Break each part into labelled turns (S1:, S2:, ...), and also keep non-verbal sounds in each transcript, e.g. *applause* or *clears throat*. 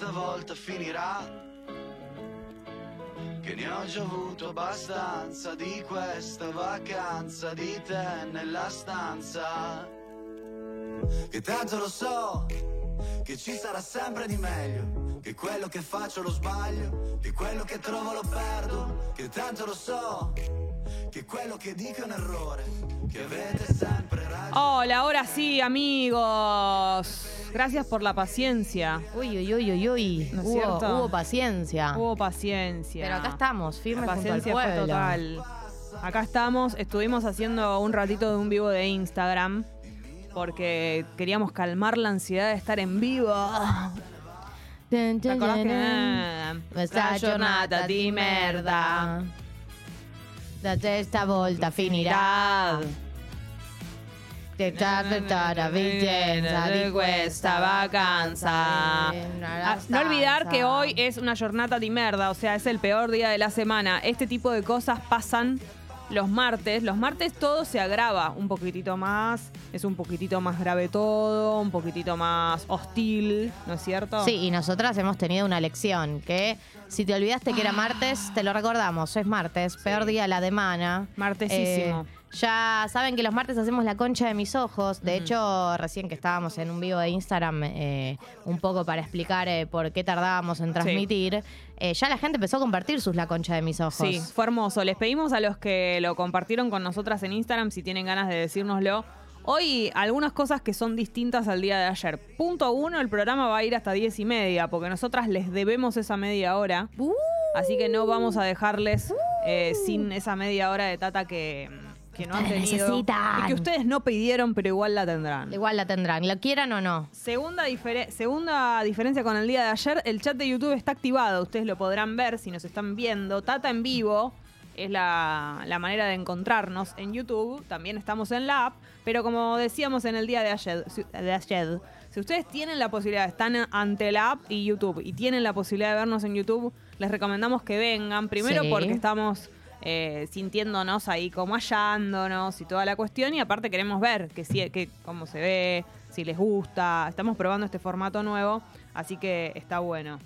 S1: stavolta finirà. Che ne ho già avuto abbastanza di questa vacanza di te nella stanza. Che tanto lo so, che ci sarà sempre di meglio. Che quello che faccio lo sbaglio, che quello che trovo lo perdo. Che tanto lo so, che quello che dico è un errore. Che avete sempre ragione.
S2: Hola, ahora sí, amigos. Gracias por la paciencia.
S3: Uy, uy, uy, uy, uy.
S2: ¿No es
S3: hubo,
S2: cierto?
S3: hubo paciencia.
S2: Hubo paciencia.
S3: Pero acá estamos, firmes
S2: La
S3: junto al
S2: paciencia fue
S3: pueblo.
S2: total. Acá estamos, estuvimos haciendo un ratito de un vivo de Instagram porque queríamos calmar la ansiedad de estar en vivo. ¿Te
S3: Tun, tun,
S2: acordás que-
S3: tun.
S2: La giornata di merda.
S3: Da esta volta finirá.
S2: Mirad.
S3: Te tarda vincenza di questa vacanza.
S2: Ah, No olvidar que hoy es una jornada de merda, o sea, es el peor día de la semana. Este tipo de cosas pasan los martes. Los martes todo se agrava un poquitito más, es un poquitito más grave todo, un poquitito más hostil, ¿no es cierto?
S3: Sí, y nosotras hemos tenido una lección que si te olvidaste que era martes, te lo recordamos, es martes, peor día de la semana. Eh,
S2: Martesísimo.
S3: ya saben que los martes hacemos la concha de mis ojos. De hecho, recién que estábamos en un vivo de Instagram, eh, un poco para explicar eh, por qué tardábamos en transmitir, eh, ya la gente empezó a compartir sus la concha de mis ojos.
S2: Sí, fue hermoso. Les pedimos a los que lo compartieron con nosotras en Instagram si tienen ganas de decírnoslo. Hoy algunas cosas que son distintas al día de ayer. Punto uno, el programa va a ir hasta diez y media, porque nosotras les debemos esa media hora.
S3: Uh.
S2: Así que no vamos a dejarles eh, sin esa media hora de tata que, que no han
S3: Ustedes
S2: tenido.
S3: necesitan.
S2: Y que ustedes no pidieron, pero igual la tendrán.
S3: Igual la tendrán, lo quieran o no.
S2: Segunda, difere- segunda diferencia con el día de ayer, el chat de YouTube está activado. Ustedes lo podrán ver si nos están viendo. Tata en vivo es la, la manera de encontrarnos en YouTube. También estamos en la app. Pero como decíamos en el día de ayer, si, de ayer, si ustedes tienen la posibilidad, están ante la app y YouTube y tienen la posibilidad de vernos en YouTube, les recomendamos que vengan. Primero
S3: Sí.
S2: porque estamos... eh, sintiéndonos ahí como hallándonos y toda la cuestión y aparte queremos ver que, si, que cómo se ve, si les gusta, estamos probando este formato nuevo, así que está bueno.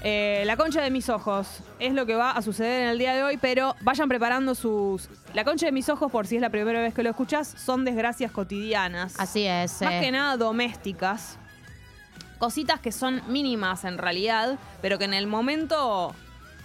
S2: Eh, la concha de mis ojos es lo que va a suceder en el día de hoy, pero vayan preparando sus... La concha de mis ojos, por si es la primera vez que lo escuchas, son desgracias cotidianas.
S3: Así es.
S2: Más
S3: eh.
S2: que nada domésticas. Cositas que son mínimas en realidad, pero que en el momento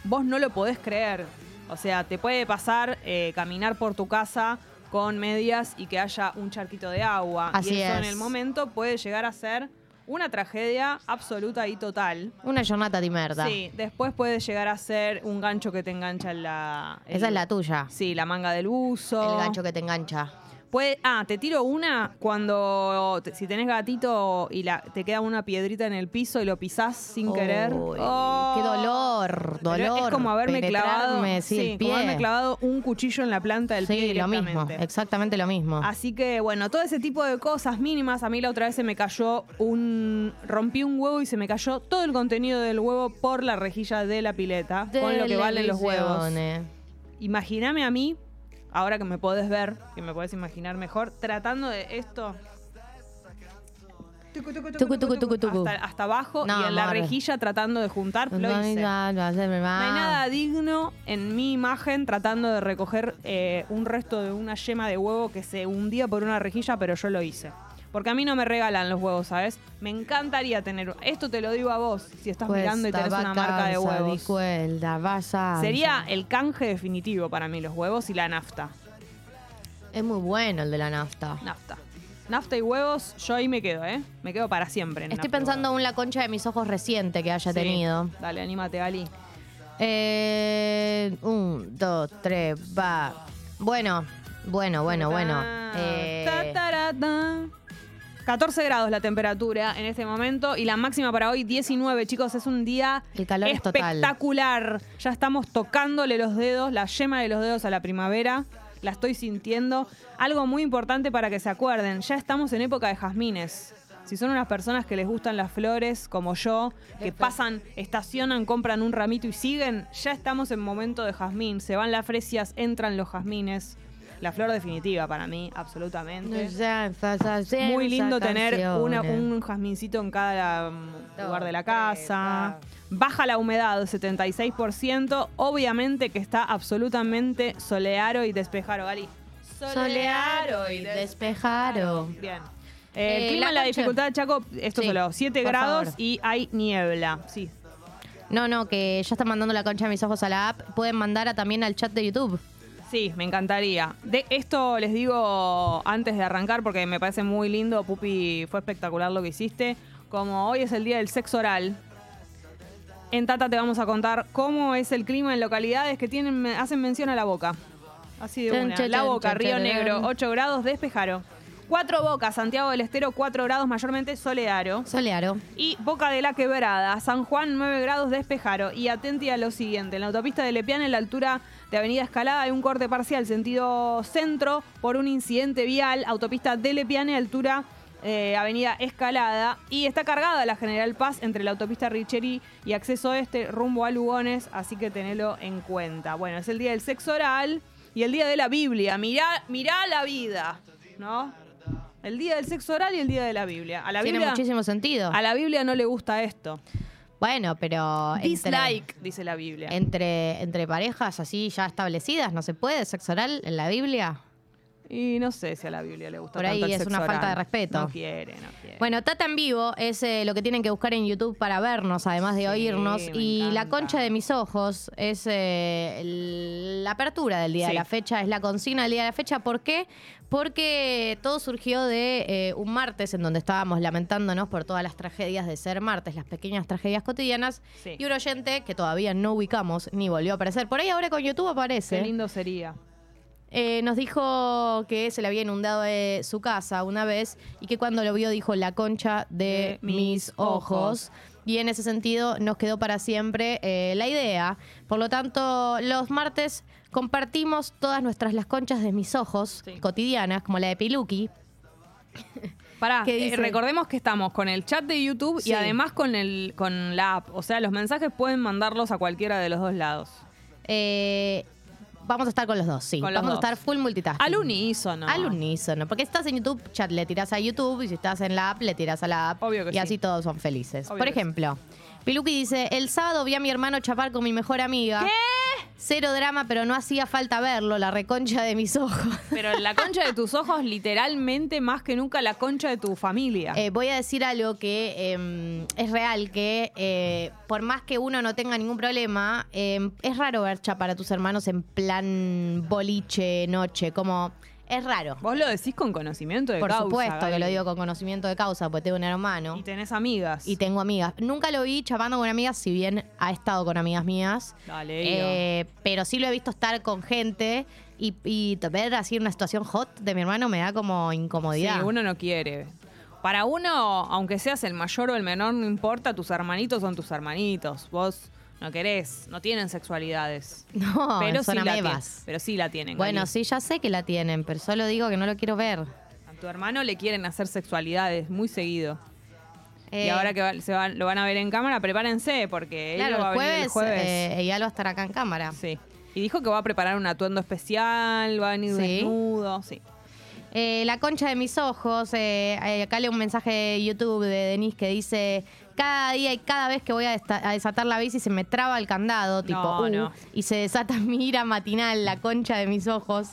S2: vos no lo podés creer. O sea, te puede pasar eh, caminar por tu casa con medias y que haya un charquito de agua.
S3: Así
S2: y eso en
S3: es.
S2: el momento puede llegar a ser una tragedia absoluta y total.
S3: Una jornada de merda.
S2: Sí, después puede llegar a ser un gancho que te engancha en la...
S3: Esa
S2: el-
S3: es la tuya.
S2: Sí, la manga del buzo.
S3: El gancho que te engancha.
S2: Puede- ah, te tiro una cuando te- si tenés gatito y la, te queda una piedrita en el piso y lo pisás sin
S3: Uy,
S2: querer. Oh.
S3: Qué dolor,
S2: Pero
S3: dolor.
S2: Es como haberme clavado,
S3: penetrarme, sí, el
S2: sí,
S3: pie.
S2: como haberme clavado un cuchillo en la planta del pie
S3: Sí, lo mismo,
S2: directamente.
S3: exactamente lo mismo.
S2: Así que bueno, todo ese tipo de cosas mínimas. A mí la otra vez se me cayó un. Rompí un huevo y se me cayó todo el contenido del huevo por la rejilla de la pileta. con lo que valen los huevos.
S3: Televisiones.
S2: Imagíname a mí, ahora que me podés ver, que me podés imaginar mejor, tratando de esto. Tucu, tucu, tucu,
S3: Tucu, tucu, tucu, tucu.
S2: Hasta, hasta abajo
S3: No,
S2: y en la
S3: amor.
S2: rejilla tratando de juntar. Lo
S3: No,
S2: hice. No
S3: no, no, no, no,
S2: hay nada digno en mi imagen tratando de recoger eh, un resto de una yema de huevo que se hundía por una rejilla, pero yo lo hice. Porque a mí no me regalan los huevos, ¿sabes? Me encantaría tener. Esto te lo digo a vos, si estás mirando y
S3: Cuesta,
S2: tenés una marca de
S3: vacanza,
S2: huevos.
S3: dicuelda, vaya.
S2: Sería el canje definitivo para mí, los huevos y la nafta.
S3: Es muy bueno el de la nafta.
S2: Nafta. Nafta y huevos, yo ahí me quedo, ¿eh? Me quedo para siempre. en nafta
S3: Estoy
S2: y
S3: pensando
S2: huevos.
S3: en la concha de mis ojos reciente que haya
S2: Sí.
S3: tenido.
S2: Dale, anímate, Ali.
S3: Eh, un, dos, tres, va. Bueno, bueno, bueno, bueno.
S2: Ta-
S3: Eh,
S2: ta- ta- ta. 14 grados la temperatura en este momento y la máxima para hoy 19, chicos, es un día
S3: El calor es total.
S2: espectacular. Ya estamos tocándole los dedos, la yema de los dedos a la primavera. La estoy sintiendo. Algo muy importante para que se acuerden, ya estamos en época de jazmines. Si son unas personas que les gustan las flores, como yo, que pasan, estacionan, compran un ramito y siguen, ya estamos en momento de jazmín. Se van las fresias, entran los jazmines. La flor definitiva para mí, absolutamente. Muy
S3: Muy
S2: lindo tener una- un jazmincito en cada mm,
S3: Dos,
S2: lugar de la
S3: tres,
S2: casa.
S3: ah.
S2: Baja la humedad, 76%. Obviamente que está absolutamente solearo y despejaro, Gali.
S3: Solearo y despejaro.
S2: Bien. Eh, el
S3: Eh,
S2: clima,
S3: la
S2: la,
S3: concha-
S2: dificultad de Chaco, esto
S3: Sí,
S2: solo, 7
S3: por
S2: grados
S3: favor.
S2: y hay niebla. Sí.
S3: No, no, que ya están mandando la concha de mis ojos a la app. Pueden mandar a- también al chat de YouTube.
S2: Sí, me encantaría. De esto les digo antes de arrancar porque me parece muy lindo, Pupi, fue espectacular lo que hiciste. Como hoy es el día del sexo oral, en Tata te vamos a contar cómo es el clima en localidades que tienen hacen mención a la boca. Así de
S3: Chan,
S2: una.
S3: chan,
S2: La
S3: chan,
S2: Boca,
S3: chan,
S2: Río
S3: chan.
S2: Negro, 8 grados, Despejaro. Cuatro Bocas, Santiago del Estero, 4 grados, mayormente Solearo.
S3: Solearo.
S2: Y Boca de la Quebrada, San Juan, 9 grados de espejaro. Y atenti a lo siguiente, en la autopista de Lepian, en la altura de Avenida Escalada, hay un corte parcial, sentido centro, por un incidente vial. Autopista de Lepian, en altura eh, Avenida Escalada. Y está cargada la General Paz entre la autopista Richeri y acceso este, rumbo a Lugones, así que tenelo en cuenta. Bueno, es el día del sexo oral y el día de la Biblia. Mirá, mirá la vida, ¿no? El día del sexo oral y el día de la Biblia. A la
S3: Tiene
S2: Biblia
S3: muchísimo sentido.
S2: a la Biblia no le gusta esto.
S3: Bueno, pero. entre-
S2: Dislike, dice la Biblia.
S3: Entre, entre parejas así ya establecidas, no se puede. Sexo oral en la Biblia.
S2: Y no sé si a la Biblia le gusta
S3: Por ahí
S2: tanto el
S3: es una
S2: sexo
S3: falta de
S2: oral.
S3: respeto.
S2: No quiere, no quiere.
S3: Bueno, Tata en vivo es eh, lo que tienen que buscar en YouTube para vernos, además de
S2: Sí,
S3: oírnos.
S2: me
S3: Y
S2: encanta.
S3: la concha de mis ojos es eh, el- la apertura del día
S2: Sí.
S3: de la fecha, es la consigna del día de la fecha. ¿Por qué? Porque todo surgió de eh, un martes en donde estábamos lamentándonos por todas las tragedias de ser martes, las pequeñas tragedias cotidianas.
S2: Sí.
S3: Y un oyente que todavía no ubicamos ni volvió a aparecer. Por ahí ahora con YouTube aparece.
S2: Qué lindo sería.
S3: Eh, nos dijo que se le había inundado de su casa una vez y que cuando lo vio dijo la concha de,
S2: De mis
S3: mis ojos. Y en ese sentido nos quedó para siempre eh, la idea. Por lo tanto, los martes compartimos todas nuestras las conchas de mis ojos
S2: Sí.
S3: cotidianas, como la de Piluki.
S2: Pará,
S3: ¿Qué
S2: eh,
S3: dice?
S2: recordemos que estamos con el chat de YouTube y
S3: Sí.
S2: además con, el, con la app. O sea, los mensajes pueden mandarlos a cualquiera de los dos lados.
S3: Eh, vamos a estar con los dos, sí.
S2: Con los
S3: vamos a
S2: dos.
S3: estar full multitasking.
S2: Al unísono.
S3: Ah, Al unísono. Porque si estás en YouTube, chat, le tirás a YouTube. Y si estás en la app, le tirás a la app.
S2: Obvio que
S3: y
S2: sí.
S3: así todos son felices.
S2: Obvio
S3: Por
S2: que sí.
S3: ejemplo, Piluki dice: El sábado vi a mi hermano chapar con mi mejor amiga. ¿Qué? Cero drama, pero no hacía falta verlo, la reconcha de mis ojos.
S2: Pero la concha de tus ojos, literalmente más que nunca la concha de tu familia.
S3: Eh, voy a decir algo que eh, es real, que eh, por más que uno no tenga ningún problema, eh, es raro ver chapar a tus hermanos en plan boliche, noche, como... Es raro.
S2: Vos lo decís con conocimiento de
S3: Por
S2: causa,
S3: supuesto que
S2: Gaby.
S3: lo digo con conocimiento de causa, porque tengo un hermano.
S2: Y tenés amigas.
S3: Y tengo amigas. Nunca lo vi chapando con amigas, si bien ha estado con amigas mías.
S2: Dale, Ido.
S3: Eh, pero sí lo he visto estar con gente y, y ver así una situación hot de mi hermano me da como incomodidad.
S2: Sí, uno no quiere. Para uno, aunque seas el mayor o el menor, no importa, tus hermanitos son tus hermanitos. Vos no querés, no tienen sexualidades.
S3: *laughs* No,
S2: pero, sí
S3: son
S2: la tien-
S3: amebas.
S2: pero sí la tienen.
S3: Bueno,
S2: Gali.
S3: sí, ya sé que la tienen, pero solo digo que no lo quiero ver.
S2: A tu hermano le quieren hacer sexualidades muy seguido. y
S3: Eh,
S2: ahora que va- se van- lo van a ver en cámara, prepárense porque él
S3: claro,
S2: va a
S3: el
S2: venir
S3: jueves,
S2: el jueves.
S3: eh, ella lo va a estar acá en cámara.
S2: Sí. Y dijo que va a preparar un atuendo especial, va a venir
S3: Sí.
S2: desnudo. Sí.
S3: Eh, la concha de mis ojos. eh, eh, acá leo un mensaje de YouTube de Denise que dice: Cada día y cada vez que voy a, desta- a desatar la bici se me traba el candado, tipo,
S2: No,
S3: "Uh",
S2: no.
S3: y se desata mi ira matinal, la concha de mis ojos.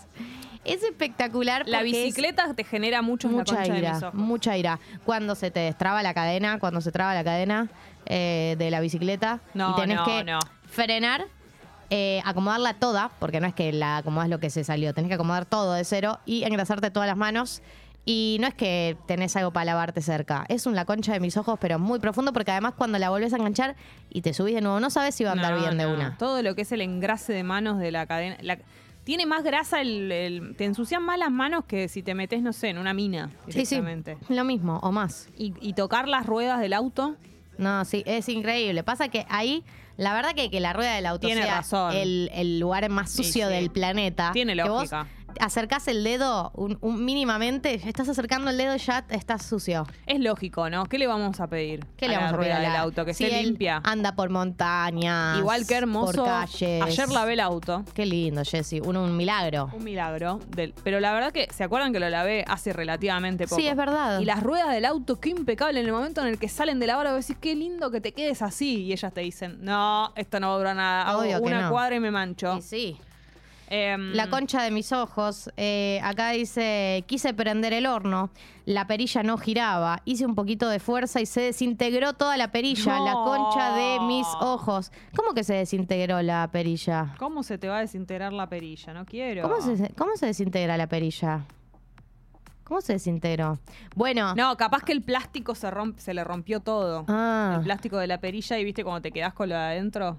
S3: Es espectacular.
S2: La
S3: porque es
S2: bicicleta te genera mucho en la
S3: Mucha
S2: concha de mis
S3: ira,
S2: ojos.
S3: mucha ira. Cuando se te destraba la cadena, cuando se traba la cadena eh, de la bicicleta
S2: No,
S3: y tenés
S2: no,
S3: que
S2: no.
S3: frenar, eh, acomodarla toda, porque no es que la acomodás lo que se salió, tenés que acomodar todo de cero y engrasarte todas las manos. Y no es que tenés algo para lavarte cerca, es un la concha de mis ojos, pero muy profundo, porque además cuando la volvés a enganchar y te subís de nuevo, no sabes si va a andar
S2: No,
S3: bien de
S2: no.
S3: una.
S2: Todo lo que es el engrase de manos de la cadena. la- tiene más grasa, el, el- te ensucian más las manos que si te metes, no sé, en una mina
S3: Sí, sí,
S2: directamente.
S3: lo mismo o más.
S2: Y, y tocar las ruedas del auto.
S3: No, sí, es increíble. Pasa que ahí, la verdad que, que la rueda del auto
S2: Tiene
S3: sea
S2: razón.
S3: El, el lugar más
S2: Sí,
S3: sucio
S2: sí.
S3: del planeta.
S2: Tiene
S3: que vos
S2: lógica.
S3: acercás el dedo un- un- mínimamente, estás acercando el dedo y ya estás sucio.
S2: Es lógico, ¿no? ¿Qué le vamos a pedir?
S3: ¿Qué le
S2: la
S3: vamos a
S2: rueda
S3: regalar?
S2: del auto? Que
S3: Si
S2: esté
S3: él
S2: limpia.
S3: Anda por montañas.
S2: Igual que hermoso.
S3: Por calles.
S2: Ayer lavé el auto.
S3: Qué lindo, Jessy. Un, un milagro.
S2: Un milagro. del- pero la verdad que, ¿se acuerdan que lo lavé hace relativamente poco?
S3: Sí, es verdad.
S2: Y las ruedas del auto, qué impecable. En el momento en el que salen de la hora, vos decís, qué lindo que te quedes así. Y ellas te dicen, no, esto no dura nada. Hago
S3: Obvio que
S2: una
S3: no.
S2: cuadra y me mancho.
S3: Y sí.
S2: Em,
S3: La concha de mis ojos. Eh, acá dice, quise prender el horno, la perilla no giraba, hice un poquito de fuerza y se desintegró toda la perilla, la
S2: No.
S3: concha de mis ojos. ¿Cómo que se desintegró la perilla?
S2: ¿Cómo se te va a desintegrar la perilla? No quiero.
S3: ¿Cómo se, cómo se desintegra la perilla? ¿Cómo se desintegró? Bueno,
S2: No, capaz que el plástico se, romp- se le rompió todo.
S3: Ah.
S2: El plástico de la perilla y viste cuando te quedás con lo de adentro,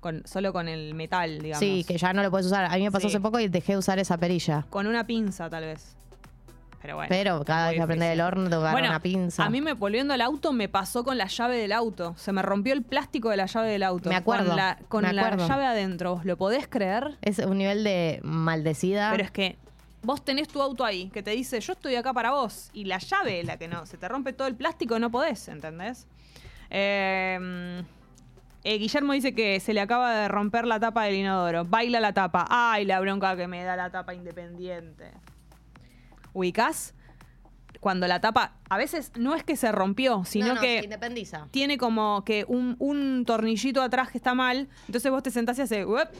S2: con, solo con el metal, digamos.
S3: sí, que ya no lo puedes usar. A mí me pasó
S2: Sí.
S3: hace poco y dejé de usar esa perilla.
S2: Con una pinza, tal vez. Pero bueno.
S3: Pero cada
S2: muy
S3: vez que aprender
S2: difícil.
S3: el horno tengo que agarrar
S2: Bueno,
S3: una pinza.
S2: A mí, me, volviendo al auto, me pasó con la llave del auto. Se me rompió el plástico de la llave del auto.
S3: Me acuerdo,
S2: Con la, con
S3: me
S2: la
S3: acuerdo.
S2: llave adentro. ¿Vos lo podés creer?
S3: es un nivel de maldecida.
S2: Pero es que vos tenés tu auto ahí, que te dice, yo estoy acá para vos. Y la llave es la que no. Se te rompe todo el plástico, no podés, ¿entendés? Eh, eh, Guillermo dice que se le acaba de romper la tapa del inodoro. Baila la tapa. Ay, la bronca que me da la tapa independiente. ¿Ubicás? Cuando la tapa, a veces no es que se rompió, sino
S3: No, no,
S2: que
S3: se independiza.
S2: tiene como que un, un tornillito atrás que está mal. Entonces vos te sentás y haces, "Uep,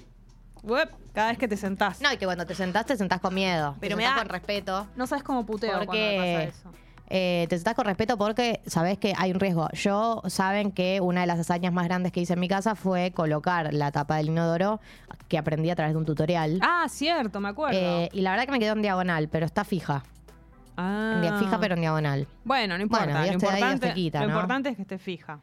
S2: uep", cada vez que te sentás.
S3: No, y que cuando te sentás, te sentás con miedo.
S2: Pero
S3: te
S2: me
S3: sentás
S2: da-
S3: con respeto.
S2: No sabes cómo puteo cuando me
S3: Porque
S2: pasa eso.
S3: eh, te sentás con respeto porque sabés que hay un riesgo. Yo saben que una de las hazañas más grandes que hice en mi casa fue colocar la tapa del inodoro que aprendí a través de un tutorial.
S2: Ah, cierto, me acuerdo.
S3: Eh, y la verdad que me quedó en diagonal, pero está fija. En dia-
S2: ah.
S3: Fija pero en diagonal.
S2: Bueno, no importa.
S3: Bueno, ya
S2: lo,
S3: esté ahí,
S2: importante,
S3: esté quita,
S2: lo
S3: ¿no?
S2: importante es que esté fija.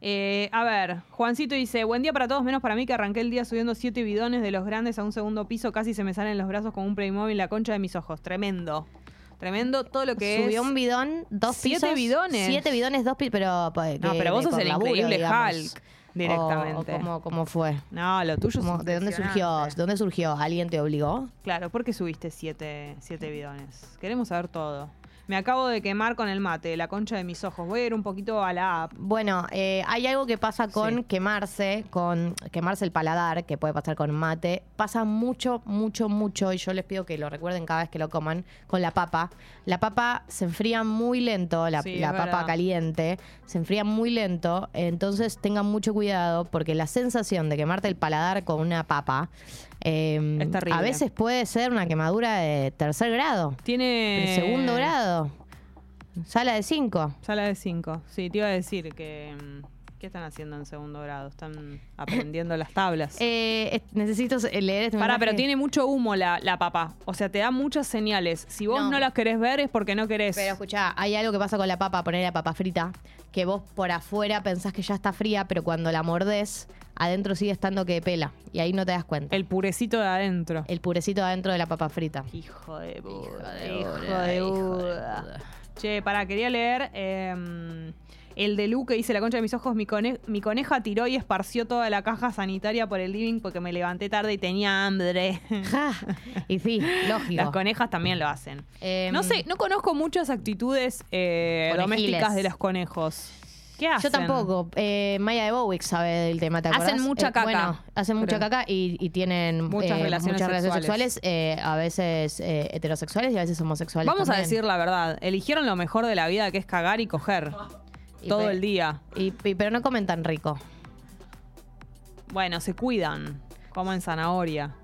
S2: Eh, a ver, Juancito dice, buen día para todos, menos para mí que arranqué el día subiendo siete bidones de los grandes a un segundo piso, casi se me salen los brazos con un Playmobil la concha de mis ojos. Tremendo. Tremendo todo lo que
S3: Subió
S2: es.
S3: un bidón, dos
S2: siete
S3: pisos.
S2: bidones.
S3: Siete bidones, dos pisos, pero... pues,
S2: No,
S3: que-
S2: pero vos
S3: de-
S2: sos
S3: por
S2: el
S3: laburo,
S2: increíble
S3: digamos.
S2: Hulk,
S3: O-
S2: directamente.
S3: O, cómo, cómo fue?
S2: No, lo tuyo es
S3: ¿Cómo- ¿De dónde surgió? ¿De
S2: impresionante.
S3: dónde surgió? ¿Alguien te obligó?
S2: Claro, ¿por qué subiste siete, siete bidones? Queremos saber todo. Me acabo de quemar con el mate, la concha de mis ojos. Voy a ir un poquito a la app.
S3: Bueno, eh, hay algo que pasa con
S2: Sí.
S3: quemarse, con quemarse el paladar, que puede pasar con mate. Pasa mucho, mucho, mucho, y yo les pido que lo recuerden cada vez que lo coman, con la papa. La papa se enfría muy lento, la,
S2: Sí,
S3: la
S2: es verdad.
S3: papa caliente, se enfría muy lento, entonces tengan mucho cuidado porque la sensación de quemarte el paladar con una papa eh,
S2: Es terrible.
S3: a veces puede ser una quemadura de tercer grado,
S2: Tiene...
S3: de segundo grado, sala de cinco.
S2: Sala de 5. Sí, te iba a decir que. mm, ¿Qué están haciendo en segundo grado? Están aprendiendo las tablas.
S3: Eh, es- necesito se- leer este
S2: Pará,
S3: mensaje.
S2: pero tiene mucho humo la, la papa. O sea, te da muchas señales. Si vos no,
S3: No.
S2: las querés ver es porque no querés.
S3: Pero escuchá, hay algo que pasa con la papa, poner la papa frita, que vos por afuera pensás que ya está fría, pero cuando la mordés, adentro sigue estando que pela. Y ahí no te das cuenta. El,
S2: El purecito de adentro.
S3: purecito adentro de la
S2: *laughs*
S3: papa frita.
S2: Hijo de puta.
S3: de
S2: Hijo
S3: Buda,
S2: de
S3: hijo de
S2: Buda.
S3: Buda.
S2: Che, pará, quería leer. eh, el de Lu que dice la concha de mis ojos, mi, cone- mi coneja tiró y esparció toda la caja sanitaria por el living porque me levanté tarde y tenía
S3: *laughs*
S2: hambre.
S3: Ja. y sí,
S2: Las
S3: lógico.
S2: conejas también lo hacen.
S3: Em,
S2: No sé, no conozco muchas actitudes eh,
S3: Conejiles.
S2: domésticas de los conejos. ¿Qué hacen?
S3: Yo tampoco. Eh, Maya de Bowick sabe del tema, ¿te acordás?
S2: Hacen mucha
S3: Eh,
S2: caca.
S3: bueno, hacen mucha
S2: Creo.
S3: caca y, y tienen eh,
S2: Muchas relaciones
S3: muchas relaciones
S2: sexuales.
S3: sexuales, eh, a veces eh, heterosexuales y a veces homosexuales.
S2: Vamos a
S3: también.
S2: decir la verdad, eligieron lo mejor de la vida que es cagar y coger
S3: *laughs* Y
S2: todo
S3: pe-
S2: el día.
S3: Y- y- pero no comen tan rico.
S2: Bueno, se cuidan, como en zanahoria.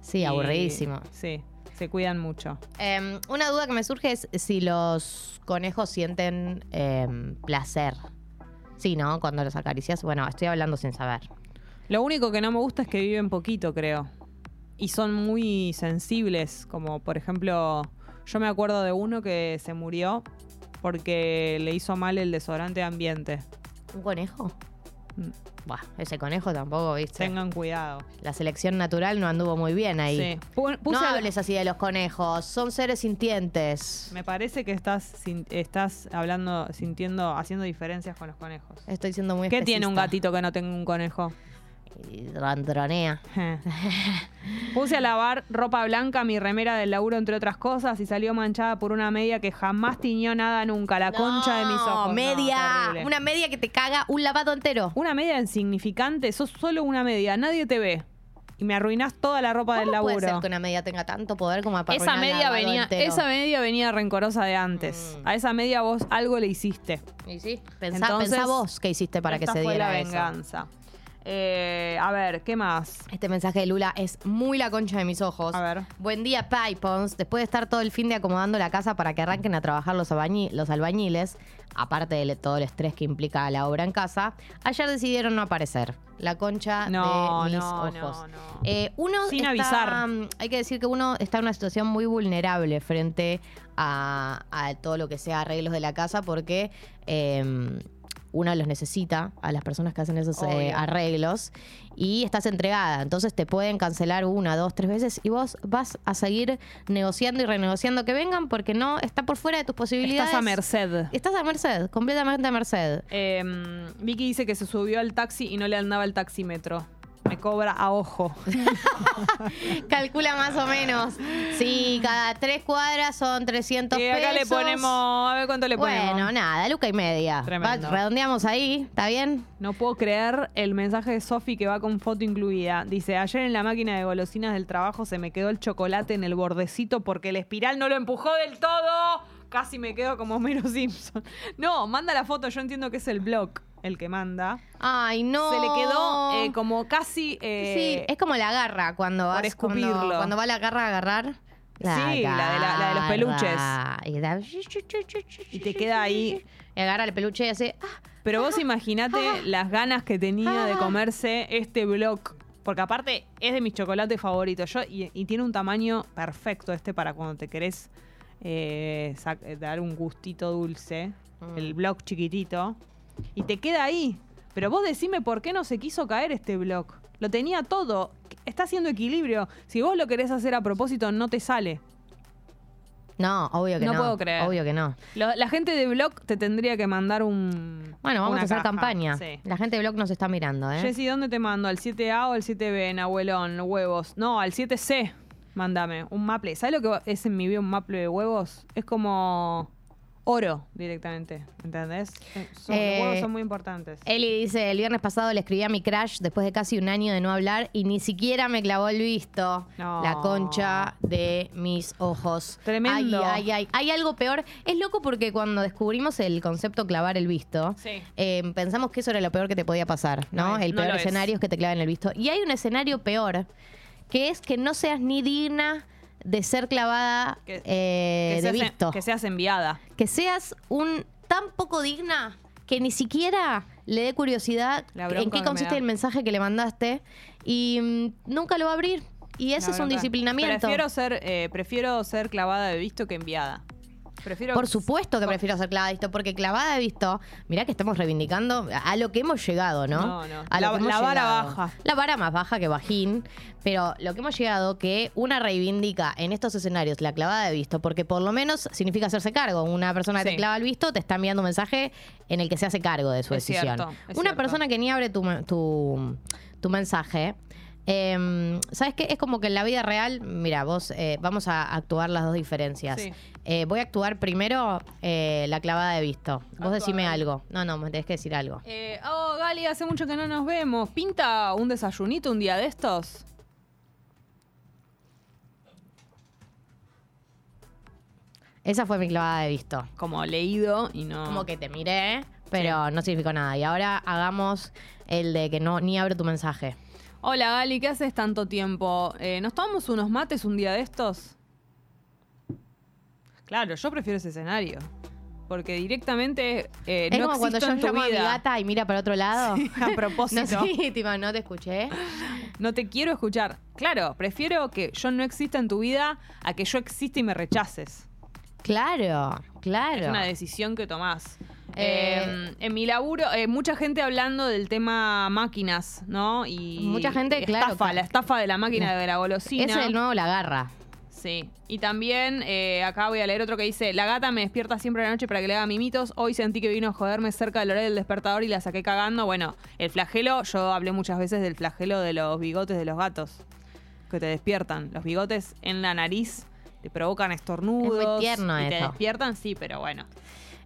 S3: Sí,
S2: Y-
S3: aburridísimo.
S2: Sí, se cuidan mucho.
S3: Em, una duda que me surge es si los conejos sienten em, placer. Sí, ¿no? Cuando los acaricias. Bueno, estoy hablando sin saber.
S2: Lo único que no me gusta es que viven poquito, creo. Y son muy sensibles, como por ejemplo, yo me acuerdo de uno que se murió porque le hizo mal el desodorante de ambiente.
S3: ¿Un conejo?
S2: Mm.
S3: Buah, ese conejo tampoco, ¿viste?
S2: Tengan cuidado.
S3: La selección natural no anduvo muy bien ahí.
S2: Sí. Pu- Puse
S3: no hables así de los conejos. Son seres sintientes.
S2: Me parece que estás sin- estás hablando, sintiendo, haciendo diferencias con los conejos.
S3: Estoy siendo muy
S2: ¿Qué tiene un
S3: especista.
S2: gatito que no tenga un conejo?
S3: Y Rondronea.
S2: *laughs* Puse a lavar ropa blanca, mi remera del laburo, entre otras cosas, y salió manchada por una media que jamás tiñó nada nunca, la concha de mis
S3: No,
S2: ojos. No,
S3: Media.
S2: terrible.
S3: una media que te caga un lavado entero.
S2: Una media insignificante, sos solo una media, nadie te ve. Y me arruinás toda la ropa del
S3: ¿Cómo
S2: laburo.
S3: puede ser que una media tenga tanto poder como para
S2: Esa
S3: arruinar el
S2: media,
S3: lavado
S2: venía,
S3: entero?
S2: esa media venía rencorosa de antes.
S3: Mm.
S2: A esa media vos algo le hiciste.
S3: Y sí, pensá,
S2: Entonces,
S3: pensá vos qué hiciste para que
S2: Esta
S3: se
S2: fue
S3: diera
S2: la
S3: eso.
S2: venganza. Eh, a ver, ¿qué más?
S3: Este mensaje de Lula es muy la concha de mis ojos.
S2: A ver.
S3: Buen día, Pipons. Después de estar todo el fin de acomodando la casa para que arranquen a trabajar los, albañi- los albañiles, aparte de le- todo el estrés que implica la obra en casa, ayer decidieron no aparecer. La concha
S2: No,
S3: Ah, de mis
S2: no,
S3: ojos.
S2: no, no.
S3: Eh, uno
S2: Sin
S3: está- mm,
S2: avisar.
S3: Hay que decir que uno está en una situación muy vulnerable frente a, a todo lo que sea arreglos de la casa porque eh, uno los necesita a las personas que hacen esos eh,
S2: Obvio.
S3: arreglos y estás entregada. Entonces te pueden cancelar una, dos, tres veces y vos vas a seguir negociando y renegociando que vengan porque no está por fuera de tus posibilidades.
S2: Estás a merced.
S3: Estás a merced, completamente a merced.
S2: Eh, Vicky dice que se subió al taxi y no le andaba el taxímetro. Me cobra a ojo. *laughs*
S3: Calcula más o menos. Sí, cada tres cuadras son 300
S2: Y Eh, acá le
S3: pesos.
S2: ponemos. A ver cuánto le ponemos.
S3: Bueno, nada, luca y media.
S2: Tremendo.
S3: Va- redondeamos ahí, ¿está bien?
S2: No puedo creer el mensaje de Sofi que va con foto incluida. Dice, ayer en la máquina de golosinas del trabajo se me quedó el chocolate en el bordecito porque el espiral no lo empujó del todo. Casi me quedo como Homero Simpson. *laughs* No, manda la foto, yo entiendo que es el blog el que manda.
S3: Ay, no.
S2: Se le quedó eh, como casi... eh,
S3: sí, es como la garra cuando vas.
S2: por escupirlo.
S3: Cuando, cuando va la garra a agarrar.
S2: Sí, la de la- la de los peluches.
S3: garra. Y, da-
S2: Y te queda ahí.
S3: Y agarra el peluche y hace. ah,
S2: Pero vos imaginate las ganas que tenía de
S3: Ah.
S2: comerse este blog. Porque aparte es de mis chocolates favoritos. Yo, y, y tiene un tamaño perfecto este para cuando te querés eh, sac- eh, dar un gustito dulce.
S3: Mm.
S2: El blog chiquitito. Y te queda ahí. Pero vos decime por qué no se quiso caer este blog. Lo tenía todo. Está haciendo equilibrio. Si vos lo querés hacer a propósito, no te sale.
S3: No, obvio que no.
S2: No puedo creer.
S3: Obvio que no.
S2: Lo- la gente de blog te tendría que mandar un.
S3: Bueno, vamos
S2: una
S3: a hacer
S2: caja.
S3: campaña.
S2: Sí.
S3: La gente de Blog nos está mirando, ¿eh?
S2: Jessy, ¿dónde te mando? ¿Al 7A o al 7B en abuelón? Huevos. No, al 7C. Mándame un maple. ¿Sabes lo que es en mi vida un maple de huevos? Es como oro directamente. ¿Entendés? Eh, son-
S3: Eh,
S2: los huevos son muy importantes.
S3: Eli dice, el viernes pasado le escribí a mi crush después de casi un año de no hablar y ni siquiera me clavó el visto.
S2: No.
S3: La concha de mis ojos.
S2: Tremendo.
S3: Ay, ay, ay. Hay algo peor. Es loco porque cuando descubrimos el concepto clavar el visto,
S2: Sí.
S3: eh, pensamos que eso era lo peor que te podía pasar, ¿no?
S2: No es-
S3: el
S2: no
S3: peor
S2: lo es.
S3: escenario es que te claven el visto. Y hay un escenario peor, que es que no seas ni digna de ser clavada
S2: Que-
S3: eh,
S2: que,
S3: de
S2: seas, en-
S3: visto
S2: que seas enviada.
S3: que seas un tan poco digna que ni siquiera le dé curiosidad
S2: La
S3: en
S2: bronca que
S3: qué
S2: me
S3: consiste
S2: da.
S3: el mensaje que le mandaste y mm, nunca lo va a abrir. Y ese
S2: La
S3: es
S2: verdad.
S3: un disciplinamiento.
S2: Prefiero ser, eh, prefiero ser clavada de visto que enviada. Prefiero
S3: Por supuesto que prefiero ser clavada de visto, porque clavada de visto, mirá que estamos reivindicando a lo que hemos llegado, ¿no?
S2: No, no.
S3: A lo
S2: La-
S3: que hemos
S2: la vara
S3: llegado.
S2: baja.
S3: La vara más baja que bajín, pero lo que hemos llegado que una reivindica en estos escenarios la clavada de visto, porque por lo menos significa hacerse cargo. Una persona
S2: Sí.
S3: que te clava el visto te está enviando un mensaje en el que se hace cargo de su
S2: Es
S3: decisión.
S2: cierto, es
S3: una
S2: cierto.
S3: persona que ni abre tu, me- tu, tu mensaje. em, ¿Sabes qué? Es como que en la vida real, mira, vos eh, vamos a actuar las dos diferencias.
S2: Sí.
S3: Eh, voy a actuar primero eh, la clavada de visto. Vos
S2: Actuá.
S3: decime algo. No, no, me tenés que decir algo.
S2: Eh, oh, Gali, hace mucho que no nos vemos. ¿Pinta un desayunito un día de estos?
S3: Esa fue mi clavada de visto.
S2: Como leído y no.
S3: Como que te miré, pero no significó nada. Y ahora hagamos el de que no ni abro tu mensaje.
S2: Hola Gali, ¿qué haces tanto tiempo? Eh, ¿Nos tomamos unos mates un día de estos? Claro, yo prefiero ese escenario. Porque directamente eh,
S3: es
S2: no
S3: como cuando
S2: existo en
S3: yo
S2: tu
S3: llamo a mi
S2: vida.
S3: gata y mira para otro lado.
S2: *laughs* a propósito.
S3: *laughs*
S2: *laughs*
S3: No, sí, tipo, no te escuché.
S2: No te quiero escuchar. Claro, prefiero que yo no exista en tu vida a que yo exista y me rechaces.
S3: Claro, claro.
S2: Es una decisión que tomás.
S3: Eh,
S2: Eh, en mi laburo, eh, mucha gente hablando del tema máquinas, ¿no? Y
S3: Mucha gente,
S2: estafa,
S3: claro,
S2: la estafa de la máquina de la golosina.
S3: es el nuevo la garra.
S2: Sí. Y también eh, acá voy a leer otro que dice: La gata me despierta siempre a la noche para que le haga mimitos. Hoy sentí que vino a joderme cerca del horario del despertador y la saqué cagando. Bueno, el flagelo, yo hablé muchas veces del flagelo de los bigotes de los gatos que te despiertan. Los bigotes en la nariz te provocan estornudos.
S3: Es muy tierno
S2: y te
S3: eso.
S2: despiertan, sí, pero bueno.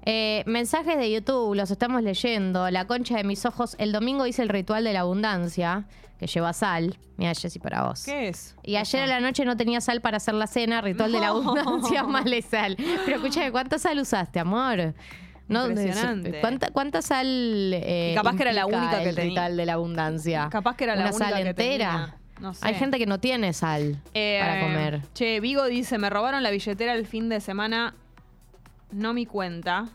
S3: Eh, mensajes de YouTube, los estamos leyendo. La concha de mis ojos. El domingo hice el ritual de la abundancia, que lleva sal. Mira, Jessy, para vos.
S2: ¿Qué es?
S3: Y ayer a la noche no tenía sal para hacer la cena, ritual de la
S2: No.
S3: abundancia, *laughs* más le sal. Pero escúchame, ¿cuánta sal usaste, amor?
S2: Impresionante.
S3: ¿Cuánta, cuánta sal? eh,
S2: Y capaz que era la
S3: implica
S2: única que
S3: el
S2: tenía.
S3: ritual de la abundancia.
S2: Capaz que era la
S3: Una
S2: única
S3: sal
S2: que
S3: entera.
S2: tenía. No sé.
S3: Hay gente que no tiene sal
S2: Eh,
S3: para comer.
S2: Che, Vigo dice, me robaron la billetera el fin de semana. No mi cuenta.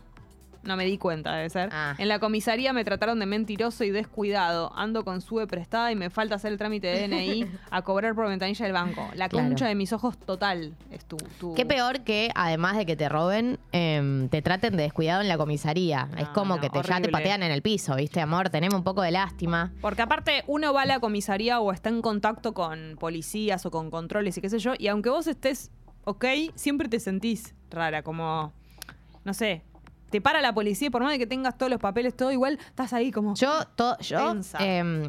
S2: No me di cuenta, debe ser.
S3: Ah.
S2: En la comisaría me trataron de mentiroso y descuidado. Ando con sube prestada y me falta hacer el trámite de
S3: *laughs*
S2: DNI a cobrar por ventanilla del banco. La
S3: Claro.
S2: concha de mis ojos total es tu... tu-
S3: Qué peor que, además de que te roben, em, te traten de descuidado en la comisaría. es
S2: No,
S3: como
S2: Ah, no,
S3: que te, ya te
S2: horrible.
S3: patean en el piso, ¿viste, amor? Tenemos un poco de lástima.
S2: Porque aparte uno va a la comisaría o está en contacto con policías o con controles y qué sé yo, y aunque vos estés ok, siempre te sentís rara, como, no sé, te para la policía y por más de que tengas todos los papeles, todo igual, estás ahí como...
S3: Yo, to- yo
S2: Tensa.
S3: em,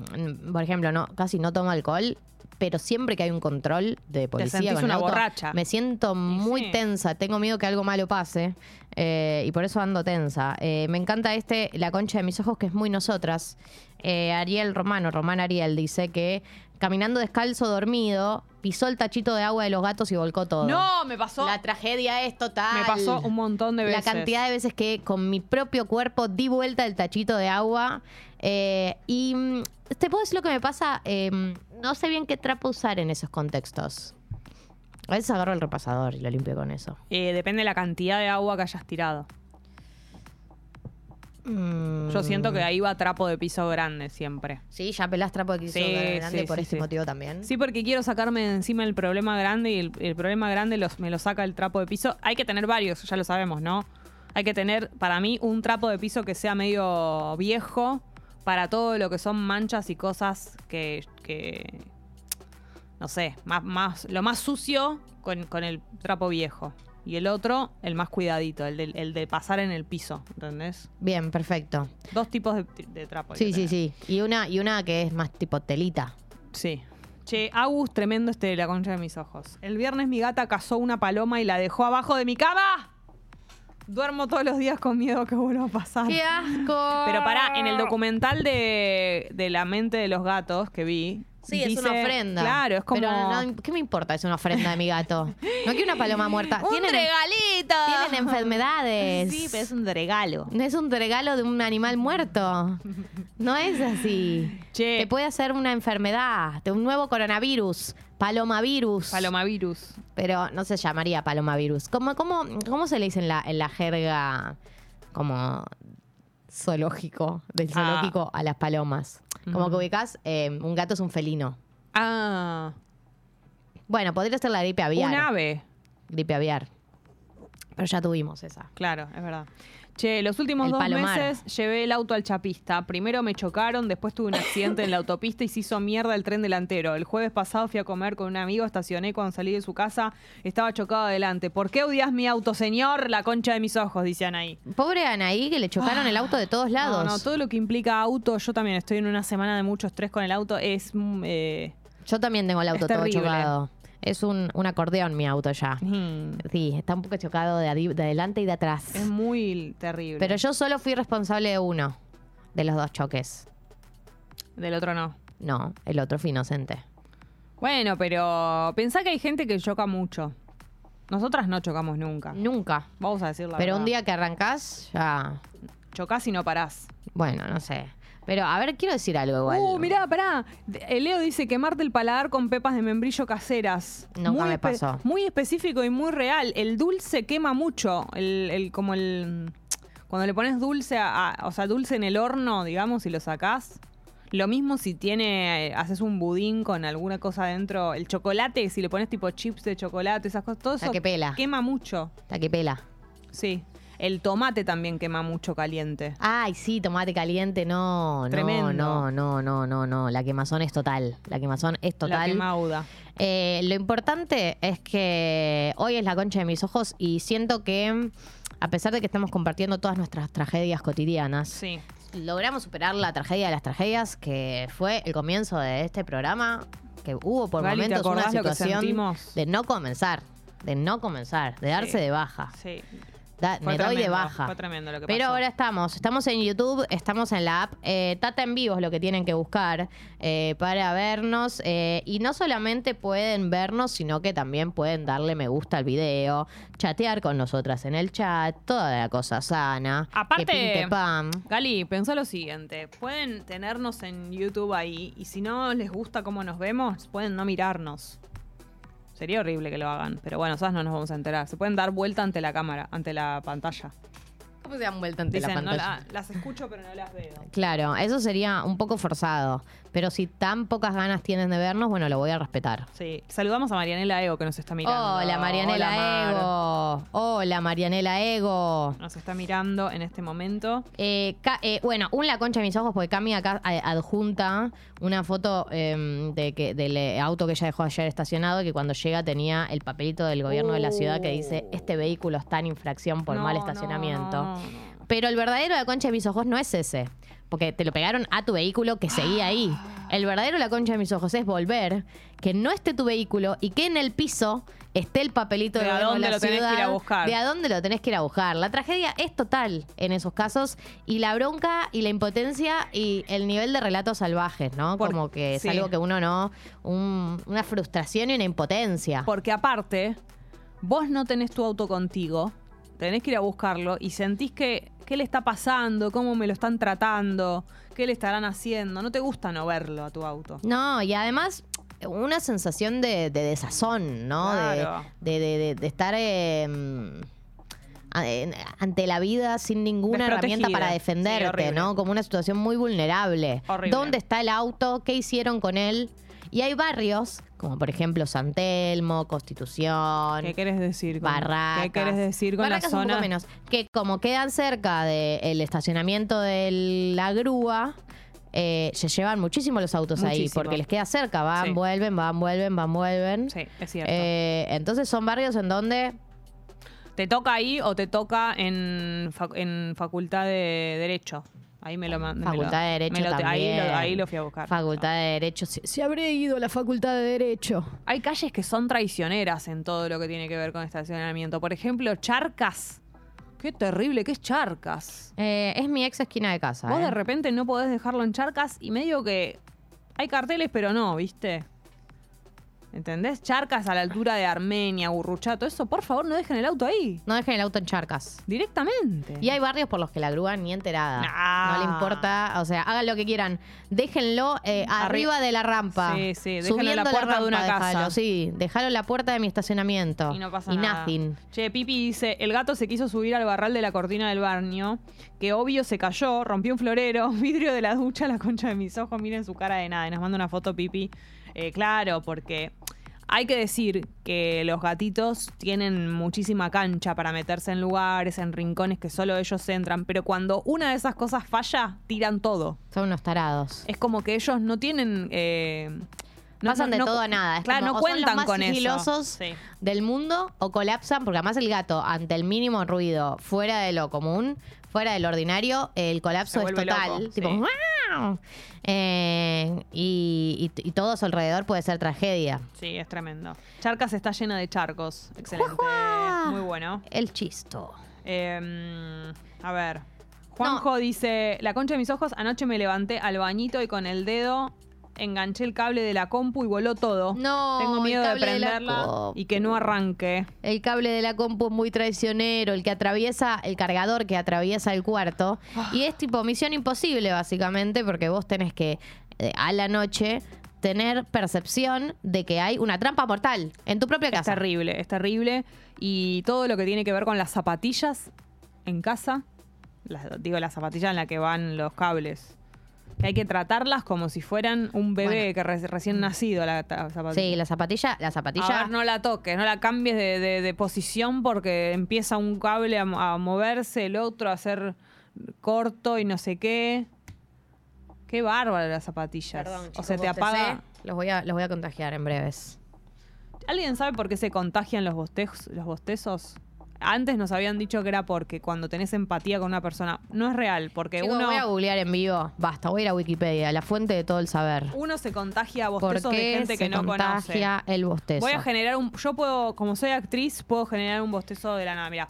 S3: por ejemplo, no, casi no tomo alcohol, pero siempre que hay un control de policía
S2: sentís
S3: con el
S2: una
S3: auto,
S2: borracha.
S3: me siento muy
S2: sí.
S3: tensa. Tengo miedo que algo malo pase eh, y por eso ando tensa. Eh, me encanta este, La concha de mis ojos, que es muy nosotras. Eh, Ariel Romano, Román Ariel, dice que caminando descalzo, dormido, pisó el tachito de agua de los gatos y volcó todo.
S2: no, me pasó...
S3: La tragedia es total.
S2: Me pasó un montón de veces.
S3: La cantidad de veces que con mi propio cuerpo di vuelta el tachito de agua. eh, y mm, te puedo decir lo que me pasa. eh, no sé bien qué trapo usar en esos contextos. A veces agarro el repasador y lo limpio con eso.
S2: Eh, depende de la cantidad de agua que hayas tirado. Yo siento
S3: Mm.
S2: que ahí va trapo de piso grande siempre.
S3: Sí, ya pelás trapo de quiso
S2: Sí,
S3: grande
S2: sí,
S3: por
S2: sí,
S3: este
S2: sí.
S3: motivo también.
S2: Sí, porque quiero sacarme de encima el problema grande y el, el problema grande los, me lo saca el trapo de piso. Hay que tener varios, ya lo sabemos, ¿no? Hay que tener, para mí, un trapo de piso que sea medio viejo para todo lo que son manchas y cosas que, que, no sé, más, más, lo más sucio con, con el trapo viejo. Y el otro, el más cuidadito, el del- el de, pasar en el piso, ¿entendés?
S3: Bien, perfecto.
S2: Dos tipos de, de trapo. hay
S3: Sí,
S2: que
S3: sí,
S2: tener.
S3: sí. Y una, y una que es más tipo telita.
S2: Sí. Che, Agus, tremendo este de la concha de mis ojos. El viernes mi gata cazó una paloma y la dejó abajo de mi cama. Duermo todos los días con miedo que vuelva a pasar.
S3: asco!
S2: Pero pará, en el documental de, de la mente de los gatos que vi.
S3: Sí, es
S2: dice-
S3: una ofrenda.
S2: Claro, es como.
S3: Pero no, ¿Qué me importa? Es una ofrenda de mi gato. No quiero una paloma muerta.
S2: *laughs* ¡Un
S3: Tienen,
S2: regalito!
S3: tienen enfermedades.
S2: Ah. Sí, pues. pero es un regalo.
S3: Es un regalo de un animal muerto. No es así.
S2: Che.
S3: Te puede hacer una enfermedad, de un nuevo coronavirus, palomavirus.
S2: Palomavirus.
S3: Pero no se llamaría palomavirus. ¿Cómo, cómo, cómo se le dice en la, en la jerga como zoológico, del
S2: Ah. Mm.
S3: zoológico a las palomas? Como que ubicas, un gato es un felino.
S2: Ah.
S3: Bueno, podría ser la gripe aviar.
S2: Un ave.
S3: Gripe aviar. Pero ya tuvimos esa.
S2: Claro, es verdad. Che, los últimos
S3: El
S2: dos
S3: Palomar.
S2: meses llevé el auto al chapista. Primero me chocaron, después tuve un accidente en la autopista y se hizo mierda el tren delantero. El jueves pasado fui a comer con un amigo, estacioné cuando salí de su casa, estaba chocado adelante. ¿Por qué odias mi auto, señor? La concha de mis ojos, dicen ahí.
S3: Pobre Anaí, que le chocaron el auto de todos lados.
S2: Ah, No, no, todo lo que implica auto, yo también estoy en una semana de mucho estrés con el auto, es... mm, eh,
S3: Yo también tengo el auto
S2: Es
S3: todo
S2: terrible.
S3: chocado. Es un, un acordeón mi auto ya.
S2: mm,
S3: Sí, está un poco chocado de, adi- de adelante y de atrás.
S2: es muy terrible.
S3: Pero yo solo fui responsable de uno, de los dos choques.
S2: Del otro no.
S3: No, el otro fue inocente.
S2: Bueno, pero pensá que hay gente que choca mucho. Nosotras no chocamos nunca.
S3: Nunca.
S2: Vamos a decir la
S3: Pero un
S2: verdad.
S3: día que arrancás, ya.
S2: Chocás y no parás.
S3: Bueno, no sé. Pero a ver, quiero decir algo igual.
S2: Uh, mirá, pará. De- eh, Leo dice quemarte el paladar con pepas de membrillo caseras.
S3: Nunca me
S2: espe-
S3: pasó.
S2: Muy específico y muy real. El dulce quema mucho. El, el- como el. Cuando le pones dulce, a- a- o sea, dulce en el horno, digamos, y lo sacás. Lo mismo si tiene, eh, haces un budín con alguna cosa adentro. El chocolate, si
S3: Ah,
S2: le pones tipo chips de chocolate, esas cosas, todo
S3: La
S2: eso
S3: que pela.
S2: quema mucho.
S3: La que pela.
S2: Sí. El tomate también quema mucho caliente.
S3: Ay, sí, tomate caliente, no,
S2: Tremendo.
S3: no, no, no, no, no, no. La quemazón es total. La quemazón es
S2: La
S3: total.
S2: quemauda.
S3: Eh, lo importante es que hoy es la concha de mis ojos y siento que a pesar de que estamos compartiendo todas nuestras tragedias cotidianas,
S2: Sí.
S3: logramos superar la tragedia de las tragedias, que fue el comienzo de este programa, que hubo por
S2: Gali, ¿te
S3: momentos una
S2: acordás lo que
S3: situación
S2: sentimos?
S3: de no comenzar, de no comenzar, de darse
S2: Sí.
S3: de baja.
S2: Sí.
S3: Da-
S2: Fue
S3: Ah. me doy de
S2: tremendo,
S3: baja.
S2: fue tremendo lo que
S3: Pero
S2: pasó.
S3: ahora estamos, estamos en YouTube, estamos en la app. eh, Tata en vivo es lo que tienen que buscar eh, para vernos. eh, y no solamente pueden vernos, sino que también pueden darle me gusta al video, chatear con nosotras en el chat, toda la cosa sana. que
S2: Aparte-
S3: pinte pam.
S2: Gali, pensó lo siguiente. Pueden tenernos en YouTube ahí y si no les gusta cómo nos vemos, pueden no mirarnos. Sería horrible que lo hagan, pero bueno, esas no nos vamos a enterar. Se pueden dar vuelta ante la cámara, ante la pantalla.
S3: ¿Cómo se dan vuelta ante
S2: Dicen,
S3: la
S2: no
S3: pantalla?
S2: la- ah, las escucho pero no las veo.
S3: Claro, eso sería un poco forzado. Pero si tan pocas ganas tienen de vernos, bueno, lo voy a respetar.
S2: Sí, saludamos a Marianela Ego que nos está mirando.
S3: Hola, Marianela
S2: Mar.
S3: Ego. Hola, Marianela Ego.
S2: Nos está mirando en este momento.
S3: Eh, Ca- eh, bueno, un la concha de mis ojos, porque Cami acá eh, adjunta una foto em, de que, del eh, auto que ella dejó ayer estacionado, que cuando llega tenía el papelito del gobierno de la ciudad que dice, este vehículo está en infracción por
S2: No,
S3: mal estacionamiento.
S2: no, no.
S3: Pero el verdadero la concha de mis ojos no es ese, porque te lo pegaron a tu vehículo que seguía ahí. El verdadero la concha de mis ojos es volver, que no esté tu vehículo y que en el piso esté el papelito
S2: De
S3: del
S2: a
S3: gobierno de
S2: dónde
S3: la
S2: lo tenés que ir a
S3: ciudad,
S2: buscar.
S3: de a dónde lo tenés que ir a buscar. La tragedia es total en esos casos y la bronca y la impotencia y el nivel de relatos salvajes, ¿no?
S2: Por-
S3: Como que es
S2: sí.
S3: algo que uno no, un- una frustración y una impotencia.
S2: Porque aparte, vos no tenés tu auto contigo, tenés que ir a buscarlo y sentís que qué le está pasando, cómo me lo están tratando, qué le estarán haciendo. No te gusta no verlo a tu auto.
S3: No, y además una sensación de, de desazón, ¿no? De-
S2: Claro.
S3: De, de- de- de estar eh, mm, a- en- ante la vida sin ninguna herramienta
S2: Desprotegida.
S3: para
S2: Sí,
S3: defenderte,
S2: horrible.
S3: ¿no? Como una situación muy vulnerable.
S2: Horrible.
S3: ¿Dónde está el auto? ¿Qué hicieron con él? Y hay barrios, como por ejemplo San Telmo, Constitución,
S2: ¿Qué querés decir con
S3: Barracas.
S2: ¿Qué querés decir con
S3: Barracas
S2: la
S3: un poco
S2: zona?
S3: menos. Que como quedan cerca del estacionamiento de la grúa, eh, se llevan muchísimo los autos ahí,
S2: Muchísimo.
S3: porque les queda cerca. Van,
S2: Sí.
S3: vuelven, van, vuelven, van, vuelven.
S2: Sí, es cierto.
S3: Eh, entonces son barrios en donde
S2: ¿Te toca ahí o te toca en, fac- en Facultad de Derecho? Ahí me lo mandé.
S3: Facultad de Derecho
S2: Ahí, lo,
S3: también.
S2: ahí lo fui a buscar.
S3: Facultad de Derecho. Se, se habré ido a la Facultad de Derecho.
S2: Hay calles que son traicioneras en todo lo que tiene que ver con estacionamiento. Por ejemplo, Charcas. Qué terrible que es Charcas.
S3: Eh, es mi ex esquina de casa.
S2: Vos
S3: eh.
S2: de repente no podés dejarlo en Charcas y medio que hay carteles, pero no, ¿viste? ¿Entendés? Charcas a la altura de Armenia, Burruchato, eso, por favor, no dejen el auto ahí.
S3: No dejen el auto en charcas.
S2: Directamente.
S3: Y hay barrios por los que la grúa ni enterada.
S2: Nah.
S3: No le importa. O sea, hagan lo que quieran. Déjenlo eh, arriba de la rampa.
S2: Sí, sí, déjenlo en
S3: Subiendo
S2: la puerta de una
S3: rampa,
S2: casa.
S3: déjalo, sí, déjalo en la puerta de mi estacionamiento.
S2: Y no pasa
S3: Y
S2: nada.
S3: nothing.
S2: Che, Pipi dice, el gato se quiso subir al barral de la cortina del baño, que obvio se cayó, rompió un florero, *laughs* vidrio de la ducha, la concha de mis ojos, miren su cara de nada. Y nos manda una foto, Pipi. Eh, claro, porque hay que decir que los gatitos tienen muchísima cancha para meterse en lugares, en rincones que solo ellos entran, pero cuando una de esas cosas falla, tiran todo.
S3: Son unos tarados.
S2: Es como que ellos no tienen... eh, no-
S3: Pasan
S2: no-
S3: de
S2: no-
S3: todo a nada. Es
S2: Claro, no
S3: como, o son los
S2: cuentan
S3: más
S2: con eso.
S3: sigilosos
S2: Sí.
S3: del mundo o colapsan, porque además el gato, ante el mínimo ruido, fuera de lo común, fuera del ordinario, el colapso
S2: Se
S3: es
S2: vuelve
S3: total.
S2: loco,
S3: tipo,
S2: sí.
S3: ¡guau! Eh, y, y- y todo a su alrededor puede ser tragedia.
S2: Sí, es tremendo. Charcas está llena de charcos. Excelente.
S3: ¡Juajua!
S2: Muy bueno.
S3: El chisto.
S2: Eh, a ver. Juanjo dice, la concha de mis ojos, anoche me levanté al bañito y con el dedo enganché el cable de la compu y voló todo.
S3: No,
S2: Tengo
S3: el
S2: miedo de
S3: cable de la
S2: prenderla
S3: compu.
S2: y que no arranque.
S3: El cable de la compu es muy traicionero, el que atraviesa, el cargador que atraviesa el cuarto.
S2: Ah.
S3: Y es tipo misión imposible, básicamente, porque vos tenés que, eh, a la noche, tener percepción de que hay una trampa mortal en tu propia
S2: Es
S3: casa.
S2: terrible, es terrible. Y todo lo que tiene que ver con las zapatillas en casa, las- digo las zapatillas en las que van los cables. que hay que tratarlas como si fueran un bebé que re- recién nacido la ta- zapatilla.
S3: Sí, la zapatilla, la
S2: A
S3: zapatilla.
S2: ver, no la toques, no la cambies de, de- de posición porque empieza un cable a, mo- a moverse, el otro a ser corto y no sé qué. Qué bárbaro las zapatillas.
S3: Perdón,
S2: o
S3: chicos,
S2: sea, te
S3: bostecé.
S2: apaga.
S3: Los voy a, los voy a contagiar en breves.
S2: ¿Alguien sabe por qué se contagian los, bostejos, los bostezos? Antes nos habían dicho que era porque cuando tenés empatía con una persona. No es real, porque
S3: Chicos,
S2: uno,
S3: voy a googlear en vivo. Basta, voy a ir a Wikipedia, la fuente de todo el saber.
S2: uno se contagia a
S3: ¿Por
S2: bostezos de
S3: qué
S2: gente
S3: se
S2: que no conoce.
S3: contagia el bostezo?
S2: Voy a generar un. Yo puedo, como soy actriz, puedo generar un bostezo de la nada. Mirá.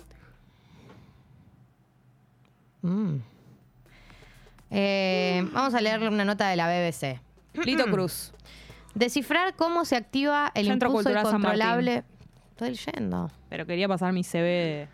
S3: Mm. Eh,
S2: Mm.
S3: vamos a leer una nota de la BBC. *clears throat*
S2: Lito Cruz.
S3: Descifrar cómo se activa el
S2: Centro
S3: impulso
S2: Cultural San
S3: incontrolable. Estoy leyendo.
S2: Pero quería pasar mi CV.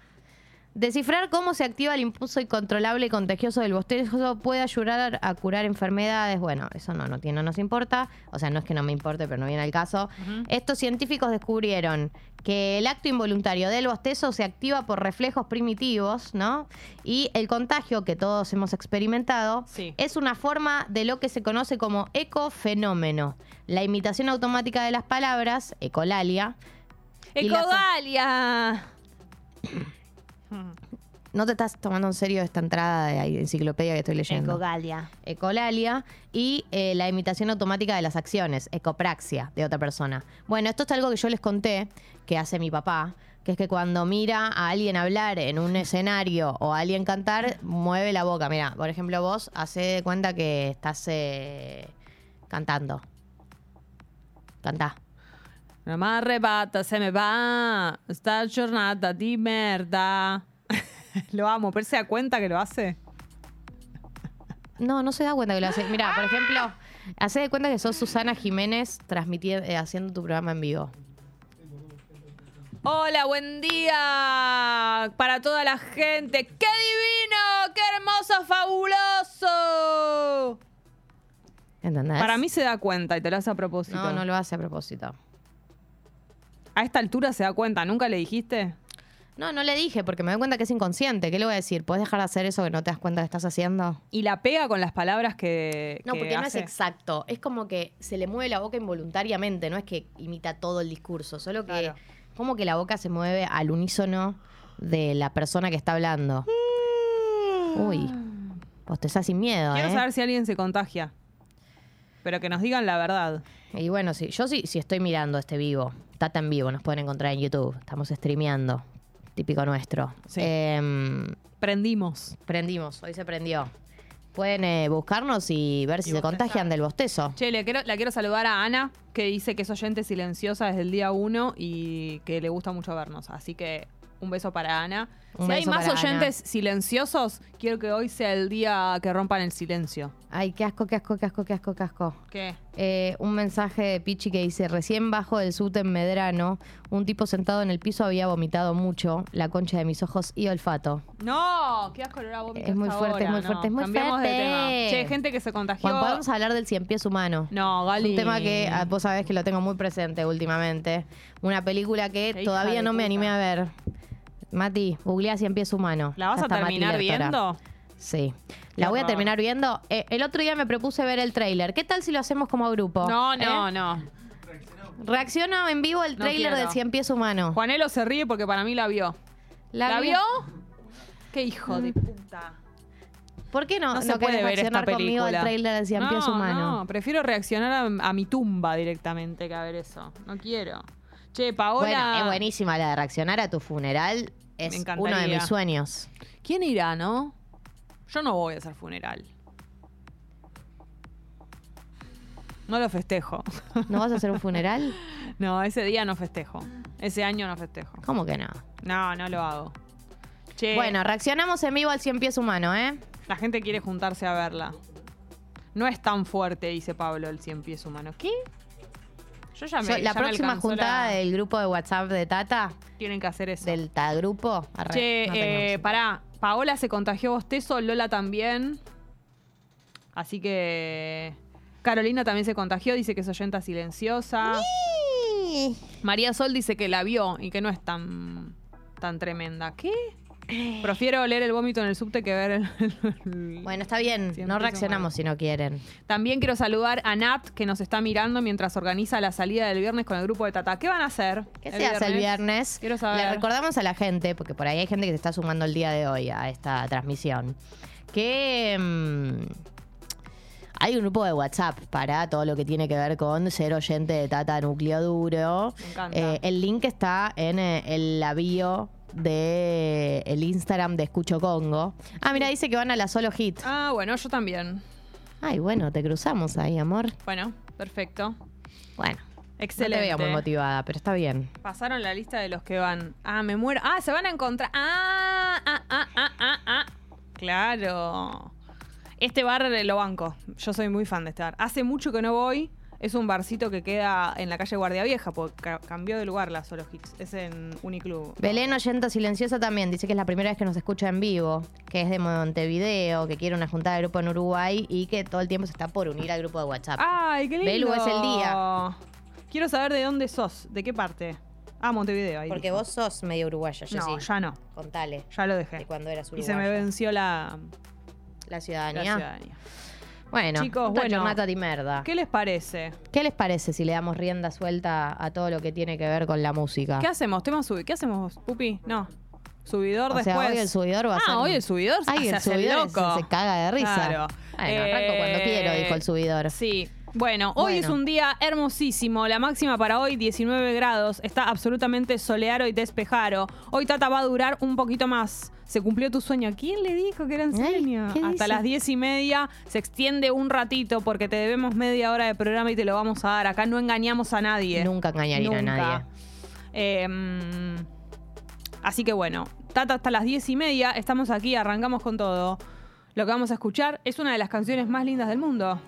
S3: Descifrar cómo se activa el impulso incontrolable y contagioso del bostezo puede ayudar a curar enfermedades. Bueno, eso no, no, tiene, no nos importa. O sea, no es que no me importe, pero no viene al caso. Estos científicos descubrieron que el acto involuntario del bostezo se activa por reflejos primitivos, ¿no? Y el contagio que todos hemos experimentado
S2: Sí.
S3: es una forma de lo que se conoce como ecofenómeno. La imitación automática de las palabras, ecolalia. Y la-
S2: ¡Ecodalia!
S3: No te estás tomando en serio esta entrada de ahí, enciclopedia que estoy leyendo.
S2: Ecogalia.
S3: ecolalia y eh, la imitación automática de las acciones, ecopraxia de otra persona. Bueno, esto es algo que yo les conté que hace mi papá, que es que cuando mira a alguien hablar en un escenario o a alguien cantar, mueve la boca. Mira, por ejemplo, vos hace de cuenta que estás eh, cantando. Cantá.
S2: No me arrebata, se me va. Esta jornada di merda. *laughs* lo amo, pero él se da cuenta que lo hace.
S3: No, no se da cuenta que lo hace. Mira, por ejemplo, hace de cuenta que sos Susana Jiménez transmitiendo, eh, haciendo tu programa en vivo.
S2: Hola, buen día para toda la gente. ¡Qué divino! ¡Qué hermoso, fabuloso!
S3: ¿Entendés?
S2: Para mí se da cuenta y te lo hace a propósito.
S3: No, no lo hace a propósito.
S2: A esta altura se da cuenta, ¿nunca le dijiste?
S3: No, no le dije porque me doy cuenta que es inconsciente. ¿Qué le voy a decir? ¿Puedes dejar de hacer eso que no te das cuenta que estás haciendo?
S2: Y la pega con las palabras que.
S3: No,
S2: que
S3: porque no es
S2: hace.
S3: exacto. Es como que se le mueve la boca involuntariamente, no es que imita todo el discurso, solo que
S2: Claro.
S3: como que la boca se mueve al unísono de la persona que está hablando. Uy, vos te estás sin miedo,
S2: Mm. Quiero
S3: ¿eh?
S2: saber si alguien se contagia. Pero que nos digan la verdad.
S3: Y bueno, sí, yo sí, sí estoy mirando este vivo. Tata en vivo, nos pueden encontrar en YouTube. Estamos streameando, típico nuestro.
S2: Sí.
S3: Em,
S2: Prendimos.
S3: Prendimos, hoy se prendió. Pueden eh, buscarnos y ver si
S2: Y bostezar.
S3: se contagian del bostezo.
S2: Che, le quiero, la quiero saludar a Ana, que dice que es oyente silenciosa desde el día uno y que le gusta mucho vernos. Así que un beso para Ana.
S3: Un
S2: si hay
S3: beso
S2: más
S3: para
S2: oyentes silenciosos, quiero que hoy sea el día que rompan el silencio.
S3: Ay, qué asco, qué asco, qué asco, qué asco, qué asco.
S2: ¿Qué?
S3: Eh, un mensaje de Pichi que dice, recién bajo del sute en Medrano, un tipo sentado en el piso había vomitado mucho, la concha de mis ojos y olfato.
S2: No, qué asco olor a vómito
S3: Es muy
S2: hasta
S3: fuerte, es
S2: ahora,
S3: muy fuerte,
S2: no.
S3: es muy
S2: Cambiemos de tema.
S3: fuerte.
S2: Che, gente que se contagió.
S3: Juan, podemos hablar del cien pies humano.
S2: No,
S3: Es
S2: Gali.
S3: Un tema que ah, vos sabés que lo tengo muy presente últimamente. Una película que
S2: Qué hija
S3: todavía
S2: de
S3: no me
S2: puta.
S3: animé a ver. Mati, googlea cien pies humano.
S2: ¿La vas
S3: Ya
S2: a
S3: está Mati
S2: terminar
S3: Lertora.
S2: viendo?
S3: Sí. La voy a
S2: horror.
S3: terminar viendo. Eh, el otro día me propuse ver el tráiler. ¿Qué tal si lo hacemos como grupo?
S2: No,
S3: ¿Eh?
S2: no, no.
S3: Reacciono en vivo el
S2: No
S3: tráiler
S2: quiero.
S3: de Cien Pies Humano.
S2: Juanelo se ríe porque para mí la vio. ¿La,
S3: vi-
S2: vio? ¿Qué hijo de puta?
S3: ¿Por qué no,
S2: No,
S3: no,
S2: se
S3: querés
S2: puede ver esta
S3: reaccionar
S2: película.
S3: conmigo el tráiler de Cien
S2: no,
S3: Pies Humano?
S2: No, prefiero reaccionar a, a mi tumba directamente que a ver eso. No quiero. Che, Paola.
S3: Bueno, es buenísima la de reaccionar a tu funeral.
S2: Me
S3: Es
S2: encantaría.
S3: uno de mis sueños.
S2: ¿Quién irá, no? Yo no voy a hacer funeral. No lo festejo. *laughs*
S3: ¿No vas a hacer un funeral?
S2: No, ese día no festejo. Ese año no festejo.
S3: ¿Cómo que no?
S2: No, no lo hago. Che,
S3: Bueno, reaccionamos en vivo al Cien Pies Humano, ¿eh?
S2: La gente quiere juntarse a verla. No es tan fuerte, dice Pablo, el cien pies humano. ¿Qué? Yo ya me,
S3: Yo- la
S2: ya me
S3: próxima
S2: alcanzó
S3: juntada
S2: la-
S3: del grupo de WhatsApp de Tata,
S2: Tienen que hacer eso.
S3: del Tata Grupo. Arre,
S2: Che,
S3: no tengo-
S2: eh, pará. Paola se contagió bostezo, Lola también. Así que... Carolina también se contagió, dice que es oyenta silenciosa. María Sol dice que la vio y que no es tan, tan tremenda. ¿Qué? Prefiero leer el vómito en el subte que ver el. el-
S3: Bueno, está bien,
S2: Siempre
S3: no
S2: son
S3: reaccionamos si no quieren.
S2: También quiero saludar a Nat, que nos está mirando mientras organiza la salida del viernes con el grupo de Tata. ¿Qué van a hacer?
S3: ¿Qué se hace el viernes?
S2: Quiero saber.
S3: Le recordamos a la gente, porque por ahí hay gente que se está sumando el día de hoy a esta transmisión, que mm, hay un grupo de WhatsApp para todo lo que tiene que ver con ser oyente de Tata Núcleo Duro.
S2: Me encanta.
S3: Eh, el link está en eh, el la bio de el Instagram de Escucho Congo. Ah, mira, dice que van a la Solo Hit.
S2: Ah, bueno, yo también.
S3: Ay, bueno, te cruzamos ahí, amor.
S2: Bueno, perfecto.
S3: Bueno,
S2: Excelente.
S3: no te veo muy motivada, pero está bien.
S2: Pasaron la lista de los que van. Ah, me muero. Ah, se van a encontrar. Ah, ah, ah, ah, ah, ah. Claro. Este bar lo banco. Yo soy muy fan de este bar. Hace mucho que no voy. Es un barcito que queda en la calle Guardia Vieja, porque ca- cambió de lugar la Solo Hits. Es en Uniclub.
S3: Belén Oyenta Silenciosa también dice que es la primera vez que nos escucha en vivo, que es de Montevideo, que quiere una juntada de grupo en Uruguay y que todo el tiempo se está por unir al grupo de WhatsApp.
S2: Ay, qué lindo.
S3: Belu, es el día.
S2: Quiero saber de dónde sos, de qué parte. Ah, Montevideo. Ahí
S3: Porque
S2: dijo.
S3: vos sos medio uruguaya, yo
S2: No,
S3: sí.
S2: ya no.
S3: Contale.
S2: Ya lo dejé.
S3: De cuando eras
S2: Y se me
S3: uruguaya.
S2: venció la,
S3: La
S2: la
S3: ciudadanía.
S2: ciudadanía.
S3: Bueno,
S2: Chicos,
S3: otra
S2: bueno.
S3: jornada de merda. ¿Qué?
S2: ¿Qué les parece?
S3: les parece si le damos rienda suelta a todo lo que tiene que ver con la música?
S2: ¿Qué hacemos? ¿Tema subi- ¿Qué hacemos, Pupi? No. Subidor
S3: o
S2: después.
S3: sea, hoy el subidor va a
S2: ah,
S3: ser.
S2: hoy el subidor se-
S3: Ay,
S2: se
S3: el
S2: hace
S3: subidor
S2: loco.
S3: se, se caga de risa.
S2: Claro.
S3: Bueno, arranco cuando
S2: Eh,
S3: quiero, dijo el subidor.
S2: Sí. Bueno, hoy
S3: Bueno.
S2: es un día hermosísimo. La máxima para hoy, 19 grados. Está absolutamente soleado y despejado. Hoy Tata va a durar un poquito más. Se cumplió tu sueño. ¿Quién le dijo que era en
S3: Ay,
S2: sueño?
S3: ¿qué
S2: Hasta
S3: dice?
S2: las 10 y media se extiende un ratito porque te debemos media hora de programa y te lo vamos a dar. Acá no engañamos a nadie.
S3: Nunca engañaría a
S2: Nunca.
S3: nadie.
S2: Eh, mm, así que bueno, Tata hasta las diez y media, estamos aquí, arrancamos con todo. Lo que vamos a escuchar es una de las canciones más lindas del mundo.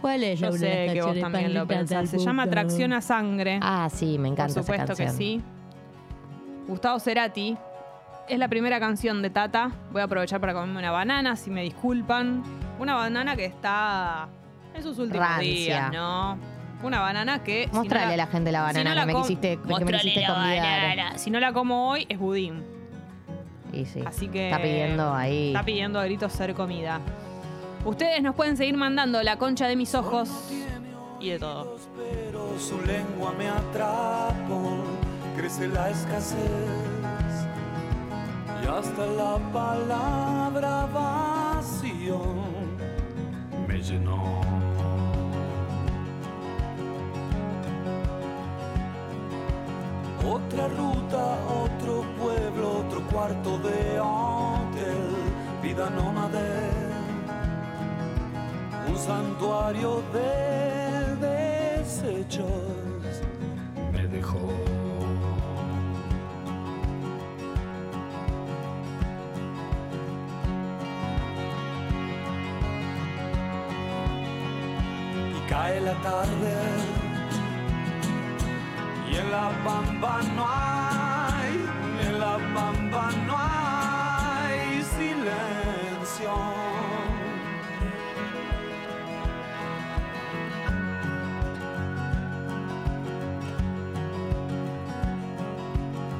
S4: ¿Cuál es la
S2: Yo
S4: una
S2: sé
S4: de las
S2: que vos
S4: canciones
S2: también lo
S4: más lindas
S2: pensás.
S4: del
S2: Se llama
S4: mundo?
S2: Atracción a Sangre.
S3: Ah, sí, me
S2: Por
S3: encanta esa
S2: supuesto que
S3: canción.
S2: sí. Gustavo Cerati es la primera canción de Tata. Voy a aprovechar para comerme una banana, si me disculpan. Una banana que está en sus últimos
S3: Rancia.
S2: días, ¿no? Una banana que. si no
S3: Mostrale
S2: la-
S3: a la gente la banana que, me
S2: com-
S3: quisiste, que me
S2: Mostrale
S3: quisiste
S2: la
S3: convidar.
S2: banana. Si no la como hoy, es budín.
S3: Y sí.
S2: Así que.
S3: Está pidiendo ahí.
S2: Está pidiendo a gritos ser comida. Ustedes nos pueden seguir mandando la concha de mis ojos y de todo.
S1: Pero su lengua me atrapó, crece la escasez y hasta la palabra vacío me llenó. Otra ruta, otro pueblo, otro cuarto de hotel, vida nómade un santuario de desechos me dejó. Y cae la tarde y en la pampa no hay, en la pampa no hay silencio.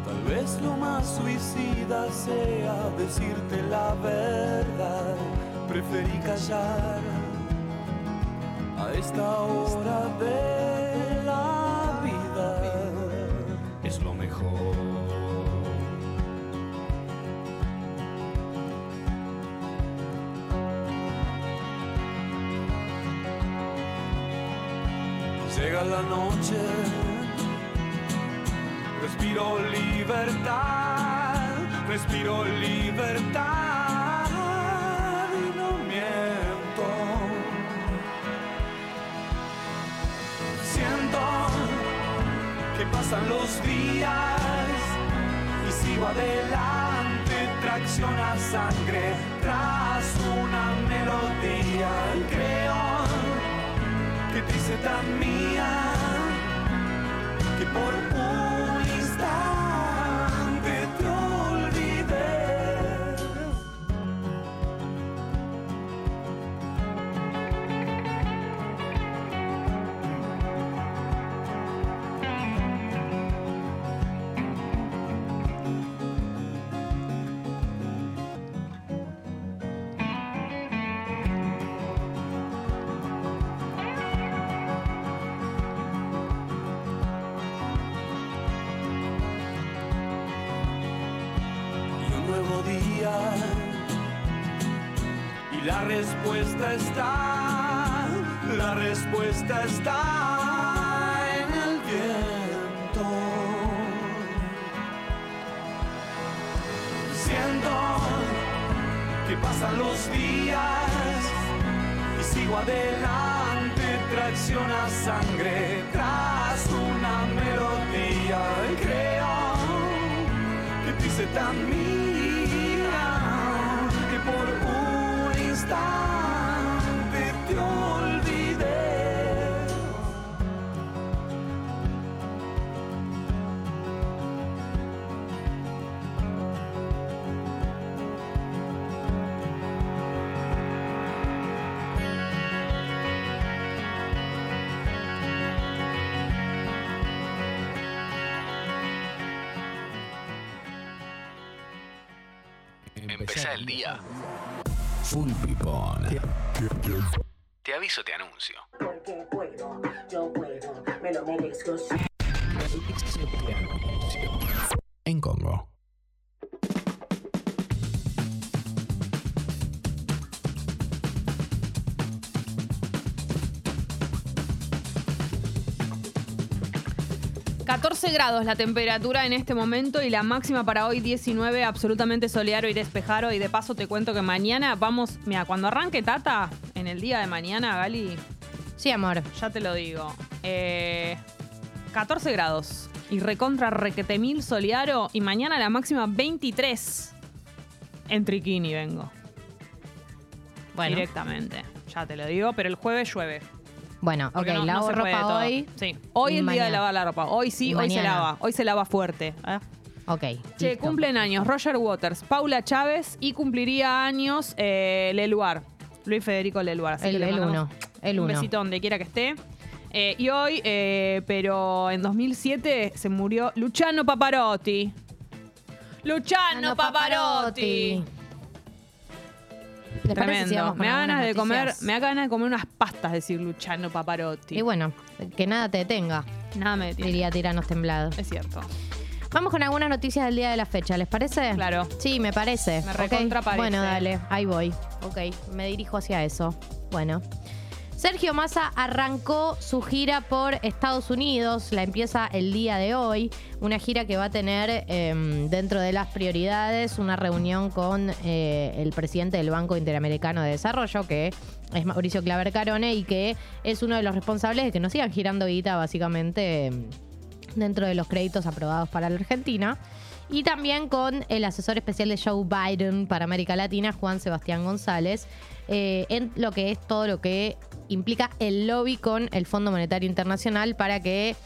S1: Tal vez lo más suicida sea decirte la verdad. Preferí callar a esta hora de la vida. Es lo mejor. Llega la noche respiro libertad, respiro libertad y no miento. Siento que pasan los días y sigo adelante, tracciona sangre tras una melodía. Creo que te hice tan mía que por un instante te olvidé. Y la respuesta está, la respuesta está en el viento. Siento que pasan los días y sigo adelante, tracciona sangre tras una melodía y creo que te hice tan mía que por un instante te olvidé.
S4: Empezá el día. Full pipón. Te aviso, te anuncio.
S5: Porque puedo, yo puedo, me lo merezco. sí.
S4: En Congo.
S2: grados. 14 grados la temperatura en este momento y la máxima para hoy 19, absolutamente soleado y despejado. Y de paso te cuento que mañana vamos, mira, cuando arranque Tata, en el día de mañana, Gali,
S3: Sí, amor.
S2: ya te lo digo, eh, 14 grados y recontra requete mil soleado y mañana la máxima 23 en Triquini vengo.
S3: Bueno.
S2: Directamente, ya te lo digo, pero el jueves llueve.
S3: Bueno, ok,
S2: Porque no- no
S3: lavo
S2: se puede todo.
S3: ropa hoy.
S2: Sí. Hoy
S3: y
S2: el día de
S3: mañana.
S2: lavar la ropa. Hoy sí,
S3: Y
S2: hoy se
S3: mañana.
S2: lava. Hoy se lava fuerte. ¿eh?
S3: Ok.
S2: Che,
S3: listo.
S2: cumplen años Roger Waters, Paula Chávez y cumpliría años eh, Leluar, Luis Federico Leluar. Así que
S3: El,
S2: le
S3: el
S2: mandamos
S3: uno. El
S2: un
S3: uno.
S2: besito donde quiera que esté. Eh, y hoy, eh, pero en 2007 se murió Luciano Paparotti. Luciano
S3: Luciano
S2: Paparotti.
S3: ¿Les parece si
S2: Tremendo.
S3: vamos con
S2: me da
S3: algunas
S2: ganas de comer,
S3: noticias?
S2: me da ganas de comer unas pastas decir Luciano Paparotti.
S3: Y bueno, que nada te detenga,
S2: Nada me detiene.
S3: diría Tiranos Temblados.
S2: Es cierto.
S3: Vamos con algunas noticias del día de la fecha, ¿les parece?
S2: Claro.
S3: Sí, me parece.
S2: Me
S3: Ok.
S2: recontra parece.
S3: Bueno, dale, ahí voy. Ok, me dirijo hacia eso. Bueno. Sergio Massa arrancó su gira por Estados Unidos, la empieza el día de hoy, una gira que va a tener em, dentro de las prioridades una reunión con eh, el presidente del Banco Interamericano de Desarrollo, que es Mauricio Claver Carone y que es uno de los responsables de que nos sigan girando guita básicamente em, dentro de los créditos aprobados para la Argentina. Y también con el asesor especial de Joe Biden para América Latina, Juan Sebastián González, eh, en lo que es todo lo que implica el lobby con el Fondo Monetario Internacional para que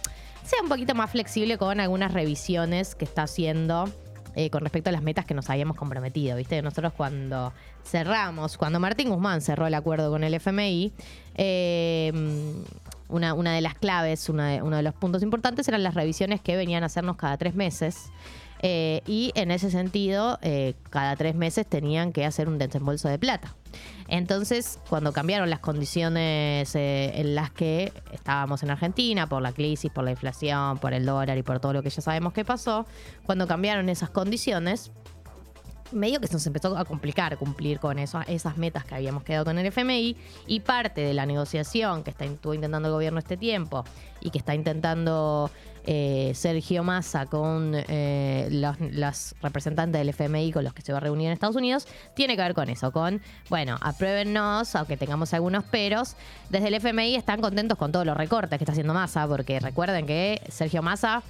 S3: sea un poquito más flexible con algunas revisiones que está haciendo eh, con respecto a las metas que nos habíamos comprometido, ¿viste? Nosotros cuando cerramos, cuando Martín Guzmán cerró el acuerdo con el FMI, eh, una, una de las claves, una de- uno de los puntos importantes eran las revisiones que venían a hacernos cada tres meses. Eh, y en ese sentido, eh, cada tres meses tenían que hacer un desembolso de plata. Entonces, cuando cambiaron las condiciones eh, en las que estábamos en Argentina, por la crisis, por la inflación, por el dólar y por todo lo que ya sabemos que pasó, cuando cambiaron esas condiciones, medio que se nos empezó a complicar cumplir con eso, esas metas que habíamos quedado con el FMI y parte de la negociación que está, estuvo intentando el gobierno este tiempo y que está intentando eh, Sergio Massa con eh, los, las representantes del FMI con los que se va a reunir en Estados Unidos, tiene que ver con eso, con, bueno, apruébennos, aunque tengamos algunos peros. Desde el FMI están contentos con todos los recortes que está haciendo Massa, porque recuerden que Sergio Massa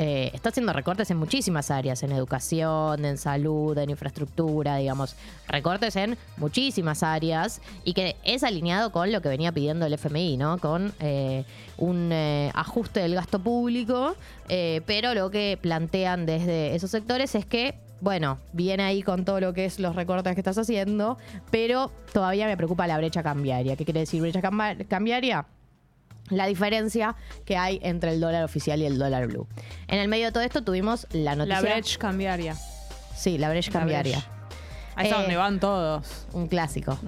S3: eh, está haciendo recortes en muchísimas áreas, en educación, en salud, en infraestructura, digamos, recortes en muchísimas áreas y que es alineado con lo que venía pidiendo el FMI, ¿no? Con eh, un eh, ajuste del gasto público, eh, pero lo que plantean desde esos sectores es que, bueno, viene ahí con todo lo que es los recortes que estás haciendo, pero todavía me preocupa la brecha cambiaria. ¿Qué quiere decir brecha camba- cambiaria? la diferencia que hay entre el dólar oficial y el dólar blue. En el medio de todo esto tuvimos la
S2: La
S3: noticia.
S2: brecha cambiaria.
S3: Sí, la brecha
S2: La
S3: cambiaria.
S2: brecha. Ahí está
S3: Eh,
S2: donde van todos.
S3: Em, Un clásico.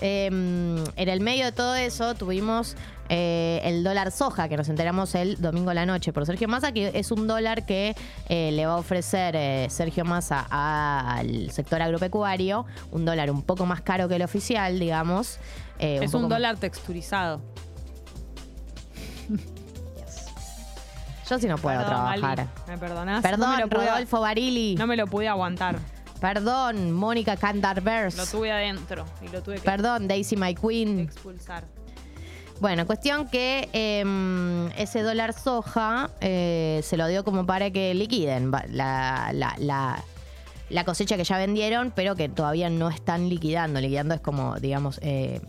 S3: Eh, en el medio de todo eso tuvimos eh, eh, el dólar soja, que nos enteramos el domingo a la noche por Sergio Massa, que es un dólar que eh, le va a ofrecer eh, Sergio Massa a- al sector agropecuario, un dólar un poco más caro que el oficial, digamos. eh,
S2: es
S3: poco
S2: un
S3: más-
S2: dólar texturizado.
S3: Yo sí no puedo
S2: Perdón,
S3: trabajar.
S2: Ali, ¿Me perdonás?
S3: Perdón,
S2: no me lo pude-
S3: Rodolfo Barili.
S2: No me lo pude aguantar.
S3: Perdón, Mónica Candarverse.
S2: Lo tuve adentro y lo tuve que
S3: Pues, Perdón, Daisy My Queen.
S2: expulsar.
S3: Bueno, cuestión que eh, ese dólar soja eh, se lo dio como para que liquiden va- la, la- la- la cosecha que ya vendieron, pero que todavía no están liquidando. Liquidando es como, digamos, eh,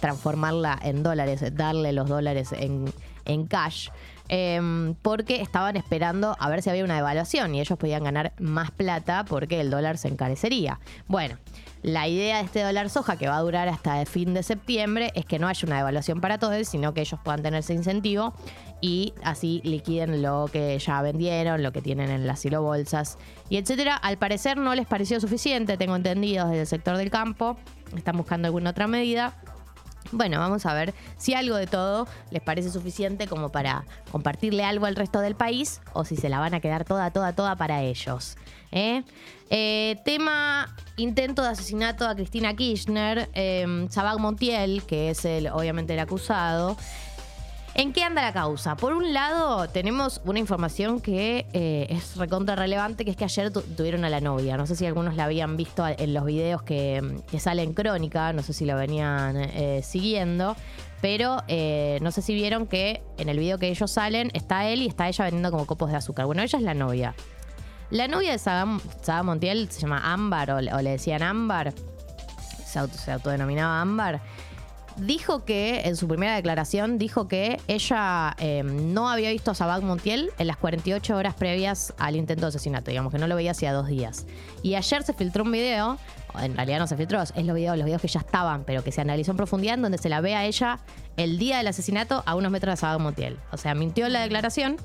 S3: transformarla en dólares, darle los dólares en, en cash. eh, porque estaban esperando a ver si había una devaluación y ellos podían ganar más plata porque el dólar se encarecería. Bueno, la idea de este dólar soja, que va a durar hasta el fin de septiembre, es que no haya una devaluación para todos, sino que ellos puedan tener ese incentivo y así liquiden lo que ya vendieron, lo que tienen en las silobolsas y etcétera. Al parecer no les pareció suficiente, tengo entendido, desde el sector del campo. Están buscando alguna otra medida. Bueno, vamos a ver si algo de todo les parece suficiente como para compartirle algo al resto del país o si se la van a quedar toda, toda, toda para ellos. ¿eh? Eh, tema intento de asesinato a Cristina Kirchner, eh, Sabag Montiel, que es el, obviamente el acusado. ¿En qué anda la causa? Por un lado, tenemos una información que eh, es recontra relevante, que es que ayer tu- tuvieron a la novia. No sé si algunos la habían visto a- en los videos que, mm, que sale en Crónica, no sé si lo venían eh, siguiendo, pero eh, no sé si vieron que en el video que ellos salen está él y está ella vendiendo como copos de azúcar. Bueno, ella es la novia. La novia de Saga, Saga Montiel se llama Ámbar, o, le- o le decían Ámbar, se, auto- se autodenominaba Ámbar dijo que, en su primera declaración, dijo que ella eh, no había visto a Sabac Montiel en las 48 horas previas al intento de asesinato, digamos que no lo veía hacía dos días. Y ayer se filtró un video, o en realidad no se filtró, es los videos, los videos que ya estaban, pero que se analizó en profundidad, en donde se la ve a ella el día del asesinato a unos metros de Sabac Montiel. O sea, mintió en la declaración,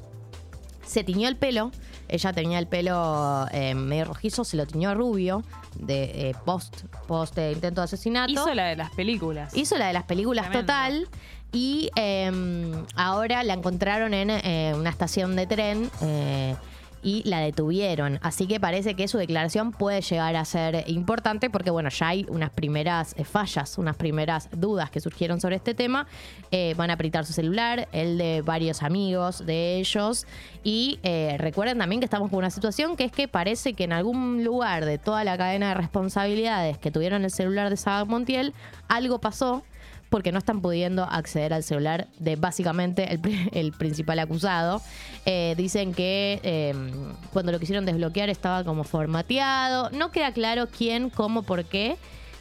S3: se tiñó el pelo. Ella tenía el pelo eh, medio rojizo, se lo tiñó rubio de eh, post, post eh, intento de asesinato.
S2: Hizo la de las películas.
S3: Hizo la de las películas
S2: Tremendo.
S3: total. Y eh, ahora la encontraron en eh, una estación de tren eh, y la detuvieron. Así que parece que su declaración puede llegar a ser importante porque, bueno, ya hay unas primeras eh, fallas, unas primeras dudas que surgieron sobre este tema. Eh, van a apretar su celular, el de varios amigos de ellos. Y eh, recuerden también que estamos con una situación que es que parece que en algún lugar de toda la cadena de responsabilidades que tuvieron el celular de Saga Montiel, algo pasó porque no están pudiendo acceder al celular de básicamente el, pri- *laughs* el principal acusado. Eh, dicen que eh, cuando lo quisieron desbloquear estaba como formateado. No queda claro quién, cómo, por qué,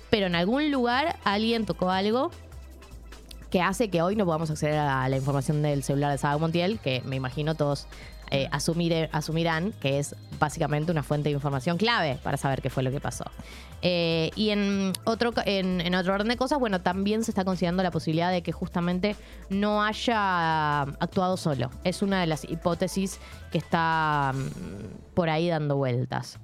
S3: pero en algún lugar alguien tocó algo que hace que hoy no podamos acceder a la información del celular de Saba Montiel, que me imagino todos eh, asumire- asumirán que es básicamente una fuente de información clave para saber qué fue lo que pasó. Eh, y en otro, ca- en, en otro orden de cosas, bueno, también se está considerando la posibilidad de que justamente no haya actuado solo. Es una de las hipótesis que está mm, por ahí dando vueltas.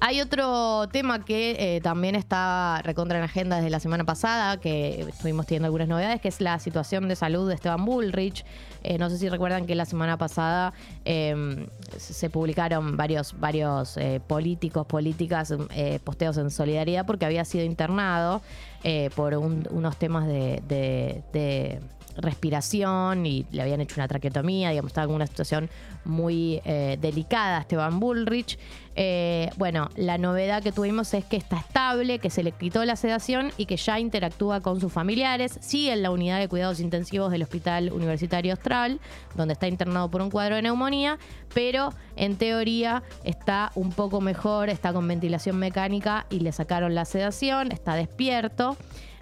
S3: Hay otro tema que eh, también está recontra en agenda desde la semana pasada, que estuvimos teniendo algunas novedades, que es la situación de salud de Esteban Bullrich. Eh, no sé si recuerdan que la semana pasada eh, se publicaron varios, varios eh, políticos, políticas, eh, posteos en solidaridad porque había sido internado eh, por un- unos temas de- de- de respiración y le habían hecho una traqueotomía, digamos, estaba en una situación muy eh, delicada Esteban Bullrich. Eh, bueno, la novedad que tuvimos es que está estable, que se le quitó la sedación y que ya interactúa con sus familiares, sigue en la unidad de cuidados intensivos del Hospital Universitario Austral, donde está internado por un cuadro de neumonía, pero en teoría está un poco mejor, está con ventilación mecánica y le sacaron la sedación, está despierto.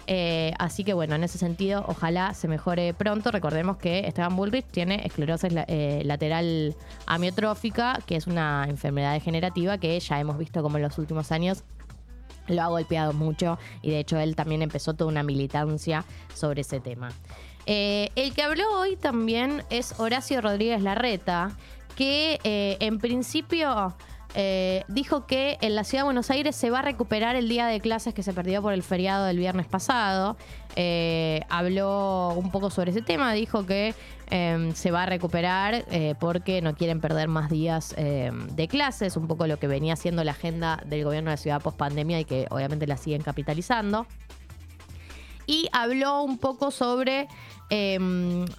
S3: Eh, así que bueno, en ese sentido, ojalá se mejore pronto. Recordemos que Esteban Bullrich tiene esclerosis la- eh, lateral amiotrófica, que es una enfermedad degenerativa que ya hemos visto como en los últimos años lo ha golpeado mucho y de hecho él también empezó toda una militancia sobre ese tema. Eh, el que habló hoy también es Horacio Rodríguez Larreta, que eh, en principio eh, dijo que en la ciudad de Buenos Aires se va a recuperar el día de clases que se perdió por el feriado del viernes pasado. Eh, habló un poco sobre ese tema, dijo que eh, se va a recuperar eh, porque no quieren perder más días eh, de clases, un poco lo que venía siendo la agenda del gobierno de la ciudad post pandemia y que obviamente la siguen capitalizando y habló un poco sobre eh,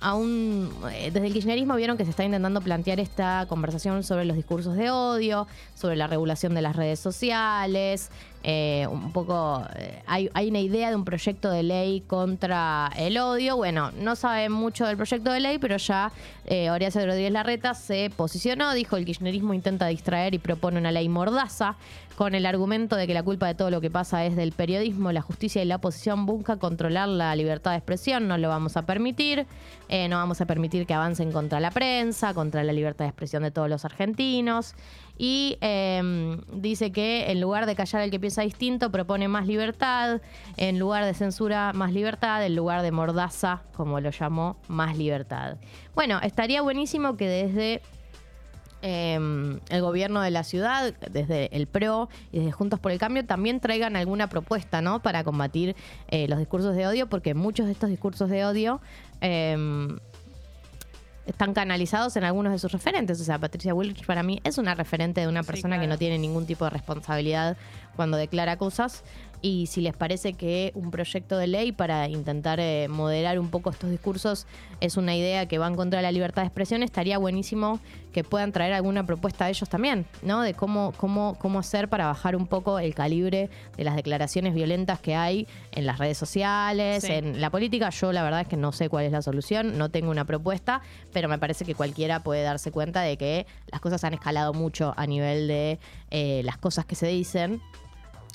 S3: a un- eh, desde el kirchnerismo vieron que se está intentando plantear esta conversación sobre los discursos de odio, sobre la regulación de las redes sociales, eh, un poco eh, hay, hay una idea de un proyecto de ley contra el odio. Bueno, no saben mucho del proyecto de ley, pero ya eh, Horacio Rodríguez Larreta se posicionó, dijo el kirchnerismo intenta distraer y propone una ley mordaza con el argumento de que la culpa de todo lo que pasa es del periodismo, la justicia y la oposición busca controlar la libertad de expresión, no lo vamos a permitir, eh, no vamos a permitir que avancen contra la prensa, contra la libertad de expresión de todos los argentinos. Y eh, dice que en lugar de callar al que piensa distinto, propone más libertad, en lugar de censura, más libertad, en lugar de mordaza, como lo llamó, más libertad. Bueno, estaría buenísimo que desde eh, el gobierno de la ciudad, desde el PRO y desde Juntos por el Cambio, también traigan alguna propuesta ¿no? para combatir eh, los discursos de odio, porque muchos de estos discursos de odio eh, están canalizados en algunos de sus referentes. O sea, Patricia Bullrich para mí es una referente de una persona que
S2: claro.
S3: no tiene ningún tipo de responsabilidad cuando declara cosas. Y si les parece que un proyecto de ley para intentar eh, moderar un poco estos discursos es una idea que va en contra de la libertad de expresión, estaría buenísimo que puedan traer alguna propuesta de ellos también, ¿no? De cómo, cómo, cómo hacer para bajar un poco el calibre de las declaraciones violentas que hay en las redes sociales,
S2: Sí.
S3: en la política yo la verdad es que no sé cuál es la solución, no tengo una propuesta, pero me parece que cualquiera puede darse cuenta de que las cosas han escalado mucho a nivel de eh, las cosas que se dicen.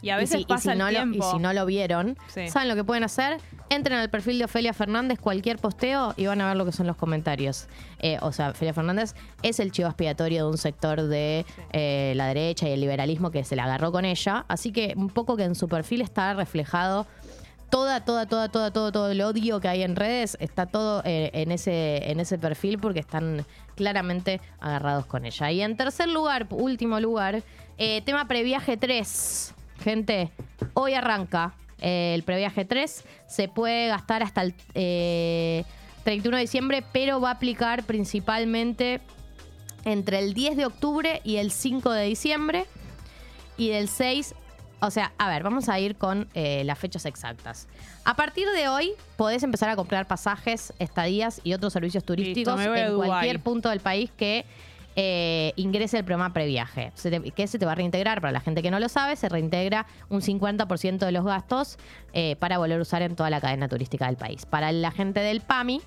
S2: Y a veces
S3: si- si,
S2: pasa el
S3: no lo, y
S2: tiempo.
S3: si no lo vieron,
S2: Sí.
S3: ¿saben lo que pueden hacer? Entren al perfil de Ofelia Fernández, cualquier posteo, y van a ver lo que son los comentarios. Eh, o sea, Ofelia Fernández es el chivo expiatorio de un sector de eh, la derecha y el liberalismo que se la agarró con ella. Así que un poco que en su perfil está reflejado toda, toda, toda, toda, todo, todo el odio que hay en redes está todo eh, en ese, en ese perfil porque están claramente agarrados con ella. Y en tercer lugar, último lugar, eh, tema previaje 3. Gente, hoy arranca eh, el previaje 3. Se puede gastar hasta el eh, 31 de diciembre, pero va a aplicar principalmente entre el 10 de octubre y el 5 de diciembre y del 6. O sea, a ver, vamos a ir con eh, las fechas exactas. A partir de hoy podés empezar a comprar pasajes, estadías y otros servicios turísticos
S2: me voy a
S3: en
S2: Dubái.
S3: cualquier punto del país que eh, ingrese el programa previaje. Se te- que se te va a reintegrar, para la gente que no lo sabe, se reintegra un 50% de los gastos eh, para volver a usar en toda la cadena turística del país. Para la gente del PAMI,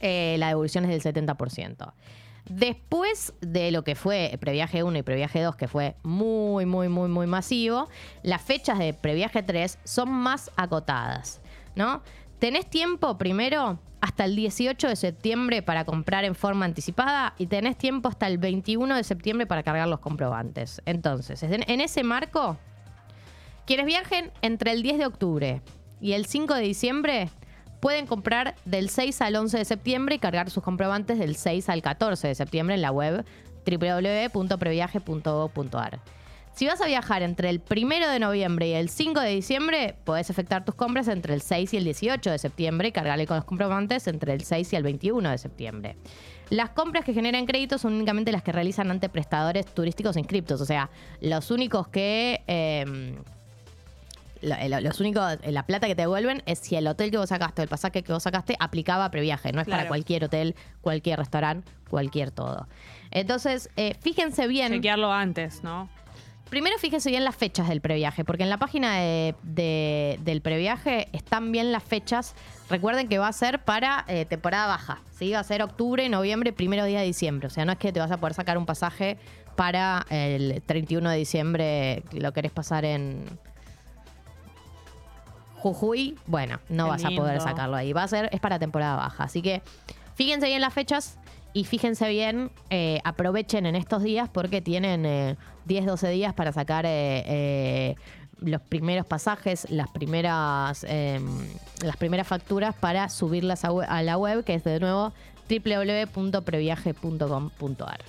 S3: eh, la devolución es del 70%. Después de lo que fue previaje 1 y previaje 2, que fue muy, muy, muy, muy masivo, las fechas de previaje 3 son más acotadas, ¿no? Tenés tiempo primero hasta el 18 de septiembre para comprar en forma anticipada y tenés tiempo hasta el 21 de septiembre para cargar los comprobantes. Entonces, en en ese marco, quienes viajen entre el 10 de octubre y el 5 de diciembre pueden comprar del 6 al 11 de septiembre y cargar sus comprobantes del 6 al 14 de septiembre en la web www.previaje.gov.ar. Si vas a viajar entre el 1 de noviembre y el 5 de diciembre, podés efectuar tus compras entre el 6 y el 18 de septiembre y cargarle con los comprobantes entre el 6 y el 21 de septiembre. Las compras que generan créditos son únicamente las que realizan ante prestadores turísticos inscriptos, o sea, los únicos que... em, lo- eh, lo- los únicos, la plata que te devuelven es si el hotel que vos sacaste, el pasaje que vos sacaste, aplicaba previaje. No es para
S2: Claro.
S3: cualquier hotel, cualquier restaurante, cualquier todo. Entonces, eh, fíjense bien.
S2: Chequearlo antes, ¿no?
S3: Primero fíjense bien las fechas del previaje, porque en la página de- de- del previaje están bien las fechas. Recuerden que va a ser para eh, temporada baja, ¿sí? Va a ser octubre, noviembre, primero día de diciembre. O sea, no es que te vas a poder sacar un pasaje para el 31 de diciembre, lo querés pasar en Jujuy. Bueno, no
S2: Qué
S3: vas a poder
S2: lindo.
S3: sacarlo ahí. Va a ser, es para temporada baja. Así que fíjense bien las fechas y fíjense bien, eh, aprovechen en estos días porque tienen eh, 10, 12 días para sacar eh, eh, los primeros pasajes, las primeras, eh, las primeras facturas para subirlas a, we- a la web, que es de nuevo www.previaje.com.ar.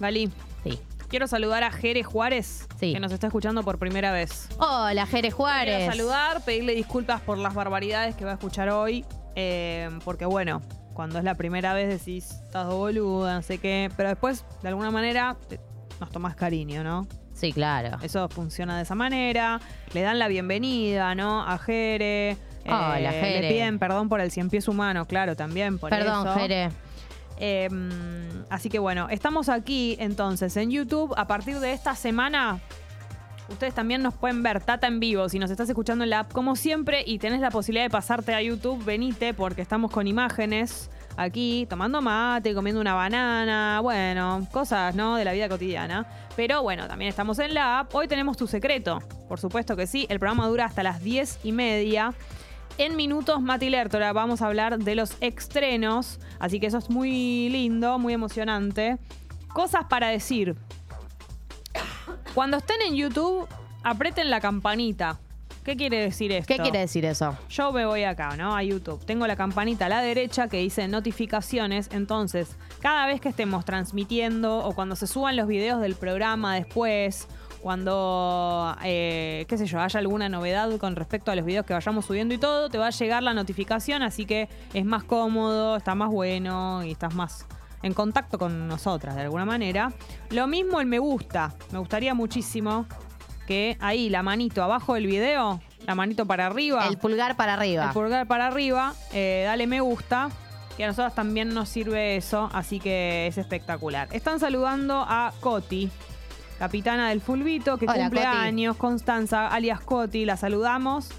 S2: Valí,
S3: Sí.
S2: Quiero saludar a Jere Juárez,
S3: Sí.
S2: que nos está escuchando por primera vez.
S3: Hola, Jere Juárez.
S2: Quiero saludar, pedirle disculpas por las barbaridades que va a escuchar hoy, eh, porque bueno, cuando es la primera vez decís, estás boluda, no sé qué, pero después, de alguna manera, te- nos tomás cariño, ¿no?
S3: Sí, claro.
S2: Eso funciona de esa manera, le dan la bienvenida, ¿no? A Jere. eh,
S3: Hola, Jere.
S2: Le piden perdón por el cien pies humano, claro, también por eso.
S3: Perdón, Jere.
S2: Eh, así que bueno, estamos aquí entonces en YouTube. A partir de esta semana, ustedes también nos pueden ver Tata en vivo. Si nos estás escuchando en la app, como siempre, y tenés la posibilidad de pasarte a YouTube, venite porque estamos con imágenes aquí, tomando mate, comiendo una banana, bueno, cosas, ¿no? De la vida cotidiana. Pero bueno, también estamos en la app. Hoy tenemos tu secreto, por supuesto que sí. El programa dura hasta las diez y media. En minutos, Mati Lertora, vamos a hablar de los estrenos. Así que eso es muy lindo, muy emocionante. Cosas para decir. Cuando estén en YouTube, aprieten la campanita. ¿Qué quiere decir esto?
S3: ¿Qué quiere decir eso?
S2: Yo me voy acá, ¿no? A YouTube. Tengo la campanita a la derecha que dice notificaciones. Entonces, cada vez que estemos transmitiendo o cuando se suban los videos del programa después, cuando, eh, qué sé yo, haya alguna novedad con respecto a los videos que vayamos subiendo y todo, te va a llegar la notificación. Así que es más cómodo, está más bueno y estás más en contacto con nosotras de alguna manera. Lo mismo el me gusta. Me gustaría muchísimo que ahí la manito abajo del video, la manito para arriba.
S3: El pulgar para arriba.
S2: El pulgar para arriba, eh, dale me gusta, que a nosotras también nos sirve eso, así que es espectacular. Están saludando a Coti, capitana del Fulbito, que
S3: Hola,
S2: cumple
S3: Coti.
S2: años, Constanza, alias Coti, la saludamos.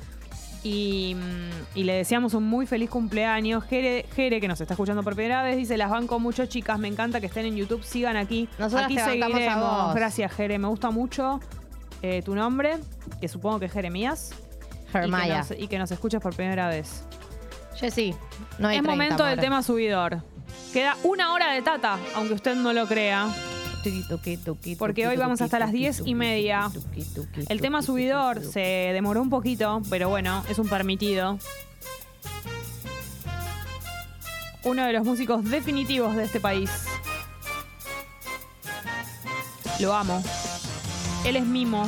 S2: Y, mm, y le deseamos un muy feliz cumpleaños. Jere, Jere, que nos está escuchando por primera vez, dice, las banco mucho, chicas, me encanta que estén en YouTube, sigan aquí.
S3: Nosotras
S2: aquí
S3: te bancamos a vos.
S2: Gracias, Jere, me gusta mucho eh, tu nombre, que supongo que es Jeremías. Y que,
S3: Jeremiah.
S2: nos, y que nos escuches por primera vez.
S3: Jessy, no hay
S2: es
S3: 30,
S2: momento del
S3: amor.
S2: tema subidor. Queda una hora de tata, aunque usted no lo crea.
S3: Tuqui, tuqui, tuqui,
S2: Porque
S3: tuqui,
S2: hoy vamos
S3: tuqui,
S2: hasta las
S3: tuqui,
S2: 10 y
S3: tuqui,
S2: media.
S3: tuqui, tuqui, tuqui,
S2: El
S3: tuqui,
S2: tema
S3: tuqui,
S2: subidor
S3: tuqui.
S2: se demoró un poquito, pero bueno, es un permitido. Uno de los músicos definitivos de este país. Lo amo. Él es Mimo.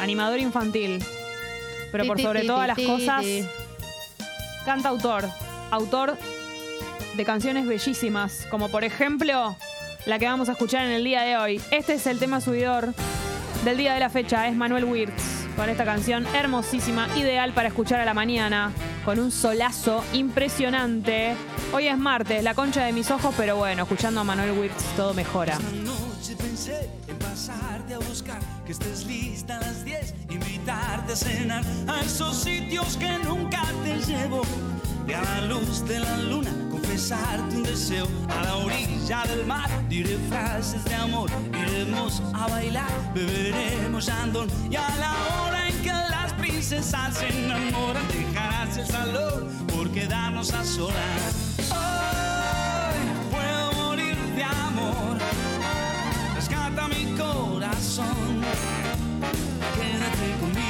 S2: Animador infantil. Pero por
S3: Ti, ti,
S2: sobre
S3: ti,
S2: todas
S3: ti,
S2: las
S3: ti,
S2: cosas,
S3: ti.
S2: cantautor. Autor de canciones bellísimas, como por ejemplo la que vamos a escuchar en el día de hoy. Este es el tema subidor del día de la fecha, es Manuel Wirtz, con esta canción hermosísima, ideal para escuchar a la mañana, con un solazo impresionante. Hoy es martes, la concha de mis ojos, pero bueno, escuchando a Manuel Wirtz todo mejora.
S6: Esta noche pensé en pasarte a buscar, que estés lista a las 10, invitarte a cenar a esos sitios que nunca te llevo. Y a la luz de la luna, confesarte un deseo. A la orilla del mar, diré frases de amor. Iremos a bailar, beberemos andón. Y a la hora en que las princesas se enamoran, dejarás el salón por quedarnos a solas. Hoy puedo morir de amor rescata mi corazón. Quédate conmigo.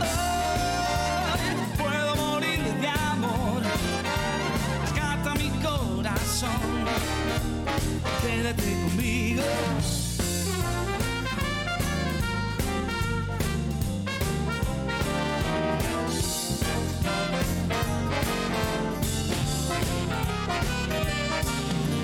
S6: Hoy Oh, puedo morir de amor. Rescata mi corazón. Quédate conmigo.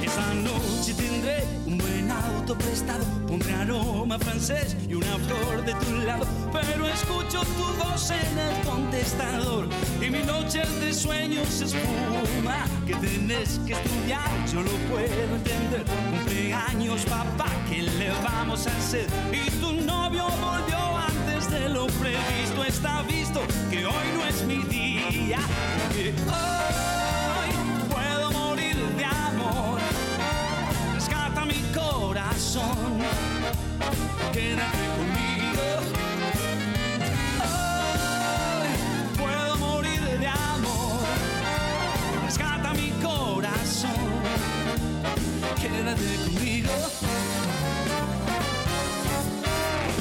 S6: Esa noche tendré un buen auto prestado, pondré aroma francés y una flor de tu lado. Pero escucho tu voz en el contestador y mi noche de sueños se espuma. Que tenés que estudiar, yo lo puedo entender. Cumpleaños, papá, ¿qué le vamos a hacer? Y tu novio volvió antes de lo previsto. Está visto que hoy no es mi día. porque hoy puedo morir de amor. Rescata mi corazón. Quédate conmigo. Hoy puedo morir de amor. Rescata mi corazón. Quédate conmigo.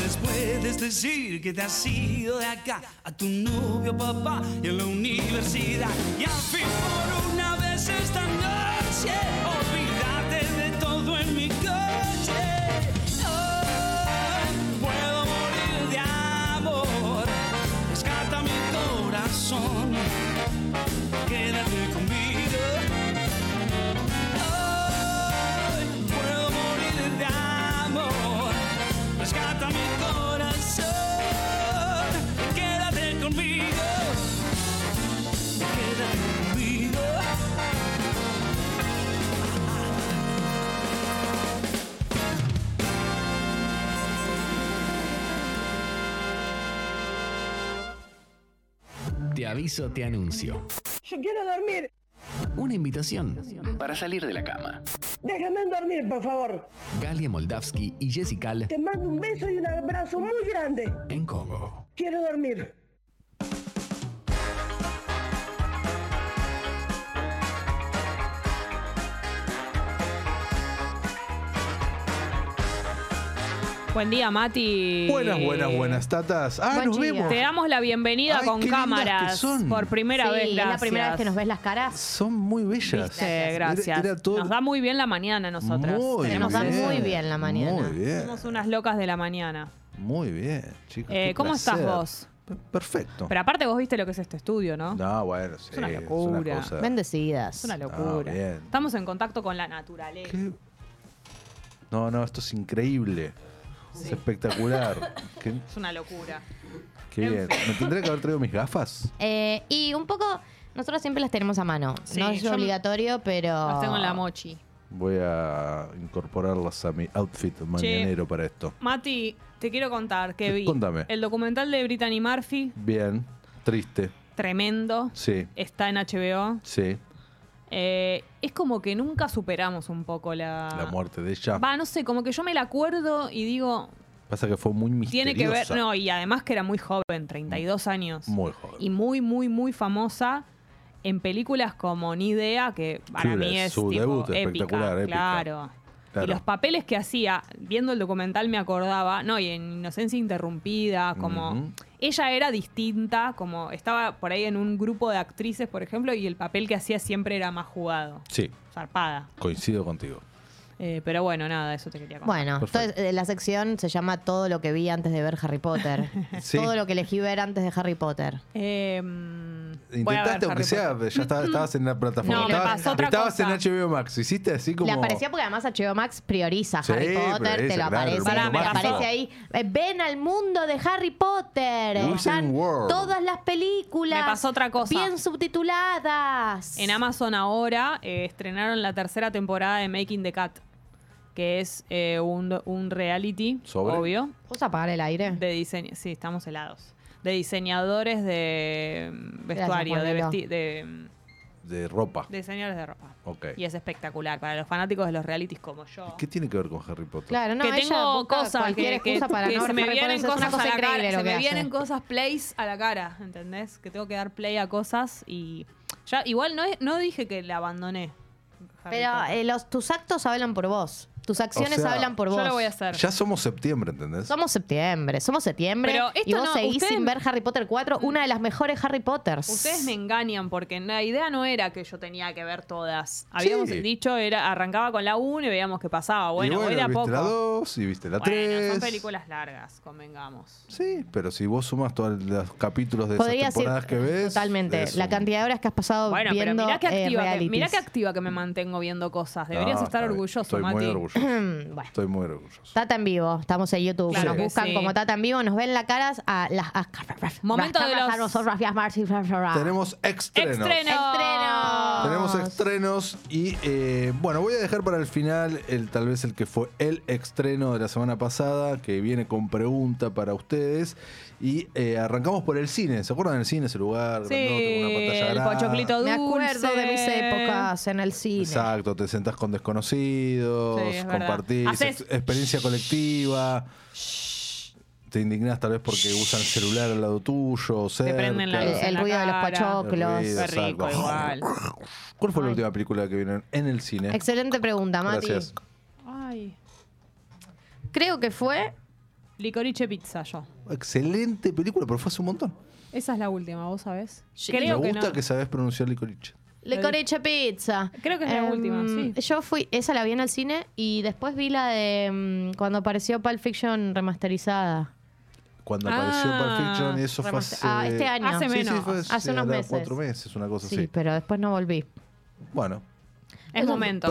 S6: Les puedes decir que te has ido de acá a tu novio, papá y a la universidad. Y al fin por una vez esta noche, olvídate de todo en mi corazón. Quédate conmigo. Hoy puedo morir de amor. Rescata mi corazón. Quédate conmigo. Quédate conmigo.
S4: Te aviso, te anuncio.
S7: Yo quiero dormir.
S4: Una invitación para salir de la cama.
S7: Déjame dormir, por favor.
S4: Galia Moldavsky y Jessica Al
S7: Te mando un beso y un abrazo muy grande.
S4: en Congo.
S7: Quiero dormir.
S2: Buen día, Mati.
S8: Buenas, buenas, buenas, tatas. Ah,
S3: Buen
S8: nos
S3: día.
S8: vemos.
S2: Te damos la bienvenida
S8: Ay,
S2: con
S8: qué lindas
S2: cámaras.
S8: que son.
S2: Por primera
S3: Sí,
S2: vez,
S3: es
S2: gracias.
S3: la primera vez que nos ves las caras.
S8: Son muy bellas.
S2: Sí, gracias.
S8: Era, era todo
S2: Nos da muy bien la mañana a nosotras.
S8: muy
S3: Se nos da
S8: bien.
S3: muy bien la mañana.
S8: Muy bien.
S2: Somos unas locas de la mañana.
S8: Muy bien, chicos.
S2: Eh,
S8: qué
S2: ¿cómo estás
S8: placer.
S2: vos?
S8: P- Perfecto.
S2: Pero aparte vos viste lo que es este estudio, ¿no?
S8: No, bueno, sí.
S2: Es una
S8: es
S2: locura.
S8: cosa-
S3: Bendecidas.
S2: Es una locura.
S8: Ah, bien.
S2: Estamos en contacto con la naturaleza.
S8: ¿Qué? No, no, esto es increíble.
S2: *laughs*
S8: Es espectacular. qué,
S2: Es una locura.
S8: qué
S2: En
S8: bien. ¿Me tendré que haber traído mis gafas?
S3: Eh, y un poco, nosotros siempre las tenemos a mano.
S2: Sí,
S3: no es
S2: yo
S3: obligatorio, pero.
S2: Las tengo en la mochi.
S8: Voy a incorporarlas a mi outfit mañanero para esto.
S2: Mati, te quiero contar que
S8: Sí,
S2: vi
S8: contame.
S2: el documental de Brittany Murphy,
S8: Bien, triste.
S2: tremendo.
S8: Sí,
S2: Está en HBO.
S8: sí.
S2: Eh, es como que nunca superamos un poco la.
S8: La muerte de ella.
S2: Ah. Va, no sé, como que yo me la acuerdo y digo,
S8: Pasa que fue muy misteriosa.
S2: tiene
S8: Mm,
S2: que ver. No, y además que era muy joven, 32 años.
S8: Muy joven.
S2: y muy, muy, muy famosa en películas como Ni Idea, que para
S8: Clueless,
S2: mí es
S8: su
S2: tipo,
S8: debut espectacular, épica.
S2: Claro.
S8: Claro.
S2: Y los papeles que hacía, viendo el documental me acordaba, no, y en Inocencia Interrumpida, como
S8: Ujú.
S2: ella era distinta, como estaba por ahí en un grupo de actrices, por ejemplo, y el papel que hacía siempre era más jugado,
S8: Sí,
S2: zarpada.
S8: coincido contigo.
S2: Eh, pero bueno, nada, eso te quería contar.
S3: Bueno,
S8: Perfecto.
S3: entonces eh, la sección se llama Todo lo que vi antes de ver Harry Potter.
S8: *laughs* Sí.
S3: Todo lo que elegí ver antes de Harry Potter.
S2: Eh, mm, voy a ver
S8: Intentaste, aunque
S2: Harry
S8: sea,
S2: Potter.
S8: ya estaba- estabas en la plataforma.
S2: No, me
S8: estabas
S2: pasó otra
S8: estabas
S2: cosa.
S8: en HBO Max. Hiciste así como.
S3: Le aparecía porque además HBO Max prioriza a
S8: Sí,
S3: Harry Potter,
S8: prioriza,
S3: te lo
S8: claro,
S3: aparece.
S8: el
S2: Pará, mundo
S3: te
S2: mágico.
S3: aparece ahí. eh, Ven al mundo de Harry Potter.
S8: Wizarding
S3: Están
S8: World.
S3: todas las películas.
S2: Me pasó otra cosa.
S3: Bien subtituladas.
S2: En Amazon ahora eh, estrenaron la tercera temporada de Making the Cat, que es eh, un, un reality,
S8: Sobre.
S2: obvio,
S3: ¿Puedes apagar el aire?
S2: de diseño. Sí, estamos helados. De diseñadores de mm,
S3: Gracias,
S2: vestuario, de,
S3: Juanelo.
S2: vesti- de, mm,
S8: De ropa.
S2: de diseñadores de ropa.
S8: Ok.
S2: Y es espectacular para los fanáticos de los realities como yo.
S8: ¿Qué tiene que ver con Harry Potter?
S3: Claro, no,
S2: que
S3: ella
S2: tengo
S3: busca
S2: cosas
S3: cualquier
S2: que, que-
S3: excusa para
S2: que
S3: no
S2: se
S3: ver
S2: me
S3: Harry Potter.
S2: vienen
S3: Eso es
S2: cosas
S3: una cosa
S2: a la
S3: increíble
S2: cara,
S3: lo
S2: se
S3: que
S2: me
S3: hace.
S2: vienen cosas plays a la cara, ¿entendés? Que tengo que dar play a cosas y ya igual no es- no dije que la abandoné. Harry
S3: Pero
S2: Potter.
S3: eh, los, tus actos hablan por vos. Tus acciones
S8: sea,
S3: hablan por vos.
S2: Yo lo voy a hacer.
S8: Ya somos septiembre, ¿entendés?
S3: Somos septiembre, somos septiembre.
S2: Pero
S3: y
S2: esto
S3: vos
S2: no,
S3: seguís
S2: ustedes-
S3: sin ver Harry Potter 4, una de las mejores Harry Potters.
S2: Ustedes me engañan porque la idea no era que yo tenía que ver todas. Habíamos
S8: Sí.
S2: dicho, era arrancaba con la 1 y veíamos qué pasaba.
S8: y
S2: Bueno,
S8: bueno,
S2: voy de a
S8: viste
S2: poco.
S8: la 2 y viste la 3.
S2: Bueno, son películas largas, convengamos.
S8: Sí, pero si vos sumas todos los capítulos de
S3: Podría
S8: esas temporadas
S3: ser
S8: que ves.
S3: totalmente
S8: es
S3: la
S8: un-
S3: cantidad de horas que has pasado
S2: Bueno, pero
S3: viendo
S2: mirá que,
S3: eh,
S2: activa que,
S3: realities.
S2: mirá que activa que me mantengo viendo cosas.
S8: No,
S2: Deberías estar
S8: está bien.
S2: orgulloso,
S8: Ah, Estoy
S2: Mati.
S8: muy
S2: *clears throat*
S8: orgulloso.
S3: Mm, bueno.
S8: Estoy muy orgulloso.
S3: Tata en vivo, estamos en YouTube.
S2: Claro
S3: nos
S2: que
S3: buscan
S2: sí.
S3: como Tata en vivo, nos ven la cara a las. a-
S2: Momento de los-
S8: Tenemos estrenos.
S2: Extreno.
S3: Estrenos.
S8: Tenemos estrenos y eh, bueno, voy a dejar para el final el tal vez el que fue el estreno de la semana pasada, que viene con pregunta para ustedes. Y eh, arrancamos por el cine. ¿Se acuerdan del cine? Ese lugar
S2: Sí,
S8: grandote con una pantalla
S2: el
S8: grande?
S2: pochoclito
S3: Me
S2: dulce.
S3: acuerdo de mis épocas en el cine.
S8: Exacto, te sentás con desconocidos,
S2: Sí, es verdad.
S8: compartís
S2: Hacés-
S8: ex- experiencia colectiva. Te indignás tal vez porque usan el celular al lado tuyo, cerca.
S2: prenden la
S3: El,
S2: luz.
S3: el
S2: En
S3: ruido de los
S2: cara.
S3: pochoclos.
S8: El ruido.
S2: Qué
S8: *laughs*
S2: rico
S8: Exacto.
S2: igual.
S8: ¿Cuál fue la última película que vieron en el cine?
S3: Excelente pregunta, Mati.
S8: Gracias.
S2: Ay.
S3: Creo que fue.
S2: Licorice pizza yo.
S8: Excelente película, pero fue hace un montón.
S2: Esa es la última, ¿vos sabés?
S3: Sí.
S2: Creo
S8: Me
S2: que
S8: gusta
S2: no.
S8: que, sabes pronunciar licoriche.
S3: Licorice Pizza. Em,
S2: Creo que es la última, sí.
S3: Yo fui, esa la vi en el em, cine y después vi la de mm, cuando apareció Pulp Fiction remasterizada.
S8: cuando apareció
S2: Ah,
S8: Perfection, eso fue hace...
S3: remaster- ah, este año.
S2: Hace
S8: Sí, sí,
S2: menos.
S8: fue
S3: Hace
S8: hace
S3: unos
S8: ahora
S3: meses.
S8: cuatro meses, una cosa
S3: Sí,
S8: así.
S3: pero después no
S8: Eh,
S3: volví.
S8: Bueno,
S2: Es momento.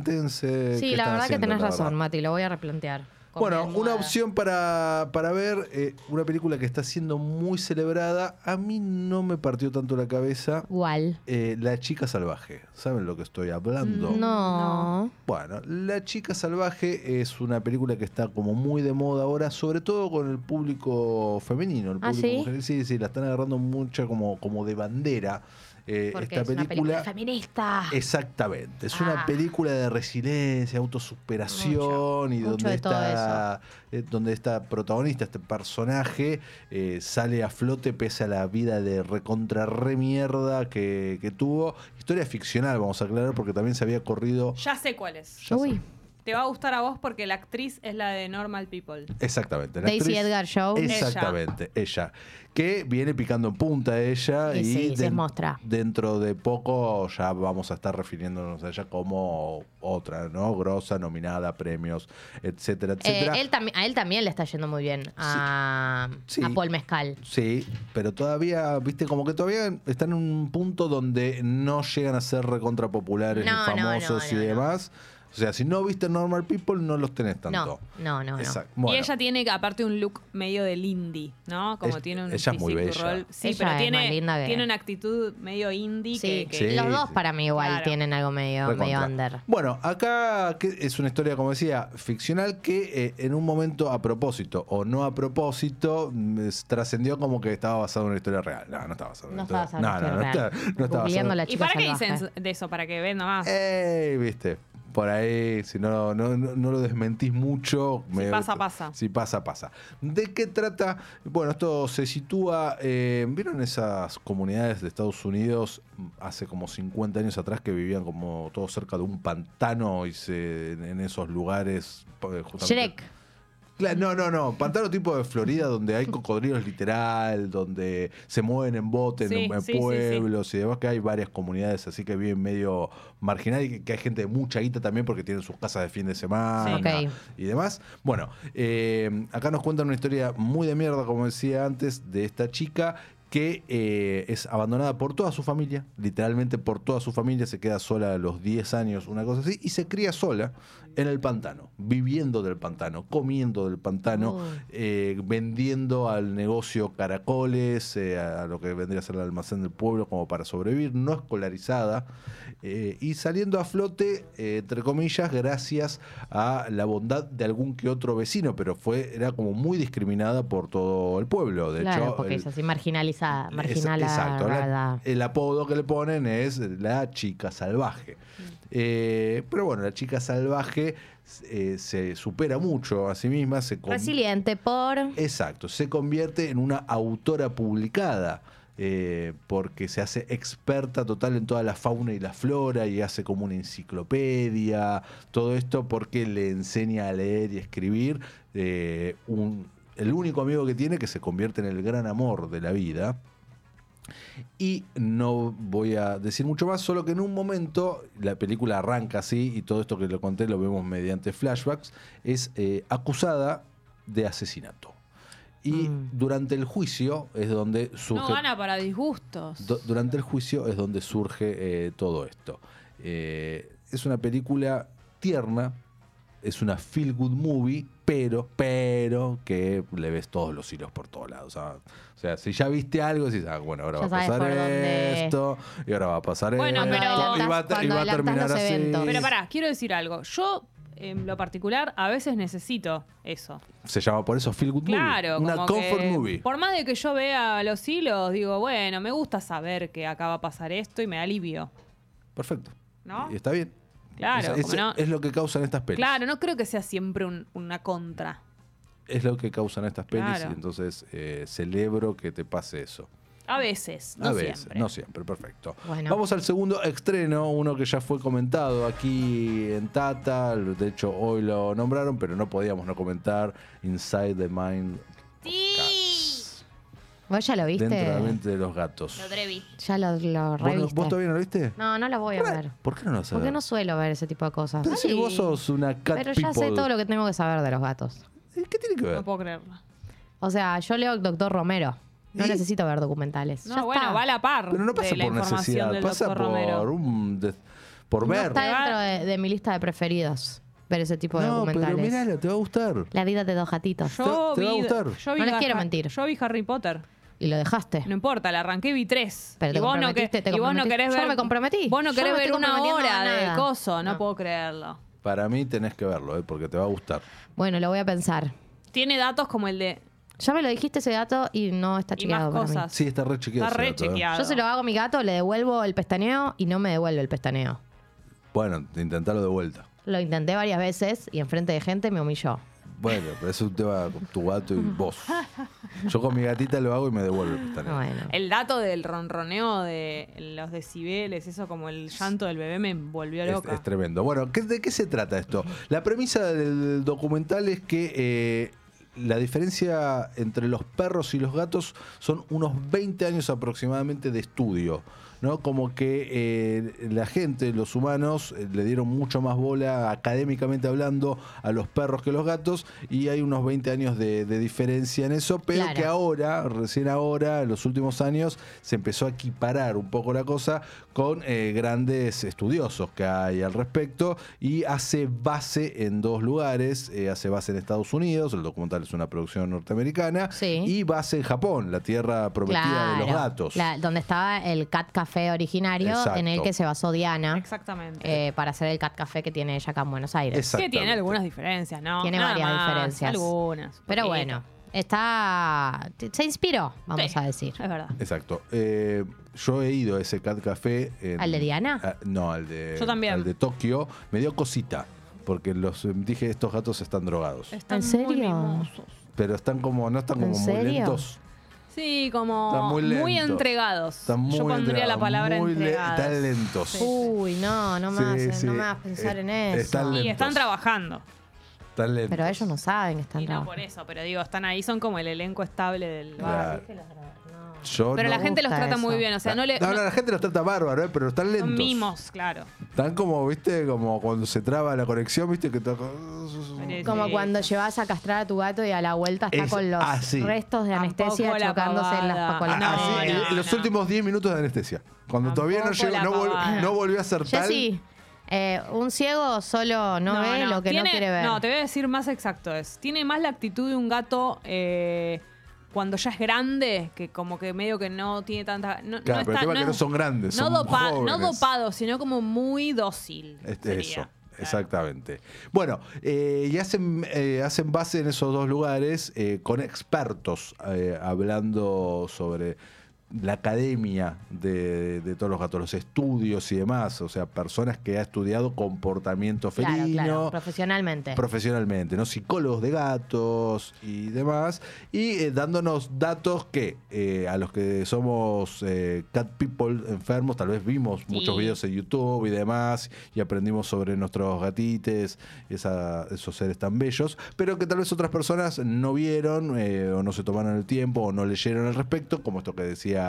S8: replantense.
S3: Sí, la verdad que tenés razón, Mati, lo voy a replantear. Con mi
S8: Bueno, una
S3: almohada.
S8: opción para, para ver, eh, una película que está siendo muy celebrada. A mí no me partió tanto la cabeza.
S3: Igual.
S8: eh, la chica salvaje. ¿Saben lo que estoy hablando?
S3: Mm. No.
S8: Bueno, La chica salvaje es una película que está como muy de moda ahora, sobre todo con el público femenino, el
S3: ¿Ah,
S8: público
S3: sí?
S8: mujer. Sí, sí, la están agarrando mucha como, como de bandera. eh,
S3: Porque
S8: esta
S3: es una
S8: película,
S3: película feminista.
S8: Exactamente. Es una
S3: Ah.
S8: película de resiliencia, autosuperación
S3: Mucho,
S8: y
S3: mucho
S8: donde
S3: de todo
S8: esta, eh, donde esta protagonista, este personaje, eh, sale a flote pese a la vida de recontra re mierda que, que tuvo. Historia ficcional, vamos a aclarar, porque también se había corrido.
S2: Ya sé cuál es.
S8: ya
S3: Uy.
S2: Te va a gustar a vos porque la actriz es la de Normal People.
S8: se- Exactamente. la
S3: Daisy
S8: actriz-
S3: Edgar Show.
S8: Exactamente, ella. Que viene picando en punta ella.
S3: Y
S8: Y,
S3: sí, se
S8: den-
S3: mostra.
S8: Dentro de poco ya vamos a estar refiriéndonos a ella como otra, ¿no? Grosa, nominada, a premios, etcétera,
S3: Eh,
S8: etcétera.
S3: él tambi- a él también le está yendo muy bien. A,
S8: Sí.
S3: a Paul Mezcal.
S8: Sí, pero todavía, viste, como que todavía están en un punto donde no llegan a ser recontra populares ni
S3: No, no,
S8: famosos
S3: no, no,
S8: y
S3: no.
S8: demás. O sea, si no viste Normal People, no los tenés tanto.
S3: No, no, no, no.
S8: Exacto. Bueno,
S2: Y ella tiene aparte un look medio del indie, ¿no? Como
S8: Es-
S2: tiene un
S8: ella es muy
S2: físico
S8: bella.
S2: rol. Sí,
S3: Ella
S2: pero
S3: es
S2: tiene,
S3: más linda que-
S2: tiene una actitud medio indie
S3: Sí.
S2: que, que-
S8: Sí.
S3: Los dos para mí igual
S2: Claro.
S3: tienen algo medio, medio
S8: Recontra.
S3: under.
S8: Bueno, acá que es una historia, como decía, ficcional que eh, en un momento a propósito o no a propósito mm, es- trascendió como que estaba basado en una historia real. No, no estaba basado en
S3: No
S8: una
S3: estaba
S8: historia
S3: basado en
S8: No,
S3: una
S8: no,
S3: historia
S8: no
S3: real.
S8: está- no estaba
S3: Googleando
S8: basado-
S3: la
S2: ¿Y
S3: chica
S2: para qué
S3: salvaje.
S2: dicen de eso? Para que vean nomás.
S8: Eh, Ey, viste. Por ahí, si no, no, no- no lo desmentís mucho.
S2: Si pasa, pasa.
S8: Si pasa, pasa. ¿De qué trata? Bueno, esto se sitúa. eh, ¿Vieron esas comunidades de Estados Unidos hace como 50 años atrás que vivían como todos cerca de un pantano y se, en esos lugares? eh, justamente-
S3: Shrek.
S8: Cla- No, no, no. Pantano tipo de Florida, donde hay cocodrilos literal, donde se mueven en bote, en-
S2: Sí,
S8: en,
S2: sí, sí, sí.
S8: pueblos y demás, que hay varias comunidades así que viven medio marginal y que, que hay gente de mucha guita también porque tienen sus casas de fin de semana
S3: Sí. Ok.
S8: y demás. Bueno, eh, acá nos cuentan una historia muy de mierda, como decía antes, de esta chica que eh, es abandonada por toda su familia, literalmente por toda su familia, se queda sola a los 10 años, una cosa así, y se cría sola en el pantano, viviendo del pantano, comiendo del pantano,
S3: Uy.
S8: eh, vendiendo al negocio caracoles, eh, a lo que vendría a ser el almacén del pueblo como para sobrevivir, no escolarizada, eh, y saliendo a flote, eh, entre comillas, gracias a la bondad de algún que otro vecino, pero fue era como muy discriminada por todo el pueblo. De
S3: claro,
S8: hecho,
S3: porque
S8: el-
S3: es así marginalizada.
S8: es-
S3: Marginal.
S8: exacto, la- el apodo que le ponen es la chica salvaje.
S3: Mm.
S8: Eh, pero bueno, la chica salvaje eh, se supera mucho a sí misma, se con-
S3: Resiliente por.
S8: Exacto, se convierte en una autora publicada. eh, porque se hace experta total en toda la fauna y la flora y hace como una enciclopedia, todo esto porque le enseña a leer y escribir eh, un- el único amigo que tiene que se convierte en el gran amor de la vida, y no voy a decir mucho más, solo que en un momento la película arranca así, y todo esto que lo conté lo vemos mediante flashbacks, es eh, acusada de asesinato. Y
S3: Mm.
S8: durante el juicio es donde surge...
S2: no gana para disgustos.
S8: Du- durante el juicio es donde surge eh, todo esto. Eh, es una película tierna, es una feel good movie, pero, pero que le ves todos los hilos por todos lados. ¿sabes? O sea, si ya viste algo, decís, ah, bueno, ahora
S3: Ya
S8: va a
S3: sabes
S8: pasar
S3: por dónde-
S8: esto, y ahora va a pasar
S2: Bueno,
S8: esto,
S2: pero-
S8: y va a,
S3: Cuando
S8: y va a
S3: adelantás
S8: terminar
S3: los
S8: así.
S3: eventos.
S2: Pero pará, quiero decir algo. Yo, en lo particular, a veces necesito eso.
S8: Se llama por eso feel good
S2: Claro,
S8: movie. Una
S2: como
S8: comfort
S2: que,
S8: movie.
S2: Por más de que yo vea los hilos, digo, bueno, me gusta saber que acá va a pasar esto y me da alivio.
S8: Perfecto.
S2: ¿No?
S8: Y está bien.
S2: Claro,
S8: es,
S2: como
S8: es-
S2: no-
S8: es lo que causan estas pelis.
S2: Claro, no creo que sea siempre un- una contra.
S8: Es lo que causan estas pelis
S2: Claro.
S8: y entonces eh, celebro que te pase eso.
S2: A veces, no
S8: a veces,
S2: siempre.
S8: no siempre, perfecto.
S3: Bueno.
S8: Vamos al segundo estreno, uno que ya fue comentado aquí en Tata, de hecho hoy lo nombraron, pero no podíamos no comentar Inside the Mind of Cats.
S3: ¿Vos ya lo viste?
S8: dentro de la mente de los gatos.
S3: Ya lo, lo
S8: ¿Vos, no-
S3: reviste.
S8: vos todavía no lo viste?
S3: No, no la voy a ver.
S8: ¿Por qué no lo vas a
S3: Porque
S8: ver?
S3: no suelo ver ese tipo de cosas.
S8: Pero si vos sos una cat
S3: Pero ya sé
S8: people.
S3: todo lo que tengo que saber de los gatos.
S8: ¿Qué tiene que ver?
S2: No puedo creerlo.
S3: O sea, yo leo el Doctor Romero. No
S8: ¿Y?
S3: necesito ver documentales.
S2: No,
S3: Ya
S2: bueno,
S3: está.
S2: va a la par
S8: Pero no pasa
S2: de la
S8: por
S2: información
S8: necesidad,
S2: del
S8: pasa
S2: doctor
S8: por
S2: Romero.
S8: un des- por
S3: No
S8: ver.
S3: está dentro de, de mi lista de preferidos ver ese tipo de
S8: No, pero
S3: documentales.
S8: miralo, te va a gustar.
S3: La vida de dos gatitos.
S2: Yo
S8: Te- te va a
S2: vi-
S8: gustar.
S2: yo vi
S3: No les
S2: Har-
S3: quiero mentir.
S2: Yo vi Harry Potter.
S3: Y lo dejaste.
S2: No importa, la arranqué, vi tres.
S3: Pero te
S2: y vos no,
S3: comprometiste,
S2: que-
S3: te
S2: y vos no
S3: comprometiste.
S2: querés
S3: Yo
S2: ver.
S3: no me comprometí.
S2: Vos no
S3: Yo
S2: querés
S3: no me
S2: ver
S3: estoy
S2: una
S3: comprometiendo
S2: hora
S3: a
S2: de
S3: nada.
S2: coso, no,
S3: No.
S2: puedo creerlo.
S8: Para mí tenés que verlo, eh, porque te va a gustar.
S3: Bueno, lo voy a pensar.
S2: Tiene datos como el de.
S3: Ya me lo dijiste ese dato y no está
S2: Y más
S3: chequeado para mí.
S2: cosas.
S8: Sí, está re chequeado.
S2: Está
S8: ese
S2: re
S8: dato, eh.
S2: chequeado.
S3: Yo se lo hago a mi gato, le devuelvo el pestañeo y no me devuelve el pestañeo.
S8: Bueno, intentarlo de vuelta.
S3: Lo intenté varias veces y enfrente de gente me humilló.
S8: Bueno, pero eso te va con tu gato y
S3: *laughs*
S8: vos. Yo con mi gatita lo hago y me devuelve el pestañeo.
S3: Bueno.
S2: El dato del ronroneo de los decibeles, eso como el llanto del bebé me volvió
S8: Es,
S2: loca.
S8: es tremendo. Bueno, ¿qué- ¿de qué se trata esto? La premisa del documental es que eh, la diferencia entre los perros y los gatos son unos 20 años aproximadamente de estudio. ¿no? Como que eh, la gente, los humanos, eh, le dieron mucho más bola académicamente hablando a los perros que a los gatos y hay unos 20 años de, de diferencia en eso, pero
S3: Claro.
S8: que ahora, recién ahora, en los últimos años, se empezó a equiparar un poco la cosa con eh, grandes estudiosos que hay al respecto y hace base en dos lugares, eh, hace base en Estados Unidos, el documental es una producción norteamericana,
S3: Sí.
S8: y base en Japón, la tierra prometida de los
S3: Claro.
S8: gatos.
S3: La- donde estaba el Cat Café originario
S8: Exacto.
S3: en el que se basó Diana
S2: Exactamente.
S3: eh, para hacer el Cat Café que tiene ella acá en Buenos Aires.
S2: que
S8: Exactamente.
S2: tiene algunas diferencias, ¿no?
S3: Tiene
S2: Nada
S3: varias
S2: más,
S3: diferencias.
S2: Algunas.
S3: Pero
S2: poquito.
S3: bueno, está. Se inspiró, vamos
S2: Sí,
S3: a decir.
S2: Es verdad.
S8: Exacto. Eh, yo he ido a ese Cat Café. en-
S3: ¿Al de Diana?
S8: Ah, no, al de,
S2: Yo también.
S8: al de Tokio. Me dio cosita. Porque los dije, estos gatos están drogados.
S2: Están
S3: ¿En serio?
S2: muy mimosos.
S8: Pero están como, no están
S3: ¿En
S8: como muy
S3: serio?
S8: lentos.
S2: Sí, como
S8: Están muy
S2: muy,
S8: lentos.
S2: entregados.
S8: Están muy
S2: Yo pondría la
S8: entregados,
S2: palabra
S8: muy le-
S2: entregados.
S8: están lentos.
S3: Uy, no, no me,
S8: Sí,
S3: hagas-
S8: sí.
S3: no me hagas pensar en
S8: Eh,
S3: eso.
S8: están
S2: Y están
S8: lentos.
S2: trabajando.
S8: Están lentos.
S3: Pero ellos no saben que están
S2: Y no
S3: trabajando.
S2: por eso, pero digo, están ahí, son como el elenco estable del bar.
S8: Claro. Yo
S2: Pero
S8: no-
S2: la gente los
S3: gusta
S2: trata muy
S3: eso.
S2: bien, o sea, no le.
S8: no,
S2: no-
S8: no, la gente los trata bárbaro, eh, pero están lentos.
S2: son mimos, claro.
S8: Están como, viste, como cuando se traba la conexión, viste, que toca-
S3: Como
S2: Sí.
S3: cuando llevas a castrar a tu gato y a la vuelta está
S8: Es
S3: con los
S8: así.
S3: restos de
S2: Tampoco
S3: anestesia
S2: la
S3: chocándose en
S2: pavada.
S3: las
S8: Ah,
S3: pacolas.
S2: No,
S8: así,
S2: no,
S8: eh,
S2: no,
S8: los
S2: no.
S8: últimos 10 minutos de anestesia. Cuando todavía no,
S2: Tampoco
S8: llegó-
S2: la
S8: no, vol-
S2: pavada.
S8: no volvió a ser tal.
S3: Jessy, eh, un ciego solo no, ve lo que
S2: tiene-
S3: no quiere ver.
S2: No, te voy a decir más exacto es. Tiene más la actitud de un gato eh, cuando ya es grande, que como que medio que no tiene tanta. No,
S8: Claro, pero el
S2: está-
S8: tema es que no son grandes,
S2: No,
S8: son
S2: dopa- no
S8: jóvenes.
S2: dopado, sino como muy dócil.
S8: Este,
S2: sería.
S8: eso, exactamente. Bueno, eh, y hacen, eh, hacen base en esos dos lugares eh, con expertos eh, hablando sobre la academia de, de todos los gatos, los estudios y demás, o sea, personas que ha estudiado comportamiento felino,
S3: Claro, claro, profesionalmente.
S8: profesionalmente, ¿no? Psicólogos de gatos y demás. Y eh, dándonos datos que eh, a los que somos eh, cat people enfermos, tal vez vimos muchos videos en YouTube y demás, y aprendimos sobre nuestros gatites, esa- esos seres tan bellos, pero que tal vez otras personas no vieron eh, o no se tomaron el tiempo o no leyeron al respecto, como esto que decía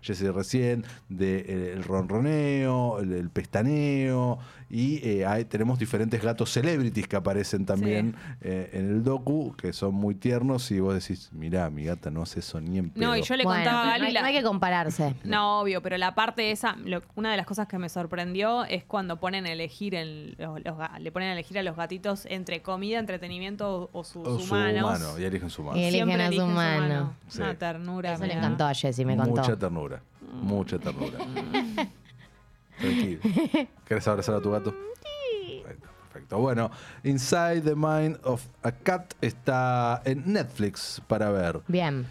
S8: Jesse recién, del ronroneo, el, el pestaneo, y eh, hay- tenemos diferentes gatos celebrities que aparecen también eh, en el docu, que son muy tiernos, y vos decís, mirá, mi gata no hace eso ni en
S2: No,
S8: pedo".
S2: y yo le
S3: Bueno,
S2: contaba a
S3: pero no
S2: Gali
S3: hay-
S2: la-
S3: no hay que compararse.
S2: No, obvio, pero la parte esa, lo- una de las cosas que me sorprendió es cuando ponen a elegir, en los- los ga- le ponen a elegir a los gatitos entre comida, entretenimiento o, o sus
S8: O su
S2: humanos.
S8: humano, y eligen su humano.
S3: Y eligen a su
S2: eligen
S3: humano.
S8: Sí.
S2: Una ternura.
S3: Eso le
S2: mirá.
S3: encantó a Jessy, me contó.
S8: Mucha ternura.
S3: *laughs*
S8: Mucha ternura. Tranquilo. ¿Querés abrazar a tu gato? Perfecto, Perfecto. Bueno, Inside the Mind of a Cat está en Netflix para ver.
S3: Bien.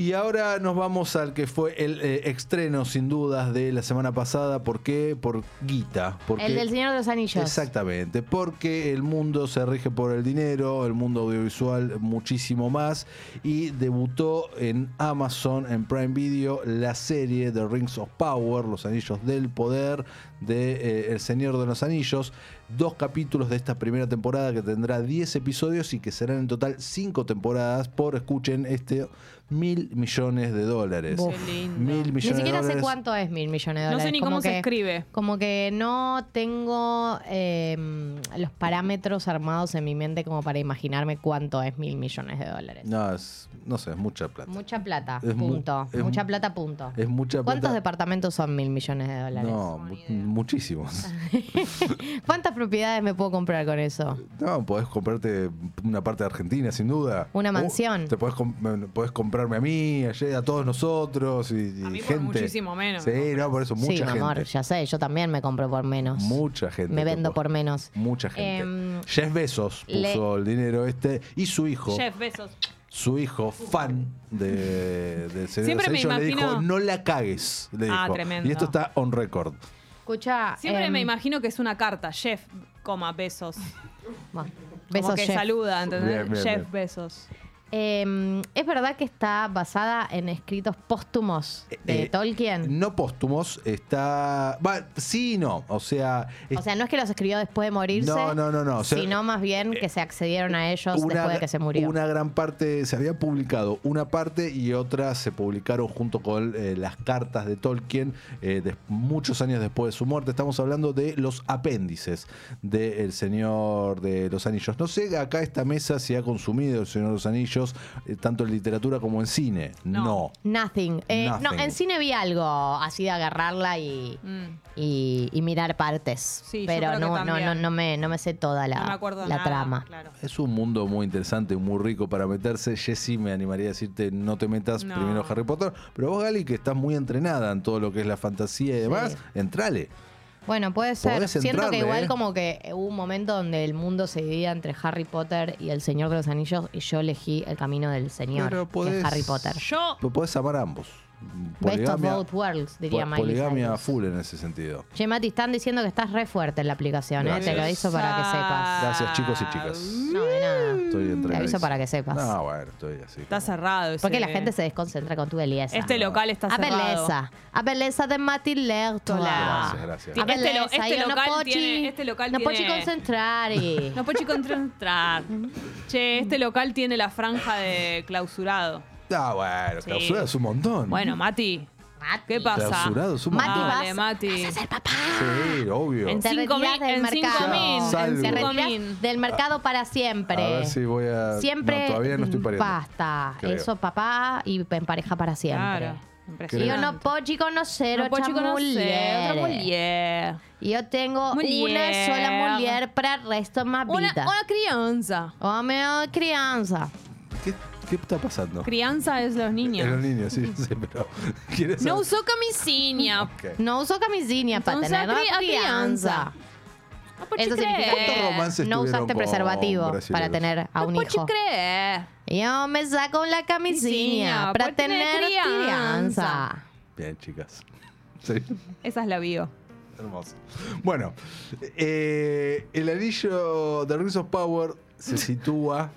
S8: Y ahora nos vamos al que fue el eh, estreno, sin dudas, de la semana pasada. ¿Por qué? Por Guita. Porque
S3: El del Señor de los Anillos.
S8: Exactamente, porque el mundo se rige por el dinero, el mundo audiovisual muchísimo más, y debutó en Amazon, en Prime Video, la serie The Rings of Power, Los Anillos del Poder, de eh, El Señor de los Anillos. dos capítulos de esta primera temporada que tendrá 10 episodios y que serán en total 5 temporadas por, escuchen, este mil millones de dólares.
S3: Buf.
S2: Qué lindo.
S8: Mil millones
S3: Ni siquiera
S8: de
S3: sé
S8: dólares.
S3: cuánto es mil millones de
S2: No
S3: dólares.
S2: sé ni
S3: Como
S2: cómo se
S3: que-
S2: escribe.
S3: Como que no tengo eh, los parámetros armados en mi mente como para imaginarme cuánto es mil millones de dólares.
S8: No, es- no sé, es mucha plata.
S3: Mucha plata,
S8: Es mu-
S3: punto.
S8: es
S3: mucha
S8: mu-
S3: plata, punto.
S8: es mucha
S3: ¿Cuántos
S8: plata.
S3: departamentos son mil millones de dólares?
S8: No, mu-
S2: *laughs*
S8: muchísimos.
S3: ¿Cuántas propiedades me puedo comprar con eso?
S8: No, podés comprarte una parte de Argentina, sin duda.
S3: Una
S8: O
S3: mansión.
S8: Te podés, com- me- podés comprarme a mí, a Ye- a todos nosotros y, y
S2: A mí por
S8: gente.
S2: muchísimo menos me
S8: Sí, no, por eso mucha
S3: sí, mi
S8: gente.
S3: amor, ya sé, yo también me compro por menos.
S8: Mucha gente.
S3: Me
S8: te
S3: vendo
S8: puso.
S3: por menos.
S8: Mucha gente.
S3: Em,
S8: Jeff Bezos
S3: le-
S8: puso el dinero este y su hijo,
S2: Jeff, besos.
S8: su hijo fan de, del Señor
S2: Siempre
S8: de
S2: me
S8: los Anillos, le dijo,
S2: imagino-
S8: no la cagues. Le
S2: Ah,
S8: dijo.
S2: tremendo.
S8: Y esto está on record.
S3: Escucha.
S2: Siempre
S3: em,
S2: me imagino que es una carta. Jeff, coma, besos.
S3: bueno,
S2: Como
S3: besos,
S2: que
S3: Jeff.
S2: saluda, ¿entendés?
S8: Bien, bien,
S2: Jeff,
S8: bien.
S2: besos.
S3: Em, es verdad que está basada en escritos póstumos de
S8: Eh,
S3: Tolkien.
S8: No póstumos, está. Va, sí y no. O sea,
S3: O sea, no es que los escribió después de morirse.
S8: No, no, no, no, o sea,
S3: sino más bien que se accedieron a ellos después de
S8: gra-
S3: que se murió.
S8: Una gran parte, se había publicado una parte y otra se publicaron junto con eh, las cartas de Tolkien eh, des- muchos años después de su muerte. Estamos hablando de los apéndices del Señor de los Anillos. No sé acá esta mesa si ha consumido el Señor de los Anillos, eh, tanto en literatura como en cine. No.
S2: No.
S3: Nothing. Eh, No,
S8: Nothing.
S3: en cine vi algo así de agarrarla y,
S2: Mm.
S3: y, y mirar partes.
S2: Sí, yo
S3: pero
S2: creo que
S3: no, no, no,
S2: también.
S3: no me, no me sé toda la,
S2: no me acuerdo
S3: la
S2: nada,
S3: trama.
S2: Claro.
S8: Es un mundo muy interesante, muy rico para meterse. Jessy me animaría a decirte no te metas
S2: No.
S8: primero Harry Potter, pero vos Gali que estás muy entrenada en todo lo que es la fantasía y demás, entrale.
S3: Bueno, puede ser.
S8: Podés
S3: Siento que
S8: entrarle,
S3: igual
S8: eh.
S3: como que hubo un momento donde el mundo se dividía entre Harry Potter y El Señor de los Anillos y yo elegí el camino del Señor,
S8: Pero
S3: que
S8: podés-
S3: es Harry Potter.
S2: Yo,
S8: Lo podés amar a ambos.
S3: Best of both worlds, diría
S8: po-
S3: Miley
S8: poligamia
S3: Cyrus.
S8: full en ese sentido.
S3: Che, Mati, están diciendo que estás re fuerte en la aplicación, ¿eh?
S8: Gracias.
S3: Te lo aviso para que sepas.
S8: Gracias, chicos y chicas.
S3: No, de nada.
S8: Estoy
S3: Te aviso para que sepas.
S8: No, bueno, estoy así.
S2: Está cerrado ese-
S3: Porque la gente se Ah, desconcentra con tu belleza.
S2: Este local está
S3: a
S2: cerrado.
S3: belleza. A belleza de Mati Lertola.
S8: Gracias, gracias.
S3: A
S2: Este lo-
S3: belleza,
S2: este
S3: io
S2: local
S3: pochi-
S2: tiene- este local
S3: no pochi
S2: tiene-
S3: concentrar.
S2: *laughs* No pues, puedo
S3: *laughs*
S2: concentrar. che, este local tiene la franja de clausurado.
S8: Ah, bueno,
S2: Sí.
S8: clausurado es un montón.
S2: Bueno, Mati, ¿qué pasa?
S8: Clausurado es un
S3: Mati,
S8: montón.
S3: vas,
S2: Dale, Mati.
S3: vas a ser papá.
S8: Sí, obvio.
S2: En
S3: Te
S2: cinco
S3: retirás
S2: min-
S3: del
S2: en cinco
S3: mercado.
S8: min, en
S3: Te
S8: cinco
S3: retirás
S2: min.
S3: del mercado para siempre.
S8: A ver si voy a.
S3: Siempre
S8: No, todavía no estoy pariendo.
S3: basta.
S8: Creo.
S3: Eso, papá y en pareja para siempre.
S2: Claro.
S8: Creo.
S3: Yo no
S2: Impresionante.
S3: puedo conocer
S2: No puedo
S3: otra
S2: conocer otra
S3: mujer.
S2: mujer.
S3: Yo tengo una
S2: Mujer.
S3: sola mujer para el resto de mi
S2: Una,
S3: vida.
S2: una crianza.
S3: Hombre, crianza.
S8: ¿Qué, qué está pasando?
S2: Crianza es los niños.
S8: En los niños, sí,
S2: *laughs*
S8: sí, pero. *laughs* ¿Quieres
S2: No
S8: saber?
S2: usó camisinha.
S8: Ok.
S3: No uso camisinha para
S2: Entonces,
S3: tener
S2: a cri-
S3: una
S2: a
S3: crianza.
S2: crianza.
S3: Eso significa
S8: ¿Cuántos
S3: que
S8: romances
S3: no
S8: tuvieron
S3: usaste
S8: con
S3: preservativo para
S8: brasileños?
S3: tener a
S2: No
S3: un
S2: puedo
S3: hijo.
S2: creer.
S3: Yo me saco la camisinha
S2: Camisinha,
S3: para
S2: para tener
S3: tener crianza.
S2: crianza.
S8: Bien, chicas. Sí. *laughs*
S2: Esa es la bio.
S8: Hermoso. Bueno, eh, el anillo de Rings of Power
S2: *laughs*
S8: se sitúa.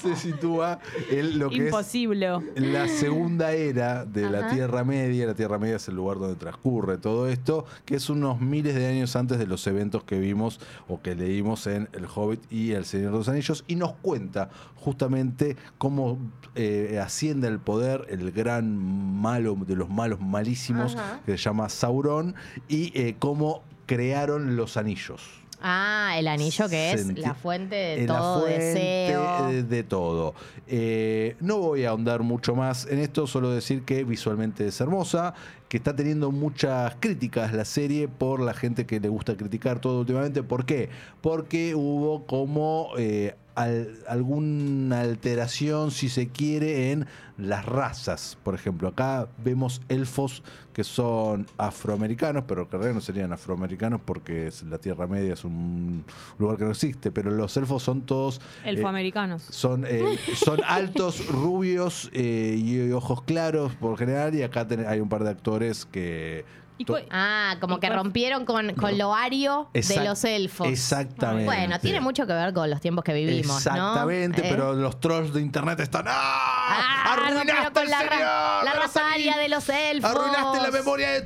S8: se sitúa en lo que
S2: Imposible.
S8: es la segunda era de la Tierra Media. La Tierra Media es el lugar donde transcurre todo esto, que es unos miles de años antes de los eventos que vimos o que leímos en El Hobbit y El Señor de los Anillos. Y nos cuenta justamente cómo eh, asciende al poder el gran malo de los malos malísimos, que se llama Sauron, y eh, cómo crearon los anillos.
S3: Ah, el anillo que es
S8: Senti-
S3: la fuente de
S8: Eh, la
S3: todo
S8: fuente,
S3: deseo.
S8: eh, de todo. Eh, no voy a ahondar mucho más en esto, solo decir que visualmente es hermosa, que está teniendo muchas críticas la serie por la gente que le gusta criticar todo últimamente. ¿Por qué? Porque hubo como eh, al- alguna alteración, si se quiere, en las razas. Por ejemplo, acá vemos elfos que son afroamericanos, pero que en realidad no serían afroamericanos porque es- la Tierra Media es un lugar que no existe, pero los elfos son todos... eh,
S2: Elfoamericanos.
S8: son, eh, son altos, rubios eh, y ojos claros por general. Y acá ten- hay un par de actores que,
S2: Y cu-
S3: Ah, como
S2: ¿Y
S3: que
S2: cuál-
S3: rompieron con, con lo ario
S8: Exact-
S3: de los elfos.
S8: Exactamente.
S3: Bueno, tiene mucho que ver con los tiempos que vivimos,
S8: Exactamente,
S3: ¿no? Eh,
S8: pero los trolls de internet están. ¡Ah!
S3: Ah, rompieron
S8: ¡Arruinaste
S3: con
S8: el
S3: la, ra-
S8: serial!
S3: la
S8: ¡Ahora
S3: raza
S8: salí!
S3: aria de los elfos.
S8: ¡Arruinaste la memoria de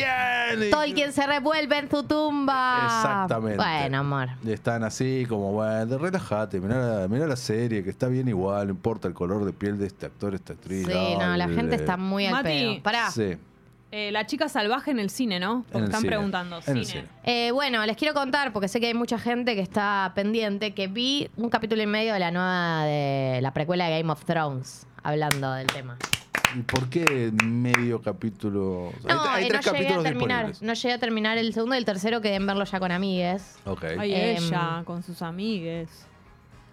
S8: Tolkien!
S3: Tolkien se revuelve en su tumba.
S8: Exactamente.
S3: Bueno, amor.
S8: Y Están así como, bueno, relájate, mirá la, mirá la serie, que está bien igual, no importa el color de piel de este actor, esta actriz.
S3: Sí, no, la
S8: dale.
S3: gente está muy al
S2: Mati.
S3: pedo. Pará.
S8: Sí, en
S2: eh, la chica salvaje en el cine, ¿no? Porque
S8: el
S2: están
S8: cine,
S2: preguntando.
S8: en
S2: cine.
S8: el cine.
S3: Eh, bueno, les quiero contar, porque sé que hay mucha gente que está pendiente, que vi un capítulo y medio de la nueva de la precuela de Game of Thrones, hablando del tema.
S8: ¿Y por qué medio capítulo?
S3: No,
S8: hay hay
S3: eh, no
S8: tres
S3: llegué a
S8: capítulos
S3: terminar.
S8: disponibles.
S3: No llegué a terminar el segundo y el tercero, quedé en verlo ya con amigues.
S8: Ok.
S2: Ay,
S3: Em.
S2: ella, con sus amigues.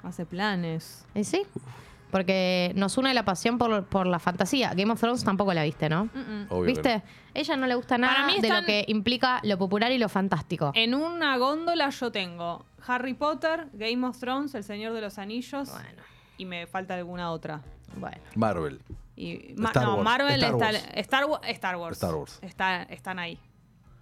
S2: Hace planes.
S3: ¿Y sí? Porque nos une la pasión por, por la fantasía. Game of Thrones tampoco la viste, ¿no?
S2: Mm-mm.
S8: Obvio que
S3: ¿Viste? Ella no le gusta
S2: Para
S3: nada
S2: mí
S3: de lo
S2: están- Eh,
S3: que implica lo popular y lo fantástico.
S2: En una góndola yo tengo Harry Potter, Game of Thrones, El Señor de los Anillos
S3: Bueno,
S2: y me falta alguna otra.
S3: bueno.
S8: no. Marvel.
S2: Y Ma-
S8: Star
S2: no,
S8: Wars,
S2: Marvel
S8: Star
S2: está,
S8: Wars.
S2: Star, Wa- Star Wars.
S8: Star Wars.
S2: Está- están ahí,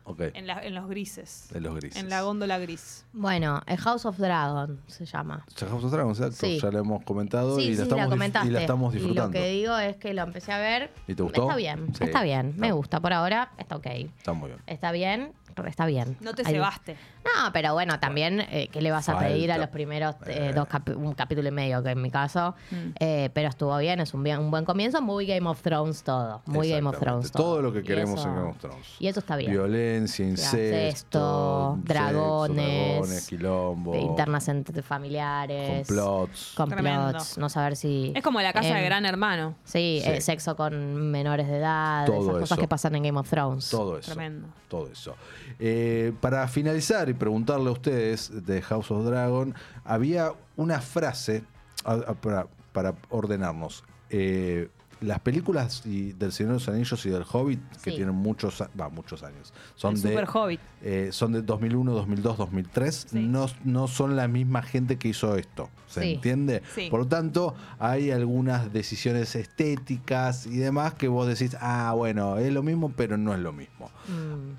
S8: Ok.
S2: en, la- en los grises.
S8: En los grises.
S2: En la góndola gris.
S3: Bueno, el House of Dragon se llama.
S8: Ya House of Dragons, exacto.
S3: Sí.
S8: Ya la hemos comentado y,
S3: sí,
S8: la
S3: sí,
S8: estamos
S3: la
S8: dif-
S3: comentaste.
S8: y la estamos
S3: Y lo
S8: disfrutando.
S3: que digo es que lo empecé a ver.
S8: ¿Y te gustó?
S3: Está bien,
S8: Sí, Ah.
S3: está bien. Me
S8: está-
S3: gusta. Por ahora está ok.
S8: Está muy bien.
S3: Está bien, pero está bien.
S2: No te
S3: Hay-
S2: cebaste.
S3: No, pero bueno, también, eh, ¿qué le vas a
S8: Falta.
S3: pedir a los primeros eh, dos cap- un capítulo y medio, que en mi caso?
S8: Mm.
S3: Eh, pero estuvo bien, es un, bien, un buen comienzo. Muy Game of Thrones todo. Muy Game of
S8: Exactamente.
S3: Thrones todo.
S8: Todo lo que
S3: Y
S8: queremos
S3: eso-
S8: en Game of Thrones.
S3: Y eso está bien.
S8: Violencia, incesto,
S3: Incesto, dragones,
S8: dragones quilombo,
S3: Eh, Internas entre familiares.
S8: complots.
S2: Tremendo.
S3: Complots. No saber si.
S2: Es como la casa
S3: em,
S2: de Gran Hermano.
S3: Sí,
S8: Sí.
S3: eh, sexo con menores de edad,
S8: Todo
S3: esas cosas
S8: eso.
S3: que pasan en Game of Thrones.
S8: Todo eso.
S2: Tremendo.
S8: Todo eso. Eh, para finalizar y preguntarle a ustedes de House of Dragon, había una frase a- a- para, para ordenarnos. Eh, las películas y del Señor de los Anillos y del Hobbit, que
S3: Sí.
S8: tienen muchos, a- va, muchos años, son
S2: El
S8: de
S2: Super Hobbit.
S8: eh, son de 2001, 2002, 2003,
S2: Sí.
S8: no, no son la misma gente que hizo esto. ¿Se
S3: Sí.
S8: entiende?
S2: Sí.
S8: Por lo tanto, hay algunas decisiones estéticas y demás que vos decís, ah, bueno, es lo mismo, pero no es lo mismo.
S3: Mm.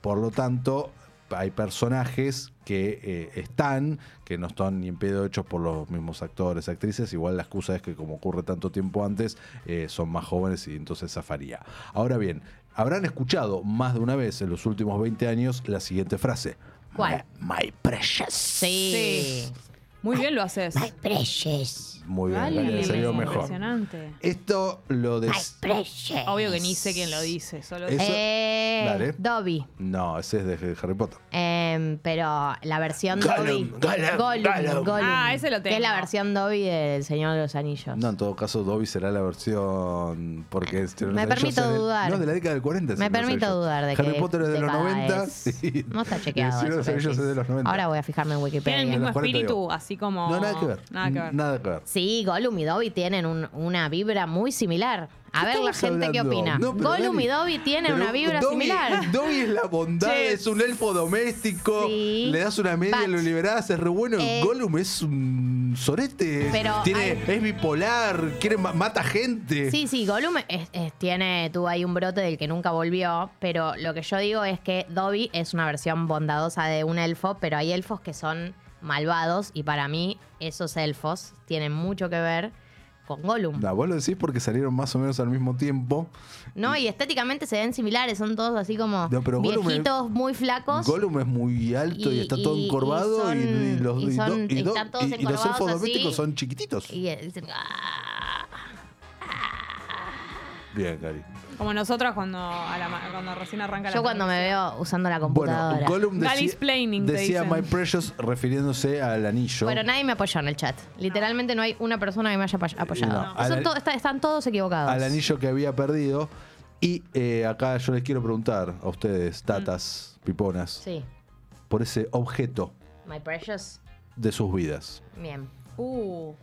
S8: Por lo tanto, hay personajes que eh, están, que no están ni en pedo hechos por los mismos actores, actrices. Igual la excusa es que como ocurre tanto tiempo antes, eh, son más jóvenes y entonces zafaría. Ahora bien, habrán escuchado más de una vez en los últimos 20 años la siguiente frase.
S3: ¿Cuál?
S8: My, my precious.
S3: Sí. Eh,
S2: Sí. Muy bien lo haces.
S3: My precious.
S8: Muy bien,
S2: Dale,
S8: le salió
S2: es
S8: mejor.
S2: Impresionante.
S8: Esto lo de...
S3: My precious.
S2: Obvio que ni sé quién lo dice. Solo
S8: Es- Eso-
S3: Eh,
S8: Dale.
S3: Dobby.
S8: No, ese es de Harry Potter.
S3: Em, pero la versión
S8: Gollum,
S3: Dobby.
S8: Gollum, Gollum.
S2: Ah, ese lo
S3: Que es la
S2: tengo.
S3: versión Dobby del Señor de los Anillos.
S8: No, en todo caso, Dobby será la versión. Porque es-
S3: Me
S8: ellos
S3: permito
S8: en el-
S3: dudar.
S8: No, de la década del 40.
S3: Me
S8: si no sé
S3: permito
S8: yo.
S3: dudar de
S8: Harry
S3: que
S8: Potter es de los
S3: cada
S8: 90.
S3: vez.
S8: *laughs* sí.
S3: No está chequeado.
S8: El Señor de
S3: eso
S8: los
S3: que
S8: Anillos
S3: decís.
S8: es de los 90.
S3: Ahora voy a fijarme en
S2: Tiene el
S3: Wikipedia.
S8: De
S2: mismo
S8: los 40
S2: espíritu,
S8: digo.
S2: así como.
S8: No, nada que ver.
S2: Nada que ver.
S8: Nada que ver.
S3: Sí, Gollum y Dobby tienen un- una vibra muy similar. A ver la
S8: Estamos
S3: gente qué
S8: hablando-
S3: opina.
S8: No, pero
S3: Gollum
S8: Dani,
S3: y Dobby tienen
S8: pero
S3: una vibra
S8: Dobby- *laughs*
S3: similar.
S8: Dobby es la bondad,
S2: Che,
S8: es un elfo doméstico.
S3: sí.
S8: Le das una media,
S3: But-
S8: lo liberás, es re bueno.
S3: Eh,
S8: Gollum es un sorete.
S3: Pero
S8: tiene,
S3: hay-
S8: Es bipolar, quiere, ma- mata gente.
S3: Sí, sí, Gollum es- es- tiene, tuvo ahí un brote del que nunca volvió, pero lo que yo digo es que Dobby es una versión bondadosa de un elfo, pero hay elfos que son malvados y para mí esos elfos tienen mucho que ver con Gollum.
S8: No, Ah, vos lo decís porque salieron más o menos al mismo tiempo.
S3: No, y estéticamente se ven similares, son todos así como
S8: No, pero Gollum es-
S3: viejitos muy flacos.
S8: Gollum es muy alto y,
S3: Y-
S8: está todo
S3: y- y
S8: encorvado y,
S3: son-
S8: y los,
S3: y
S8: y do-
S3: son-
S8: y do-
S3: están todos
S8: y- y los
S3: encorvados
S8: elfos
S3: así.
S8: domésticos son chiquititos.
S3: Y él dice, "Ah".
S8: Bien, Cari.
S2: Como nosotras cuando, a la ma- cuando recién arranca la.
S3: Yo cuando me veo usando la computadora.
S8: Bueno,
S3: Bueno,
S8: Gollum
S2: Gali
S8: decía,
S2: explaining, te
S8: decía
S2: dicen.
S8: My Precious refiriéndose al anillo.
S3: nadie me apoyó en el chat. Literalmente no hay una persona que me haya apoy- apoyado.
S8: Eh, no,
S3: Son
S8: al-
S3: to- está- están todos equivocados.
S8: al anillo que había perdido. Y eh, acá yo les quiero preguntar a ustedes, tatas, piponas,
S3: Mm. Sí.
S8: por ese objeto
S3: My precious.
S8: de sus vidas.
S3: Bien.
S2: Uh,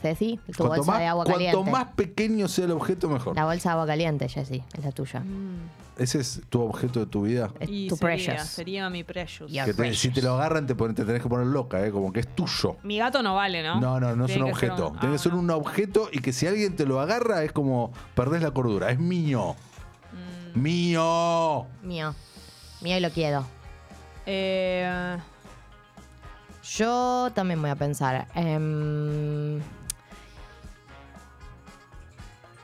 S3: Ceci, tu
S8: Cuanto
S3: bolsa
S8: más,
S3: de agua
S8: cuanto
S3: caliente.
S8: más pequeño sea el objeto, mejor.
S3: La bolsa de agua caliente, Jessy, es la tuya.
S8: Ese es tu objeto de tu vida.
S3: Es
S2: Mm, y
S3: tu
S2: sería,
S3: precious.
S2: sería mi precious.
S3: Ya.
S8: Que te-
S3: precious.
S8: si te lo agarran, te, pon- te tenés que poner loca, ¿eh? como que es tuyo.
S2: Mi gato no vale, ¿no?
S8: No, no, no es un
S2: Tiene que ser
S8: objeto.
S2: un-
S8: Tiene
S2: ah,
S8: que ser
S2: no.
S8: un objeto y que si alguien te lo agarra es como perdés la cordura. Es mío.
S2: Mm.
S8: Mío.
S3: Mío. Mío y lo quiero.
S2: Eh,
S3: Yo también voy a pensar. em,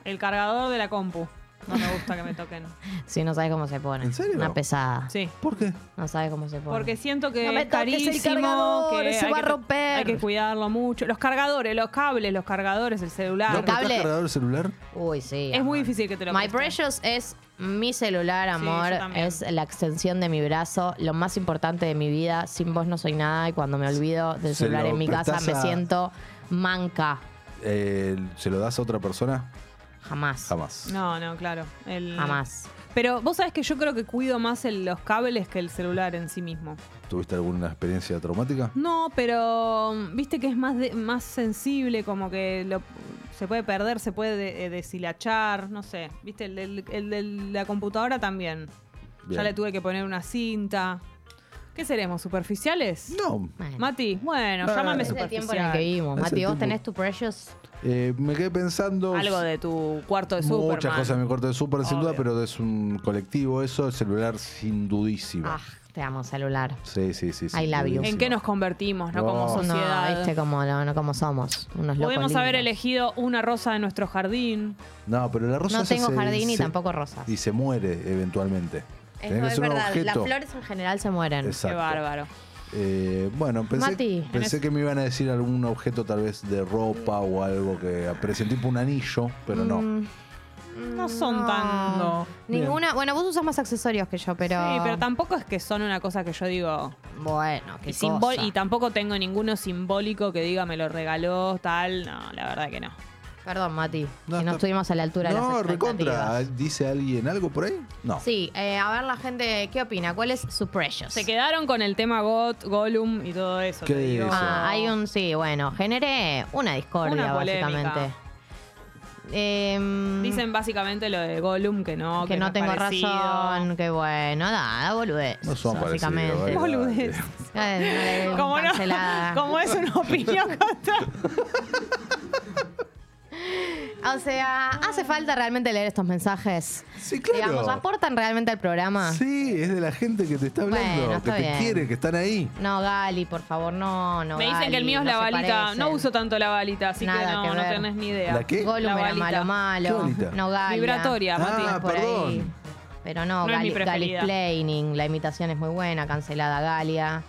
S2: el cargador de la compu. No me gusta que me toquen.
S3: si no sabes cómo se pone.
S8: ¿En serio?
S3: Una pesada.
S2: Sí.
S8: ¿Por qué?
S3: No sabes cómo se pone.
S2: Porque siento que
S3: No me
S2: es
S3: toques el
S2: carísimo,
S3: cargador,
S2: que
S3: se
S2: hay
S3: va
S2: que-
S3: a romper.
S2: Hay que cuidarlo mucho. Los cargadores, los cables, los cargadores, el celular.
S8: ¿No
S3: pero- cable.
S8: apretás cargador celular?
S3: Uy, sí.
S2: es
S3: amor.
S2: muy difícil que te lo
S3: My
S2: presten.
S3: Precious es mi celular,
S2: Sí, yo
S3: amor.
S2: también.
S3: es la extensión de mi brazo, lo más importante de mi vida. Sin vos no soy nada y cuando me olvido del
S8: Se
S3: celular
S8: lo
S3: en mi casa
S8: prestás
S3: me
S8: a-
S3: siento manca.
S8: Eh, ¿Se lo das a otra persona?
S3: Jamás. Jamás.
S8: Jamás.
S2: No, no, claro. El- Pero vos sabés que yo creo que cuido más el- los cables que el celular en sí mismo.
S8: ¿Tuviste alguna experiencia traumática?
S2: No, pero mm, viste que es más, de- más sensible, como que lo- se puede perder, se puede de- eh, deshilachar, no sé. Viste, el, del- el de la computadora también. Ya
S8: Bien.
S2: le tuve que poner una cinta. ¿Qué seremos? ¿Superficiales?
S8: No.
S3: Bueno.
S2: Mati, bueno,
S8: No,
S2: llámame
S8: es
S3: es el tiempo en el
S2: superficial.
S3: que vivimos.
S8: Es el
S3: Mati, vos
S8: tiempo.
S3: tenés tu Precious.
S8: Eh, me quedé pensando.
S2: Algo de tu cuarto de Superman.
S8: Muchas cosas en mi corte de súper, sin
S2: Obvio.
S8: duda, pero es un colectivo eso, el celular sin dudísimo.
S3: Ah, te amo, celular.
S8: Sí, sí, sí.
S3: I
S8: sin
S3: love you.
S2: ¿En
S8: dudísimo.
S2: qué nos convertimos, no, como
S8: No.
S2: Oh. sociedad?
S3: No, viste como, no, no como somos. Unos locos
S2: Podemos haber
S3: lindos.
S2: elegido una rosa de nuestro jardín.
S8: No, pero la rosa
S3: No
S8: esa
S3: tengo
S8: se-
S3: jardín y
S8: se-
S3: tampoco rosas.
S8: Y se muere eventualmente.
S3: Es,
S8: Tenés
S3: no,
S8: que
S3: es
S8: ser un
S3: verdad, las
S8: objeto.
S3: flores en general se mueren.
S8: Exacto.
S2: Qué bárbaro.
S8: Eh, bueno, pensé,
S3: Mati, en
S8: pensé
S2: es-
S8: que me iban a decir algún objeto tal vez de ropa o algo que aprecien, tipo un anillo, pero no.
S3: Mm,
S2: No son tan...
S8: No.
S3: Ninguna. Bueno, vos usas más accesorios que yo, pero.
S2: Sí, pero tampoco es que son una cosa que yo digo...
S3: Bueno, qué
S2: Y, simbol-
S3: cosa.
S2: y tampoco tengo ninguno simbólico que diga me lo regaló, tal. No, la verdad que no.
S3: Perdón, Mati,
S8: No,
S3: si no
S8: está-
S3: estuvimos a la altura de las
S8: No, recontra.
S3: expectativas.
S8: ¿Dice alguien algo por ahí? No.
S3: Sí, eh, a ver la gente, ¿qué opina? ¿Cuál es su precious?
S2: Se quedaron con el tema GOT, Gollum y todo eso.
S8: ¿Qué
S2: te digo.
S8: dice?
S3: Ah, hay un, sí, bueno, generé una discordia,
S2: Una polémica.
S3: básicamente. Em,
S2: Dicen básicamente lo de Gollum que no,
S3: que no
S2: es
S3: tengo
S2: parecido.
S3: razón, que bueno, nada, boludez.
S8: No son
S3: básicamente.
S8: parecidos, ¿verdad?
S2: Boludez.
S3: Eh, no le-
S2: *laughs* Como, no-
S3: cancelada.
S2: como es una opinión contra-
S3: O sea, hace falta realmente leer estos mensajes.
S8: Sí, claro.
S3: Digamos, aportan realmente al programa.
S8: Sí, es de la gente que te está
S3: Bueno,
S8: hablando, que
S3: está
S8: te
S3: bien.
S8: quiere, que están ahí.
S3: No, Gali, por favor, no, *laughs* no.
S2: Me dicen
S3: Gali,
S2: que el mío es
S3: no
S2: la
S3: se
S2: balita.
S3: parecen.
S2: No uso tanto la balita, así que
S3: Nada
S2: no,
S3: que
S2: no
S3: ver.
S2: tenés ni idea.
S8: ¿La qué?
S3: Gollum
S2: La
S3: era
S2: balita.
S3: malo,
S8: ¿Qué
S3: malo.
S8: balita?
S3: No, Galia.
S2: Vibratoria, Mati.
S8: Ah,
S3: Por ahí.
S8: perdón.
S3: Pero no,
S2: No es mi
S3: Gali, Gali
S2: preferida.
S3: Explaining. La imitación es muy buena. Cancelada Galia.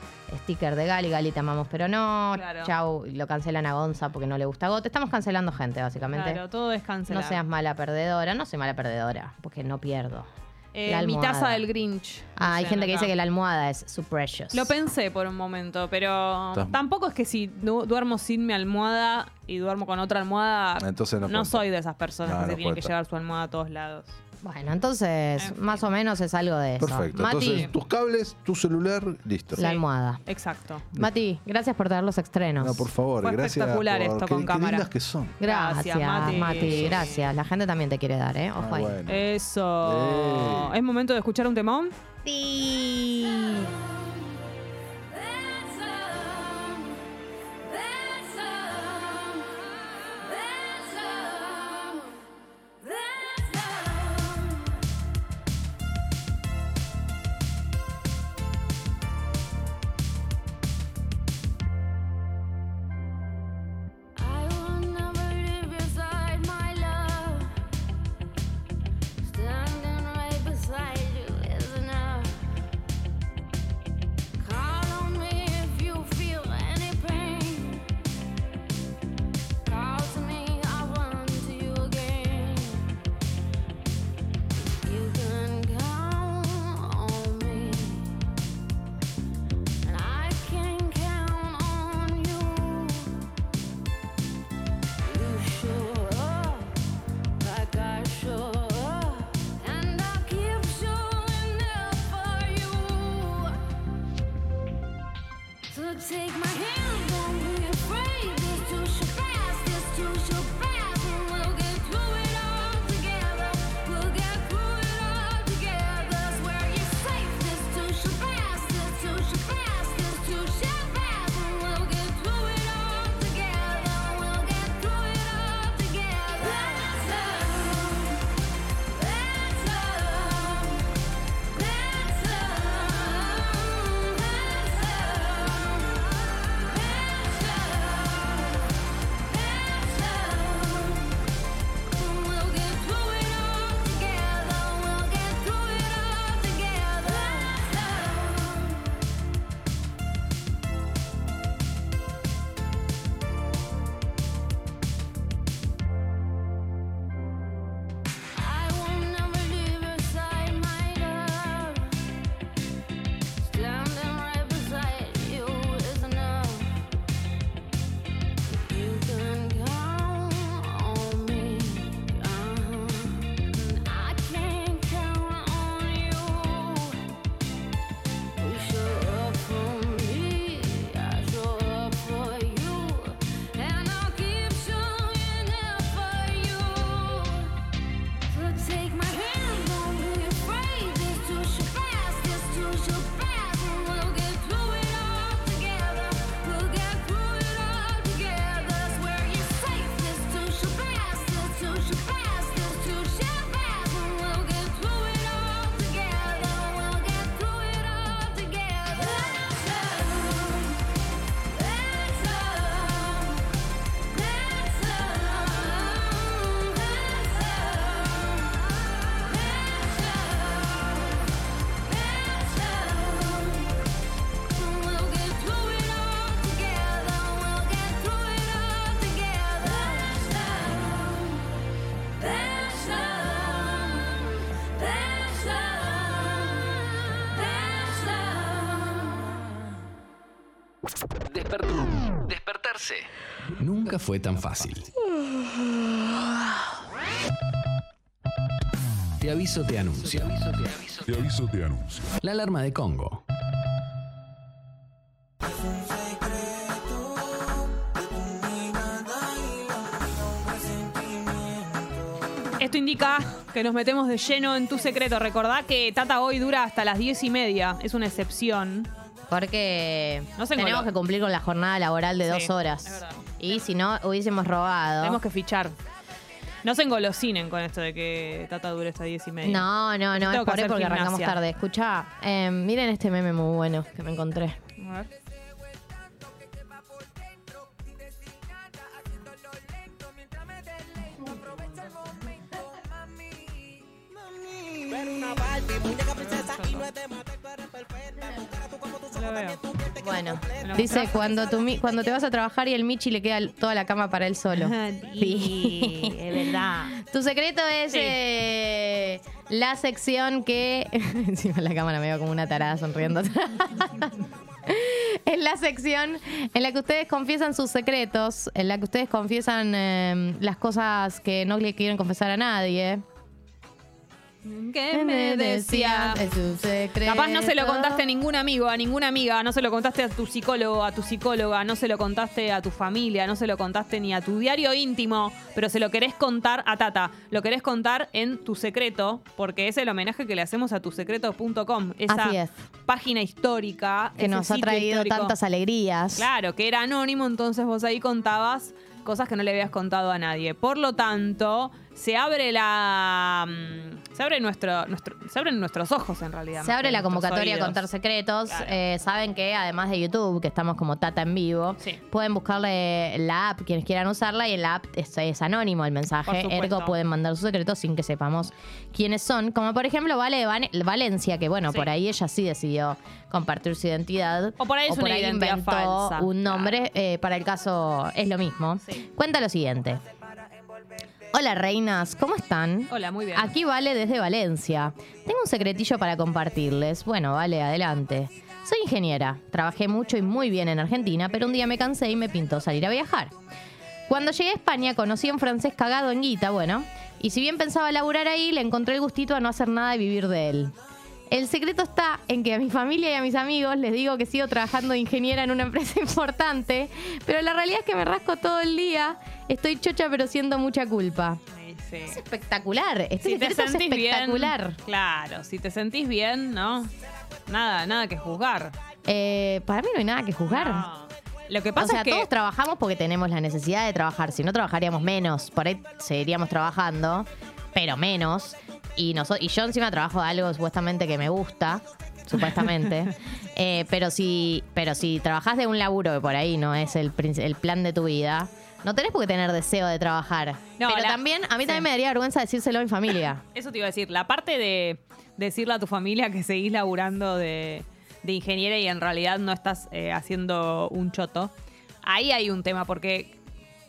S3: Sticker de Gali. Gali te amamos, pero no.
S2: Claro.
S3: Chau. Lo cancelan a Gonza porque no le gusta Got. Estamos cancelando gente, básicamente.
S2: Claro, todo es
S3: no
S2: cancelado.
S3: seas mala perdedora. No soy mala perdedora porque no pierdo.
S2: Eh,
S3: La
S2: mi
S3: almohada.
S2: taza del Grinch.
S3: Ah, hay
S2: dicen
S3: gente que
S2: acá.
S3: dice que la almohada es su precious.
S2: Lo pensé por un momento, pero
S8: Tam-
S2: tampoco es que si du- duermo sin mi almohada y duermo con otra almohada,
S8: Entonces no cuenta.
S2: soy de esas personas
S8: No,
S2: que se
S8: no
S2: tienen que
S8: cuenta.
S2: llevar su almohada a todos lados.
S3: Bueno, entonces,
S2: En fin.
S3: más o menos es algo de eso.
S8: Perfecto.
S3: Mati,
S8: Entonces, tus cables, tu celular, listo.
S3: la
S2: Sí.
S3: almohada.
S2: Exacto.
S3: Mati, gracias por traer los estrenos.
S8: No, por favor,
S2: Fue
S8: gracias.
S2: espectacular
S8: por-
S2: esto
S8: qué-
S2: con
S8: qué
S2: cámara.
S8: lindas que son.
S3: Gracias,
S2: Gracias,
S3: Mati.
S2: Mati.
S3: Gracias. La gente también te quiere dar, ¿eh? Ojo
S8: Ah,
S3: ahí.
S8: bueno.
S2: Eso.
S8: Ey.
S2: ¿Es momento de escuchar un temón?
S3: Sí.
S9: Standing right beside you is enough.
S4: Despertar- Despertarse. Nunca fue tan fácil. Te aviso, te anuncio.
S9: Te aviso, te anuncio.
S4: La alarma de Congo.
S2: Esto indica que nos metemos de lleno en tu secreto. Recordá que Tata hoy dura hasta las diez y media. Es una excepción.
S3: Porque
S2: No se
S3: tenemos
S2: engoló.
S3: que cumplir con la jornada laboral de
S2: Sí,
S3: dos horas.
S2: es verdad.
S3: y si no, hubiésemos robado.
S2: Tenemos que fichar. No se engolosinen con esto de que Tata dure hasta diez y media.
S3: No, no, no,
S2: Tengo
S3: es
S2: que
S3: por
S2: hacer
S3: porque arrancamos
S2: gimnasia.
S3: tarde. Escucha, miren este meme muy bueno que me encontré.
S2: A ver. No la veo.
S3: Bueno,
S2: ¿Me lo
S3: dice,
S2: mostrás?
S3: cuando, tu mi- cuando te vas a trabajar y el Michi le queda toda la cama para
S2: *laughs*
S3: él solo.
S2: Sí, es verdad.
S3: Tu secreto es
S2: Sí.
S3: eh, la sección que. *laughs* Encima la cámara me veo como una tarada sonriendo. *laughs* es la sección en la que ustedes confiesan sus secretos, en la que ustedes confiesan eh, las cosas que no le quieren confesar a nadie.
S2: ¿Qué me decía?
S3: Es tu secreto.
S2: Capaz no se lo contaste a ningún amigo, a ninguna amiga, no se lo contaste a tu psicólogo, a tu psicóloga, no se lo contaste a tu familia, no se lo contaste ni a tu diario íntimo, pero se lo querés contar a Tata, lo querés contar en tu secreto, porque es el homenaje que le hacemos a tusecreto.com, esa
S3: Así es.
S2: página histórica
S3: Que
S2: ese
S3: nos ha
S2: sitio
S3: traído
S2: histórico.
S3: tantas alegrías.
S2: Claro, que era anónimo, entonces vos ahí contabas cosas que no le habías contado a nadie. Por lo tanto, se abre la. mm, Se abre nuestro. nuestro se abren nuestros ojos en realidad.
S3: Se
S2: más
S3: abre
S2: que
S3: la
S2: nuestros
S3: convocatoria a
S2: oídos.
S3: contar secretos.
S2: Claro.
S3: Eh, saben que además de YouTube, que estamos como Tata en vivo,
S2: Sí.
S3: pueden buscarle la app quienes quieran usarla y en la app es, es anónimo el
S2: Por
S3: mensaje.
S2: supuesto.
S3: Ergo pueden mandar sus secretos sin que sepamos quiénes son. Como por ejemplo Vale de Van- Valencia, que bueno,
S2: Sí.
S3: por ahí ella sí decidió compartir su identidad.
S2: O por ahí es una identidad
S3: inventó
S2: falsa.
S3: un nombre. eh, para el caso es lo mismo.
S2: Sí.
S3: Cuenta lo siguiente. Hola reinas, ¿cómo están?
S2: Hola, muy bien.
S3: Aquí Vale desde Valencia. Tengo un secretillo para compartirles. Bueno, Vale, adelante. Soy ingeniera. Trabajé mucho y muy bien en Argentina, pero un día me cansé y me pintó salir a viajar. Cuando llegué a España conocí a un francés cagado en guita, bueno, y si bien pensaba laburar ahí, le encontré el gustito a no hacer nada y vivir de él. El secreto está en que a mi familia y a mis amigos les digo que sigo trabajando de ingeniera en una empresa *laughs* importante, pero la realidad es que me rasco todo el día, estoy chocha pero siento mucha culpa.
S2: Ahí sí.
S3: Es espectacular, este
S2: Si te
S3: secreto es
S2: sentís
S3: espectacular.
S2: bien. Claro, si te sentís bien, ¿no? Nada, nada que juzgar.
S3: Eh, para mí no hay nada que juzgar.
S2: No. Lo que
S3: O
S2: pasa
S3: sea,
S2: es que.
S3: todos trabajamos porque tenemos la necesidad de trabajar. Si no, trabajaríamos menos. Por ahí seguiríamos trabajando, pero menos. Y, noso- y yo encima trabajo de algo supuestamente que me gusta,
S2: *laughs*
S3: supuestamente. Eh, pero, si, pero si trabajás de un laburo que por ahí no es el, prin- el plan de tu vida, no tenés por qué tener deseo de trabajar.
S2: No,
S3: pero
S2: la-
S3: también, a mí
S2: sí.
S3: también me daría vergüenza decírselo a mi familia.
S2: Eso te iba a decir, la parte de decirle a tu familia que seguís laburando de, de ingeniera y en realidad no estás eh, haciendo un choto, ahí hay un tema porque,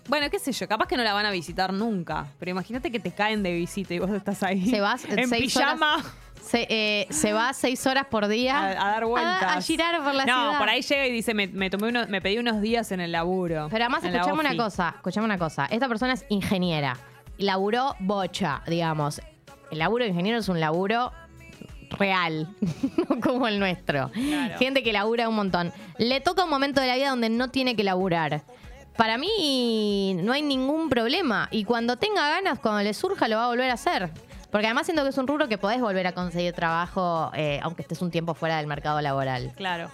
S2: bueno, qué sé yo, capaz que no la van a visitar nunca, pero imagínate que te caen de visita y vos estás ahí
S3: Se vas
S2: en
S3: seis
S2: pijama
S3: horas- se, eh, se va seis horas por día
S2: a, a dar vueltas.
S3: A, a girar por la
S2: no,
S3: ciudad.
S2: por ahí llega y dice, me, me tomé unos- me pedí unos días en el laburo.
S3: Pero además,
S2: en la
S3: escuchame una
S2: ofi".
S3: cosa, escuchame una cosa. Esta persona es ingeniera. Laburó bocha, digamos. El laburo de ingeniero es un laburo real, *laughs* no como el nuestro.
S2: Claro.
S3: Gente que labura un montón. Le toca un momento de la vida donde no tiene que laburar. Para mí no hay ningún problema. Y cuando tenga ganas, cuando le surja, lo va a volver a hacer. Porque además siento que es un rubro que podés volver a conseguir trabajo, eh, aunque estés un tiempo fuera del mercado laboral.
S2: Claro.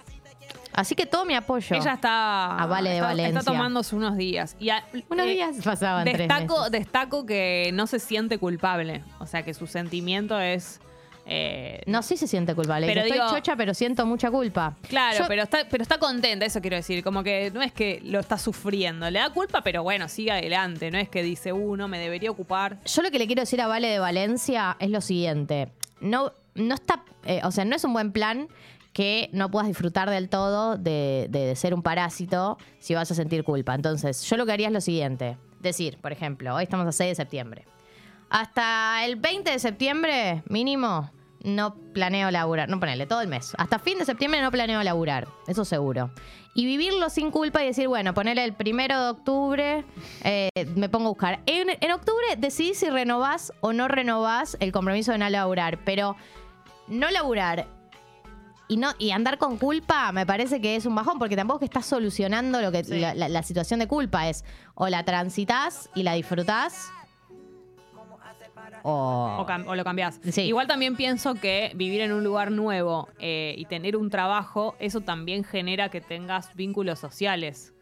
S3: Así que todo mi apoyo.
S2: Ella está,
S3: A Ah, Vale de
S2: está,
S3: Valencia.
S2: está tomándose unos días. Y a-
S3: Unos
S2: eh,
S3: días pasaban tres
S2: Destaco,
S3: meses.
S2: destaco que no se siente culpable. O sea, que su sentimiento es. eh,
S3: No, sí se siente culpable.
S2: Pero
S3: Dice, Estoy
S2: digo-
S3: chocha, pero siento mucha culpa.
S2: Claro,
S3: Yo-
S2: pero, está, pero está contenta, eso quiero decir. Como que no es que lo está sufriendo. Le da culpa, pero bueno, sigue adelante. No es que dice, uno me debería ocupar.
S3: Yo lo que le quiero decir a Vale de Valencia es lo siguiente. No, no está, eh, o sea, no es un buen plan que no puedas disfrutar del todo de, de ser un parásito si vas a sentir culpa. Entonces, yo lo que haría es lo siguiente. Decir, por ejemplo, hoy estamos a 6 de septiembre. Hasta el 20 de septiembre, mínimo, no planeo laburar. No ponele, todo el mes. Hasta fin de septiembre no planeo laburar. Eso seguro. Y vivirlo sin culpa y decir, bueno, ponele el primero de octubre, eh, me pongo a buscar. En, en octubre decidís si renovás o no renovás el compromiso de no laburar. Pero no laburar y no y andar con culpa me parece que es un bajón porque tampoco es que estás solucionando lo que la, la- la situación de culpa es o la transitas y la disfrutás o,
S2: O, cam- o lo cambiás.
S3: Sí.
S2: Igual también pienso que vivir en un lugar nuevo eh, y tener un trabajo, eso también genera que tengas vínculos sociales.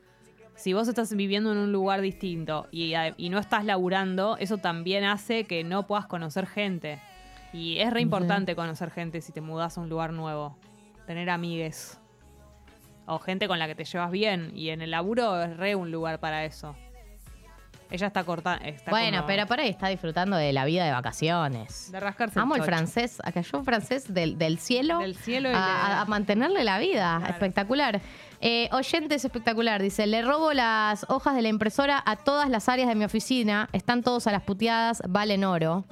S2: Si vos estás viviendo en un lugar distinto y, a- y no estás laburando, eso también hace que no puedas conocer gente. Y es re importante conocer gente si te mudás a un lugar nuevo. Tener amigues. O gente con la que te llevas bien. Y en el laburo es re un lugar para eso. Ella está cortando.
S3: bueno pero por ahí está disfrutando de la vida de vacaciones
S2: De rascarse
S3: amo el
S2: chocho.
S3: francés a cayó un francés del, del cielo
S2: Del cielo y
S3: a,
S2: le-
S3: a- a mantenerle la vida
S2: Claro.
S3: espectacular Eh, oyentes espectacular dice le robo las hojas de la impresora a todas las áreas de mi oficina están todos a las puteadas
S2: *laughs*
S3: valen oro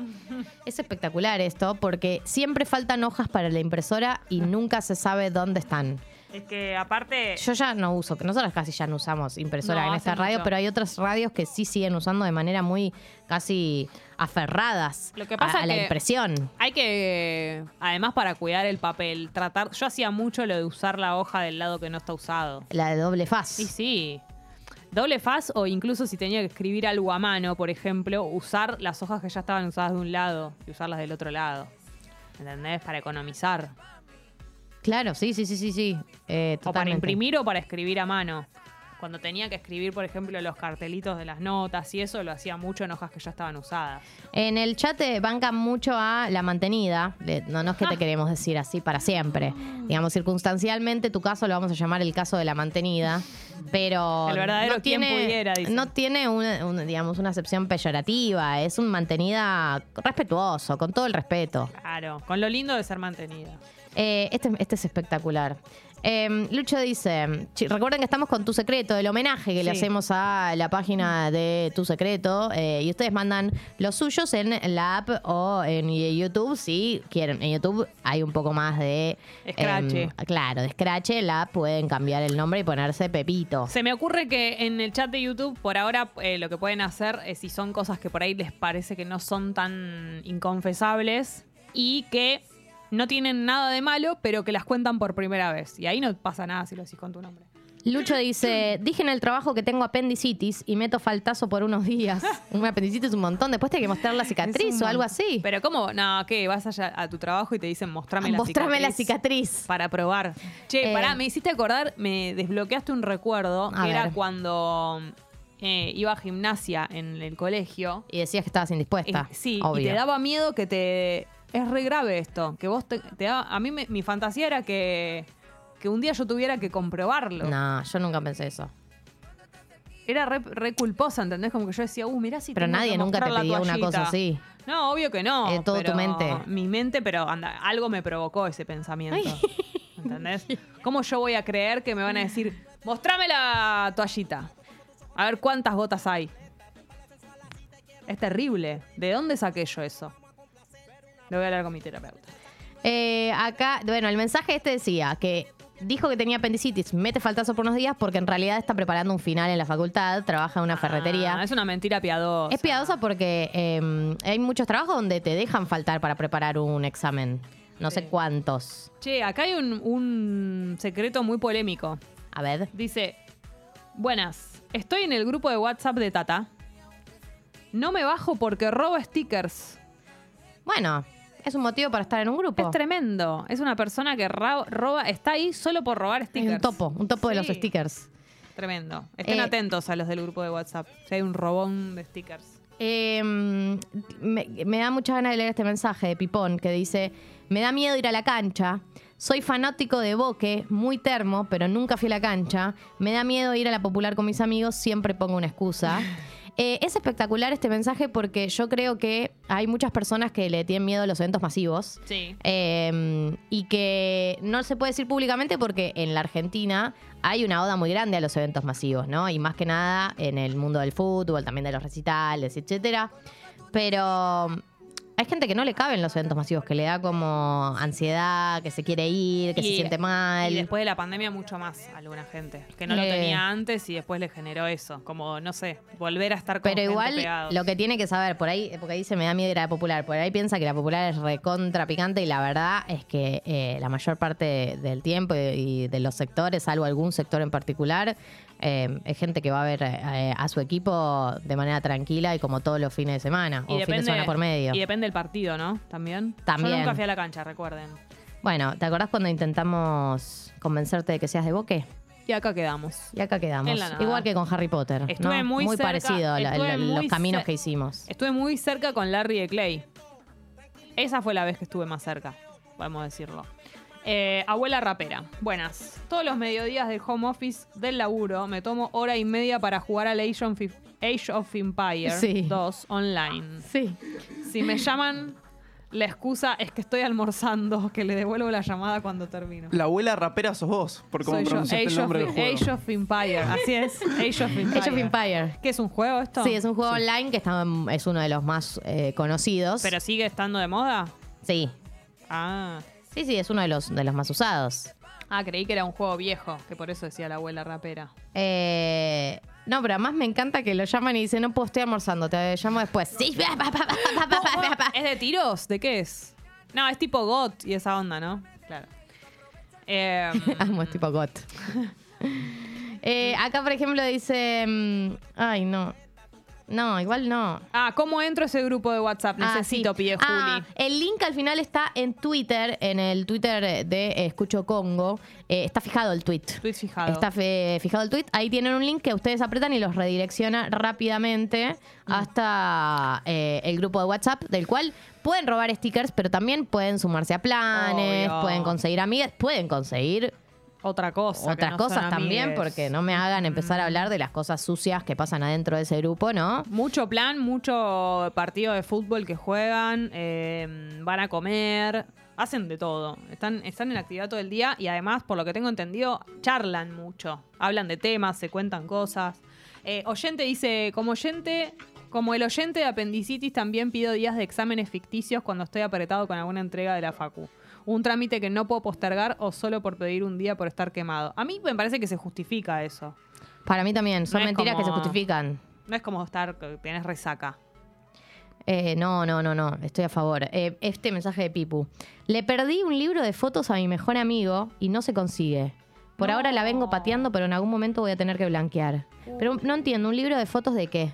S3: Es espectacular esto porque siempre faltan hojas para la impresora y nunca se sabe dónde están.
S2: Es que aparte.
S3: Yo ya no uso, nosotros casi ya no usamos impresora
S2: No,
S3: en
S2: hace
S3: esta radio,
S2: mucho.
S3: pero hay otras radios que sí siguen usando de manera muy casi aferradas
S2: Lo que pasa
S3: a, a la
S2: que-
S3: impresión.
S2: Hay que, además para cuidar el papel, tratar, yo hacía mucho lo de usar la hoja del lado que no está usado.
S3: La de doble faz.
S2: Sí, sí. Doble faz o incluso si tenía que escribir algo a mano, por ejemplo, usar las hojas que ya estaban usadas de un lado y usarlas del otro lado. ¿Entendés? Para economizar.
S3: Claro, sí, sí, sí, sí, sí. Eh,
S2: O para
S3: totalmente.
S2: imprimir o para escribir a mano. Cuando tenía que escribir, por ejemplo, los cartelitos de las notas y eso, lo hacía mucho en hojas que ya estaban usadas.
S3: En el chat te bancan mucho a la mantenida. Le- No, no es que te queremos decir así para siempre. Digamos, circunstancialmente tu caso lo vamos a llamar el caso de la mantenida. Pero
S2: El verdadero
S3: no
S2: quien
S3: tiene,
S2: pudiera, dicen.
S3: no tiene una, una, digamos, una acepción peyorativa. Es un mantenida respetuoso, con todo el respeto.
S2: Claro, con lo lindo de ser mantenida.
S3: Eh, este, este es espectacular. Eh, Lucho dice, "Chi- recuerden que estamos con Tu Secreto, el homenaje que le
S2: Sí.
S3: hacemos a la página de Tu Secreto eh, y ustedes mandan los suyos en la app o en YouTube si quieren. En YouTube hay un poco más de...
S2: Escrache.
S3: em, claro, de Scratch, la app pueden cambiar el nombre y ponerse Pepito.
S2: Se me ocurre que en el chat de YouTube, por ahora, eh, lo que pueden hacer es si son cosas que por ahí les parece que no son tan inconfesables y que no tienen nada de malo, pero que las cuentan por primera vez. Y ahí no pasa nada si lo decís con tu nombre.
S3: Lucho dice, dije en el trabajo que tengo apendicitis y meto faltazo por unos días. *laughs* Un apendicitis es un montón, después te hay que mostrar la
S2: Es
S3: cicatriz
S2: un
S3: o algo
S2: montón.
S3: así.
S2: Pero ¿cómo? No, ¿qué? Vas allá a tu trabajo y te dicen mostrame la
S3: Mostrame
S2: cicatriz.
S3: la cicatriz.
S2: Para probar. Che,
S3: Eh.
S2: pará, me hiciste acordar, me desbloqueaste un recuerdo
S3: A
S2: que era
S3: ver.
S2: cuando eh, iba a gimnasia en el colegio.
S3: Y decías que estabas indispuesta.
S2: Eh, sí,
S3: obvio.
S2: y te daba miedo que te. Es re grave esto. Que vos te, te daba- A mí me- mi fantasía era que. Que un día yo tuviera que comprobarlo.
S3: No, yo nunca pensé eso.
S2: Era re, re culposa, ¿entendés? Como que yo decía, uh, mirá si
S3: Pero
S2: tengo que
S3: nadie nunca te
S2: mostrar la
S3: pedía una
S2: toallita".
S3: cosa así.
S2: No, obvio que no.
S3: Eh, todo tu
S2: pero-
S3: mente.
S2: Mi mente, pero anda, algo me provocó ese pensamiento.
S3: *laughs*
S2: ¿Entendés? ¿Cómo yo voy a creer que me van a decir, mostrame la toallita? A ver cuántas gotas hay. Es terrible. ¿De dónde saqué yo eso? Lo voy a hablar con mi terapeuta.
S3: Eh, acá, bueno, el mensaje este decía que dijo que tenía apendicitis, mete faltazo por unos días porque en realidad está preparando un final en la facultad, trabaja en una ferretería.
S2: Ah, es una mentira piadosa.
S3: Es piadosa porque eh, hay muchos trabajos donde te dejan faltar para preparar un examen. No sé cuántos.
S2: Che, acá hay un- un secreto muy polémico.
S3: A ver.
S2: Dice, buenas, estoy en el grupo de WhatsApp de Tata. No me bajo porque robo stickers.
S3: Bueno, es un motivo para estar en un grupo.
S2: Es tremendo. Es una persona que ra- roba, está ahí solo por robar
S3: Hay
S2: stickers.
S3: un topo, un topo de los
S2: Sí,
S3: stickers.
S2: Tremendo. Estén
S3: Eh,
S2: atentos a los del grupo de WhatsApp. Si hay un robón de stickers.
S3: Eh, me, me da muchas ganas de leer este mensaje de Pipón que dice: Me da miedo ir a la cancha. Soy fanático de Boque, muy termo, pero nunca fui a la cancha. Me da miedo ir a la popular con mis amigos, siempre pongo una excusa. Eh, es espectacular este mensaje porque yo creo que hay muchas personas que le tienen miedo a los eventos masivos.
S2: Sí.
S3: Eh, y que no se puede decir públicamente porque en la Argentina hay una oda muy grande a los eventos masivos, ¿no? Y más que nada en el mundo del fútbol, también de los recitales, etcétera. Pero um, Hay gente que no le caben los eventos masivos, que le da como ansiedad, que se quiere ir, que se
S2: Y-
S3: siente mal.
S2: Y después de la pandemia mucho más a alguna gente, que no lo
S3: Eh.
S2: tenía antes y después le generó eso, como, no sé, volver a estar con
S3: Pero
S2: gente
S3: igual,
S2: pegados.
S3: lo que tiene que saber, por ahí, porque ahí se me da miedo ir a la popular, por ahí piensa que la popular es recontra picante y la verdad es que eh, la mayor parte de- del tiempo y, y de los sectores, salvo algún sector en particular, eh, es gente que va a ver eh, a su equipo de manera tranquila y como todos los fines de semana o fines de semana por medio.
S2: Y depende del partido, ¿no? También. Yo
S3: También.
S2: nunca fui a la cancha, recuerden.
S3: Bueno, ¿te acordás cuando intentamos convencerte de que seas de Boque?
S2: Y acá quedamos.
S3: Y acá quedamos.
S2: En la nada.
S3: Igual que con Harry Potter.
S2: Estuve
S3: ¿no?
S2: muy cerca,
S3: parecido a la-
S2: estuve
S3: la- los
S2: muy
S3: caminos
S2: cer-
S3: que hicimos.
S2: Estuve muy cerca con Larry de Clay. Esa fue la vez que estuve más cerca, podemos decirlo. Eh, abuela rapera, buenas. Todos los mediodías del home office del laburo me tomo hora y media para jugar al Age of, Em- Age of Empire
S3: Sí.
S2: 2 online.
S3: Sí.
S2: Si me llaman, la excusa es que estoy almorzando, que le devuelvo la llamada cuando termino.
S10: La abuela rapera sos vos, por cómo
S2: Soy yo,
S10: pronunciaste el
S2: Age of,
S10: nombre del juego.
S2: Age of Empire, así es. Age of Empire.
S3: Age of Empire.
S2: ¿Qué es un juego esto?
S3: Sí, es un juego online que está, es uno de los más eh, conocidos.
S2: ¿Pero sigue estando de moda?
S3: sí.
S2: Ah.
S3: Sí, sí, es uno de los, de los más usados.
S2: Ah, creí que era un juego viejo, que por eso decía la abuela rapera.
S3: Eh, no, pero además me encanta que lo llaman y dicen, no puedo, estoy almorzando, te llamo después. Sí, pa, pa, pa, pa, *laughs* pa,
S2: *laughs*
S3: pa, pa, pa.
S2: ¿Es de tiros? ¿De qué es? No, es tipo GOT y esa onda, ¿no? Claro. Eh,
S3: *laughs* Amo, es tipo got. Eh, acá, por ejemplo, dice, mm, ay, no. No, igual no.
S2: ah, ¿cómo entro a ese grupo de WhatsApp?
S3: Ah,
S2: Necesito,
S3: sí.
S2: pide Juli.
S3: Ah, el link al final está en Twitter, en el Twitter de Escucho Congo. Eh, está fijado el tweet.
S2: Tweet fijado.
S3: Está fe- fijado el tweet. Ahí tienen un link que ustedes apretan y los redirecciona rápidamente
S2: Mm.
S3: hasta eh, el grupo de WhatsApp, del cual pueden robar stickers, pero también pueden sumarse a planes,
S2: Obvio.
S3: pueden conseguir amigas, pueden conseguir
S2: Otra cosa. que
S3: otras
S2: no
S3: cosas
S2: son
S3: también,
S2: amigues. Mm.
S3: porque no me hagan empezar a hablar de las cosas sucias que pasan adentro de ese grupo, ¿no?
S2: Mucho plan, mucho partido de fútbol que juegan, eh, van a comer, hacen de todo. Están, están en actividad todo el día y además, por lo que tengo entendido, charlan mucho. Hablan de temas, se cuentan cosas. Eh, oyente dice, como oyente, como el oyente de apendicitis también pido días de exámenes ficticios cuando estoy apretado con alguna entrega de la facu. Un trámite que no puedo postergar o solo por pedir un día por estar quemado. A mí me parece que se justifica eso.
S3: Para mí también, son
S2: No es
S3: mentiras que se
S2: como-
S3: justifican.
S2: No es como estar, que tenés resaca.
S3: Eh, no, no, no, no, estoy a favor. Eh, este mensaje de Pipu. Le perdí un libro de fotos a mi mejor amigo y no se consigue. Por ahora la vengo pateando, pero en algún momento voy a tener que blanquear. Pero no entiendo, ¿un libro de fotos de qué?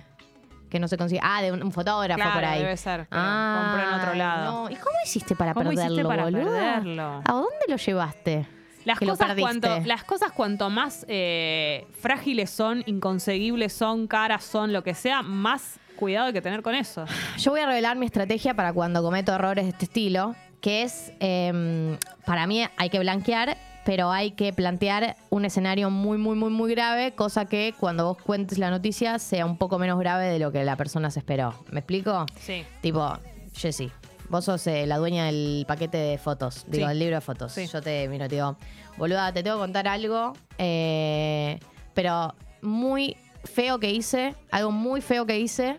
S3: Que no se consigue. Ah, de un, un fotógrafo
S2: Claro,
S3: por ahí. Ah,
S2: debe ser, pero compró en otro lado.
S3: no. ¿Y cómo hiciste para
S2: ¿Cómo hiciste
S3: perderlo,
S2: para
S3: boluda?
S2: perderlo?
S3: ¿A dónde lo llevaste?
S2: Las
S3: que lo
S2: cosas,
S3: perdiste?
S2: cuanto, las cosas cuanto más eh, frágiles son, inconseguibles son, caras son, lo que sea, más cuidado hay que tener con eso.
S3: Yo voy a revelar mi estrategia para cuando cometo errores de este estilo, que es, eh, para mí hay que blanquear, pero hay que plantear un escenario muy, muy, muy, muy grave, cosa que cuando vos cuentes la noticia sea un poco menos grave de lo que la persona se esperó. ¿Me explico?
S2: *laughs* Sí.
S3: Tipo, Jessy, vos sos eh, la dueña del paquete de fotos, digo,
S2: Sí.
S3: del libro de fotos.
S2: Sí.
S3: Yo te miro, te digo, boluda, te tengo que contar algo, eh, pero muy feo que hice, algo muy feo que hice,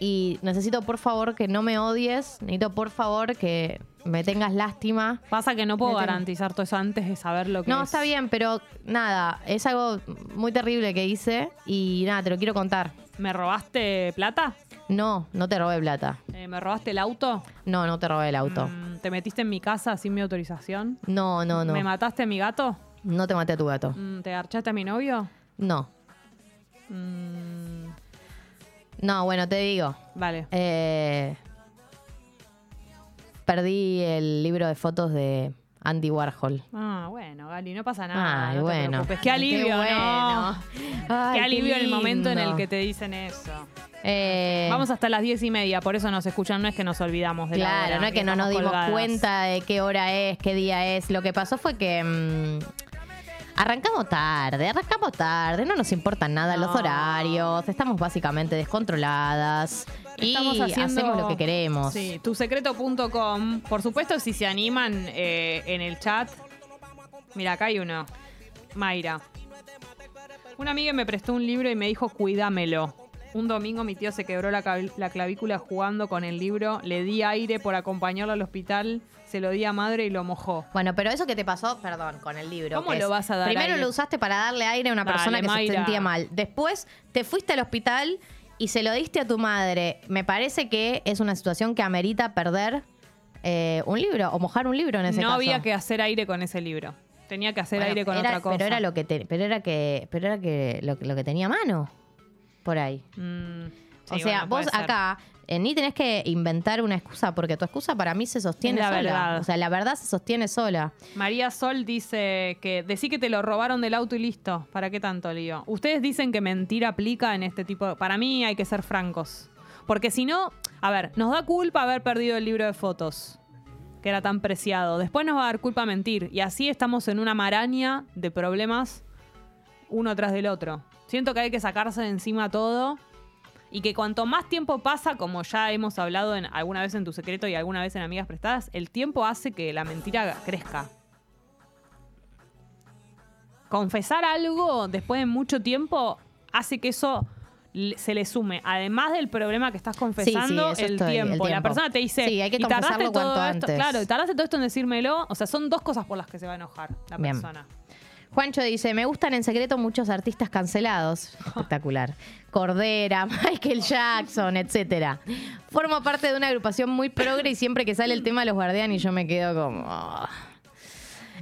S3: y necesito por favor que no me odies, necesito por favor que me tengas lástima.
S2: Pasa que no puedo
S3: Me tengo-
S2: garantizar todo eso antes de saber lo que
S3: No,
S2: es.
S3: está bien, pero nada, es algo muy terrible que hice y nada, te lo quiero contar.
S2: ¿Me robaste plata?
S3: No, no te robé plata.
S2: Eh, ¿Me robaste el auto?
S3: No, no te robé el auto.
S2: Mm, ¿Te metiste en mi casa sin mi autorización?
S3: No, no, no.
S2: ¿Me mataste a mi gato?
S3: No te maté a tu gato.
S2: Mm, ¿Te garchaste a mi novio?
S3: No.
S2: Mm,
S3: No, bueno, te digo.
S2: vale.
S3: Eh, perdí el libro de fotos de Andy Warhol.
S2: Ah, bueno, Gali, no pasa nada. Ah,
S3: Ay,
S2: no te
S3: bueno.
S2: preocupes. Qué alivio,
S3: Qué
S2: ¿no?
S3: bueno. Ay,
S2: qué
S3: qué
S2: alivio el momento en el
S3: lindo.
S2: que te dicen eso.
S3: Eh,
S2: Vamos hasta las diez y media, por eso nos escuchan, no es que nos olvidamos de la
S3: Claro,
S2: hora,
S3: no es que no nos
S2: estamos
S3: dimos
S2: colgadas.
S3: cuenta de qué hora es, qué día es. Lo que pasó fue que mm, arrancamos tarde, arrancamos tarde, no nos importan nada los
S2: No.
S3: horarios, estamos básicamente descontroladas
S2: Estamos
S3: y
S2: haciendo-
S3: hacemos lo que queremos.
S2: Sí, tusecreto.com. Por supuesto, si se animan eh, en el chat. Mira, acá hay uno. Mayra. Una amiga me prestó un libro y me dijo, cuídamelo. Un domingo mi tío se quebró la, cavi- la clavícula jugando con el libro, le di aire por acompañarlo al hospital, se lo di a madre y lo mojó.
S3: Bueno, pero eso que te pasó, perdón, con el libro.
S2: ¿Cómo
S3: que
S2: lo vas a dar
S3: Primero
S2: aire?
S3: lo usaste para darle aire a una
S2: Dale,
S3: persona que
S2: Mayra.
S3: se sentía mal. Después te fuiste al hospital y se lo diste a tu madre. Me parece que es una situación que amerita perder eh, un libro o mojar un libro en ese
S2: no
S3: caso.
S2: había que hacer aire con ese libro. Tenía que hacer
S3: Bueno,
S2: aire con
S3: era-
S2: otra cosa.
S3: Pero era lo que te- pero era que, pero era que lo, lo que tenía a mano. Por ahí.
S2: Mm,
S3: o
S2: sí, bueno,
S3: sea, vos
S2: puede ser.
S3: acá eh, ni tenés que inventar una excusa, porque tu excusa para mí se sostiene
S2: Es la
S3: sola.
S2: verdad.
S3: O sea, la verdad se sostiene sola.
S2: María Sol dice que decí que te lo robaron del auto y listo. ¿Para qué tanto lío? Ustedes dicen que mentira aplica en este tipo de... Para mí hay que ser francos. Porque si no, a ver, nos da culpa haber perdido el libro de fotos, que era tan preciado. Después nos va a dar culpa mentir. Y así estamos en una maraña de problemas uno tras del otro. Siento que hay que sacarse de encima todo. Y que cuanto más tiempo pasa, como ya hemos hablado en, alguna vez en Tu Secreto y alguna vez en Amigas Prestadas, el tiempo hace que la mentira crezca. Confesar algo después de mucho tiempo hace que eso le- se le sume. Además del problema que estás confesando,
S3: eso estoy,
S2: el,
S3: el
S2: tiempo. La
S3: tiempo.
S2: persona te dice,
S3: Sí, hay que
S2: "Y tardaste
S3: confesarlo
S2: todo
S3: cuanto
S2: esto".
S3: antes.
S2: Claro, y tardaste todo esto en decírmelo. O sea, son dos cosas por las que se va a enojar la
S3: Bien.
S2: persona.
S3: Juancho dice, me gustan en secreto muchos
S2: *laughs*
S3: artistas cancelados. Espectacular. Cordera, *laughs* Michael Jackson, etcétera. Formo parte de una agrupación muy progre y siempre que sale el tema los guardián y yo me quedo como... "Ah".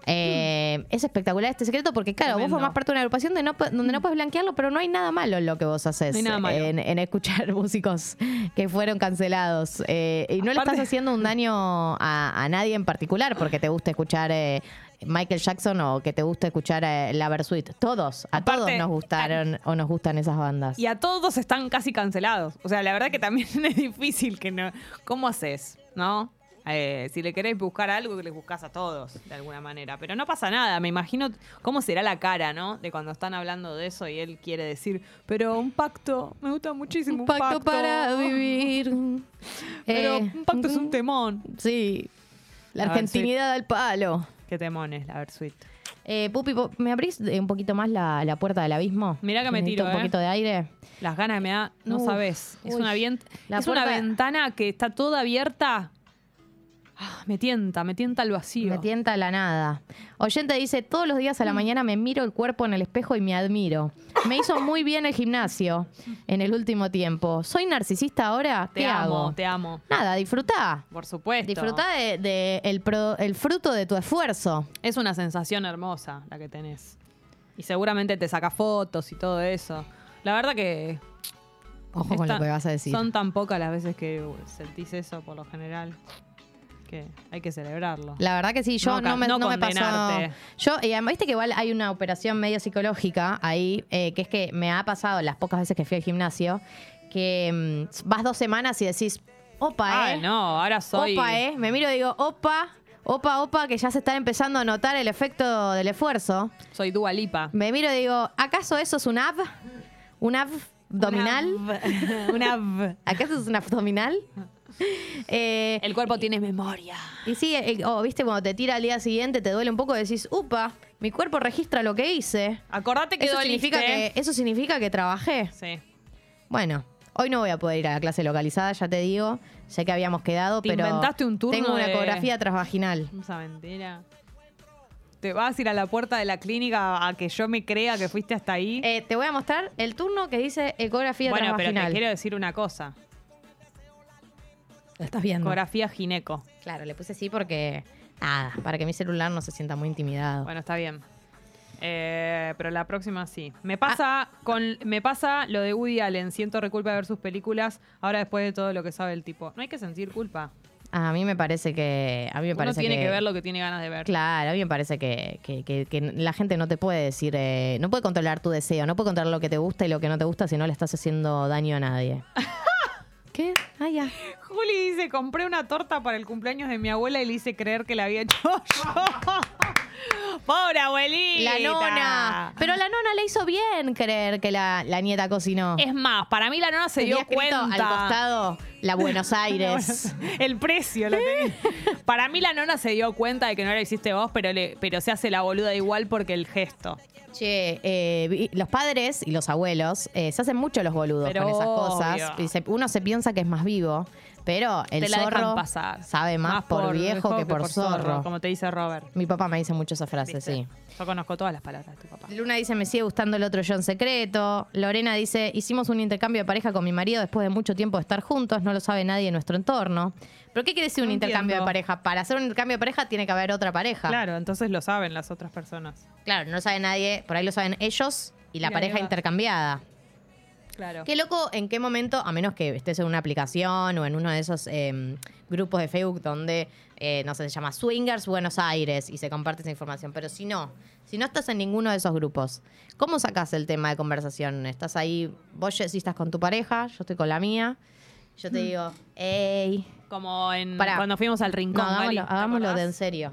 S3: Eh, es espectacular este secreto porque, claro,
S2: Tremendo.
S3: vos formás parte de una agrupación de no pu- donde no puedes blanquearlo, pero no hay nada malo en lo que vos haces.
S2: No
S3: eh,
S2: hay nada malo.
S3: En, en escuchar *laughs* músicos que fueron cancelados. Eh, y no le
S2: Aparte-
S3: estás haciendo un daño a, a nadie en particular porque te gusta escuchar eh, Michael Jackson o que te gusta escuchar eh, la Versuit. Todos, a
S2: Aparte,
S3: todos nos gustaron o nos gustan esas bandas.
S2: Y a todos están casi cancelados. O sea, la verdad que también *laughs* es difícil que no. ¿Cómo haces? ¿No? Eh, si le querés buscar algo, que les buscas a todos, de alguna manera. Pero no pasa nada. Me imagino cómo será la cara, ¿no? De cuando están hablando de eso y él quiere decir, pero un pacto, me gusta muchísimo. Un pacto,
S3: para vivir.
S2: Pero
S3: Eh,
S2: un pacto es un temón.
S3: Sí. La
S2: A ver,
S3: argentinidad al palo.
S2: Qué temón es la Versuit.
S3: Eh, Pupi, po- ¿me abrís eh, un poquito más la, la puerta del abismo?
S2: Mirá que me
S3: Necesito
S2: tiro,
S3: un
S2: ¿eh?
S3: poquito de aire.
S2: Las ganas me da, no
S3: Uf,
S2: sabes. Es,
S3: uy.
S2: una, vien-
S3: La
S2: es una
S3: puerta-
S2: ventana que está toda abierta. Ah, me tienta, me tienta al vacío.
S3: Me tienta la nada. Oyente dice, todos los días a la mañana me miro el cuerpo en el espejo y me admiro. Me hizo muy bien el gimnasio en el último tiempo. ¿Soy narcisista ahora?
S2: Te
S3: ¿Qué
S2: amo,
S3: hago?
S2: te amo.
S3: Nada, disfrutá.
S2: Por supuesto.
S3: Disfrutá de, de el, pro- el fruto de tu esfuerzo.
S2: Es una sensación hermosa la que tenés. Y seguramente te saca fotos y todo eso. La verdad que.
S3: Ojo con
S2: esta-
S3: lo que vas a decir.
S2: Son tan pocas las veces que sentís eso por lo general que hay que celebrarlo.
S3: La verdad que sí,
S2: No
S3: yo no,
S2: ca-
S3: me,
S2: no
S3: no me pasó.
S2: condenarte.
S3: Yo, y además, viste que igual hay una operación medio psicológica ahí, eh, que es que me ha pasado las pocas veces que fui al gimnasio, que mm, vas dos semanas y decís, opa,
S2: Ay,
S3: eh.
S2: no, ahora soy.
S3: Opa, ¿eh? Me miro y digo, opa, opa, opa, que ya se está empezando a notar el efecto del esfuerzo.
S2: Soy Dualipa.
S3: Me miro y digo, ¿acaso eso es un ab? ¿Un abdominal?
S2: *laughs* Una. v-
S3: ¿Acaso es
S2: *laughs*
S3: un abdominal? Eh,
S2: El cuerpo tiene memoria.
S3: y sí, el- o viste, cuando te tira al día siguiente, te duele un poco, decís, upa, mi cuerpo registra lo que hice.
S2: Acordate que
S3: Eso
S2: doliste.
S3: significa que, eso significa que trabajé.
S2: Sí.
S3: Bueno, hoy no voy a poder ir a la clase localizada, ya te digo. Sé que habíamos quedado,
S2: Te
S3: pero
S2: inventaste un turno
S3: tengo una
S2: de-
S3: ecografía transvaginal.
S2: Esa mentira. Te vas a ir a la puerta de la clínica a que yo me crea que fuiste hasta ahí.
S3: Eh, te voy a mostrar el turno que dice ecografía
S2: bueno, pero te
S3: transvaginal.
S2: quiero decir una cosa.
S3: Lo estás viendo.
S2: Ecografía gineco.
S3: Claro, le puse sí porque. Nada, para que mi celular no se sienta muy intimidado.
S2: Bueno, está bien. Eh, pero la próxima sí. Me
S3: Ah.
S2: pasa con me pasa lo de Woody Allen. Siento reculpa de ver sus películas ahora después de todo lo que sabe el tipo. No hay que sentir culpa.
S3: A mí me parece que. A mí me
S2: Uno
S3: parece
S2: tiene que... ver lo que tiene ganas de ver.
S3: Claro, a mí me parece que, que- que- que la gente no te puede decir. eh, no puede controlar tu deseo, no puede controlar lo que te gusta y lo que no te gusta si no le estás haciendo daño
S2: *laughs*
S3: a nadie. ¿Qué? Ah, ya.
S2: Juli dice, compré una torta para el cumpleaños de mi abuela y le hice creer que la había hecho *laughs* yo. Pobre abuelita.
S3: La nona. Pero la nona le hizo bien creer que la, la nieta cocinó.
S2: Es más, para mí la nona se
S3: Tenía
S2: dio
S3: escrito
S2: cuenta.
S3: al costado La
S2: *laughs*
S3: Buenos Aires.
S2: El precio lo tenía. *laughs* Para mí la nona se dio cuenta de que no la hiciste vos, pero, le, pero se hace la boluda igual porque el gesto.
S3: Che, eh, vi- los padres y los abuelos eh, se hacen mucho los boludos
S2: Pero
S3: con esas cosas.
S2: obvio.
S3: Y se- uno se piensa que es más vivo, pero el
S2: Te la dejan
S3: zorro
S2: pasar.
S3: sabe más, por, viejo que, por, zorro.
S2: Como te dice Robert.
S3: Mi papá me dice mucho esa frase,
S2: ¿viste?
S3: sí.
S2: Yo conozco todas las palabras de tu papá.
S3: Luna dice, me sigue gustando el otro yo en secreto. Lorena dice, hicimos un intercambio de pareja con mi marido después de mucho tiempo de estar juntos, no lo sabe nadie en nuestro entorno. ¿Pero qué quiere decir un
S2: No
S3: intercambio de
S2: entiendo.
S3: pareja? Para hacer un intercambio de pareja tiene que haber otra pareja.
S2: Claro, entonces lo saben las otras personas.
S3: Claro, no lo sabe nadie, por ahí lo saben ellos y la
S2: Y la
S3: pareja
S2: nueva.
S3: intercambiada.
S2: Claro.
S3: Qué loco, en qué momento, a menos que estés en una aplicación o en uno de esos eh, grupos de Facebook donde, eh, no sé, se llama Swingers Buenos Aires y se comparte esa información. Pero si no, si no estás en ninguno de esos grupos, ¿cómo sacás el tema de conversación? Estás ahí, vos si estás con tu pareja, yo estoy con la mía, yo te digo, hey,
S2: Como en
S3: Pará.
S2: cuando fuimos al rincón.
S3: no, hagámoslo,
S2: Gali, ¿te
S3: hagámoslo de en
S2: acordás?
S3: serio.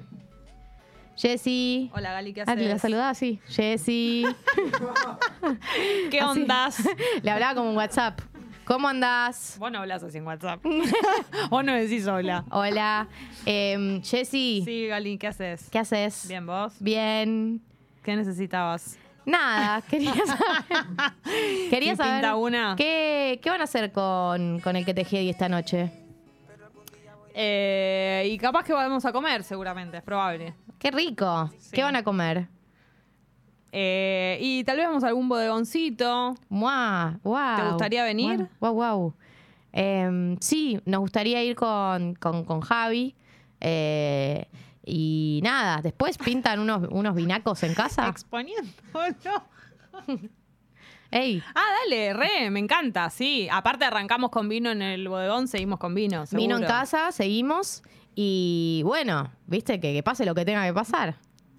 S3: Jessy.
S2: Hola, Gali, ¿qué
S3: Ah,
S2: haces?
S3: la saludaba así.
S2: *laughs*
S3: Jessy. *laughs*
S2: ¿Qué
S3: Así.
S2: ondas?
S3: *laughs* Le hablaba como un WhatsApp. ¿Cómo andás?
S2: Vos no hablas así en
S3: *laughs*
S2: WhatsApp. Vos no decís hola.
S3: Hola. Em, Jessy,
S2: Sí, Gali, ¿qué haces?
S3: ¿qué haces?
S2: Bien, ¿vos?
S3: Bien.
S2: ¿Qué necesitabas?
S3: Nada,
S2: *laughs*
S3: quería saber. quería
S2: ¿Y
S3: saber.
S2: pinta una?
S3: ¿qué, qué van a hacer con, con el que te Jedi esta noche?
S2: Eh, y capaz que vamos a comer, seguramente, es probable.
S3: ¡Qué rico!
S2: Sí.
S3: ¿Qué van a comer?
S2: Eh, y tal vez vamos a algún bodegoncito.
S3: ¡Mua! ¡Wow!
S2: ¿Te gustaría venir?
S3: ¡Wow, wow! sí, nos gustaría ir con, con, con Javi. Eh, y nada, después pintan unos, unos binacos en casa.
S2: Exponiendo, ¿no?
S3: ¡Ey!
S2: Ah, dale, re, me encanta, sí. Aparte arrancamos con vino en el bodegón, seguimos con vino. seguro.
S3: Vino en casa, seguimos. Y bueno, viste, que, que pase lo que tenga que pasar.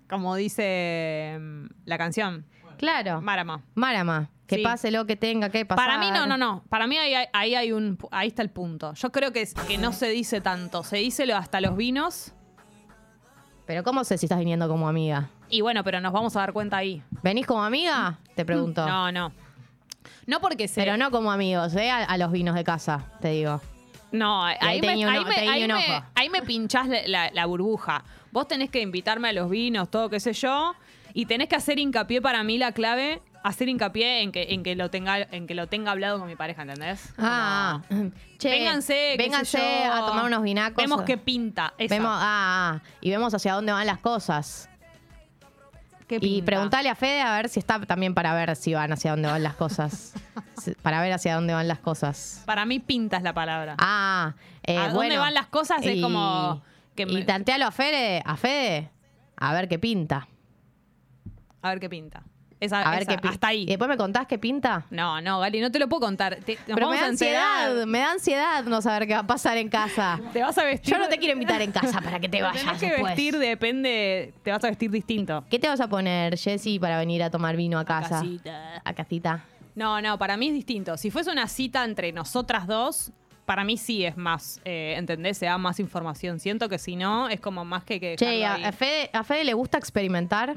S2: Como dice mm, la canción,
S3: Claro.
S2: Marama.
S3: Marama, que
S2: Sí.
S3: pase lo que tenga que pasar.
S2: Para mí no, no, no. Para mí ahí, hay- ahí hay un pu- ahí está el punto. Yo creo que, es- que no se dice tanto. Se dice lo- hasta los vinos.
S3: Pero ¿cómo sé si estás viniendo como amiga?
S2: Y bueno, pero nos vamos a dar cuenta ahí.
S3: ¿Venís como amiga? Te pregunto.
S2: No, no. No porque se.
S3: Pero no como amigos, ¿eh? A, a los vinos de casa, te digo.
S2: No, ahí me,
S3: tenía un
S2: ahí
S3: ojo,
S2: me-
S3: tenía
S2: ahí
S3: un
S2: me-
S3: ojo.
S2: ahí me pinchás la, la- la burbuja. Vos tenés que invitarme a los vinos, todo qué sé yo, y tenés que hacer hincapié para mí la clave, hacer hincapié en que, en que lo tenga, en que lo tenga hablado con mi pareja, ¿entendés? *laughs*
S3: Ah, che,
S2: vénganse, qué sé
S3: vénganse
S2: yo.
S3: a tomar unos vinacos.
S2: Vemos qué pinta. esa.
S3: Vemos, ah, ah, y vemos hacia dónde van las cosas.
S2: ¿Qué
S3: Y
S2: pinta?
S3: preguntarle a Fede a ver si está también para ver si van hacia dónde van las
S2: *laughs*
S3: cosas. Si- para ver hacia dónde van las cosas.
S2: Para mí pinta es la palabra.
S3: Ah, eh,
S2: ¿A dónde
S3: bueno,
S2: van las cosas? Es como que
S3: y
S2: me-
S3: tantealo a Fede, a Fede, a ver qué pinta.
S2: A ver qué pinta. Esa-
S3: A ver
S2: Ah, esa,
S3: qué pin-
S2: hasta ahí.
S3: ¿Y después me contás qué pinta?
S2: No, no, Gali, no te lo puedo contar. Te- nos
S3: Pero
S2: vamos
S3: me da
S2: a
S3: ansiedad,
S2: enterar.
S3: me da ansiedad no saber qué va a pasar en casa.
S2: *laughs* Te vas a vestir.
S3: Yo no te quiero invitar en casa para que te
S2: Te
S3: vayas
S2: tenés que
S3: después.
S2: vestir, depende, te vas a vestir distinto.
S3: ¿Qué te vas a poner, Jessy, para venir a tomar vino a casa?
S2: Casita.
S3: A casita.
S2: No, no, para mí es distinto. Si fuese una cita entre nosotras dos, para mí sí es más, eh, ¿entendés? Se da más información. Siento que si no, es como más que... que
S3: Che,
S2: dejarlo
S3: a,
S2: ahí.
S3: a Fede, a Fede le gusta experimentar.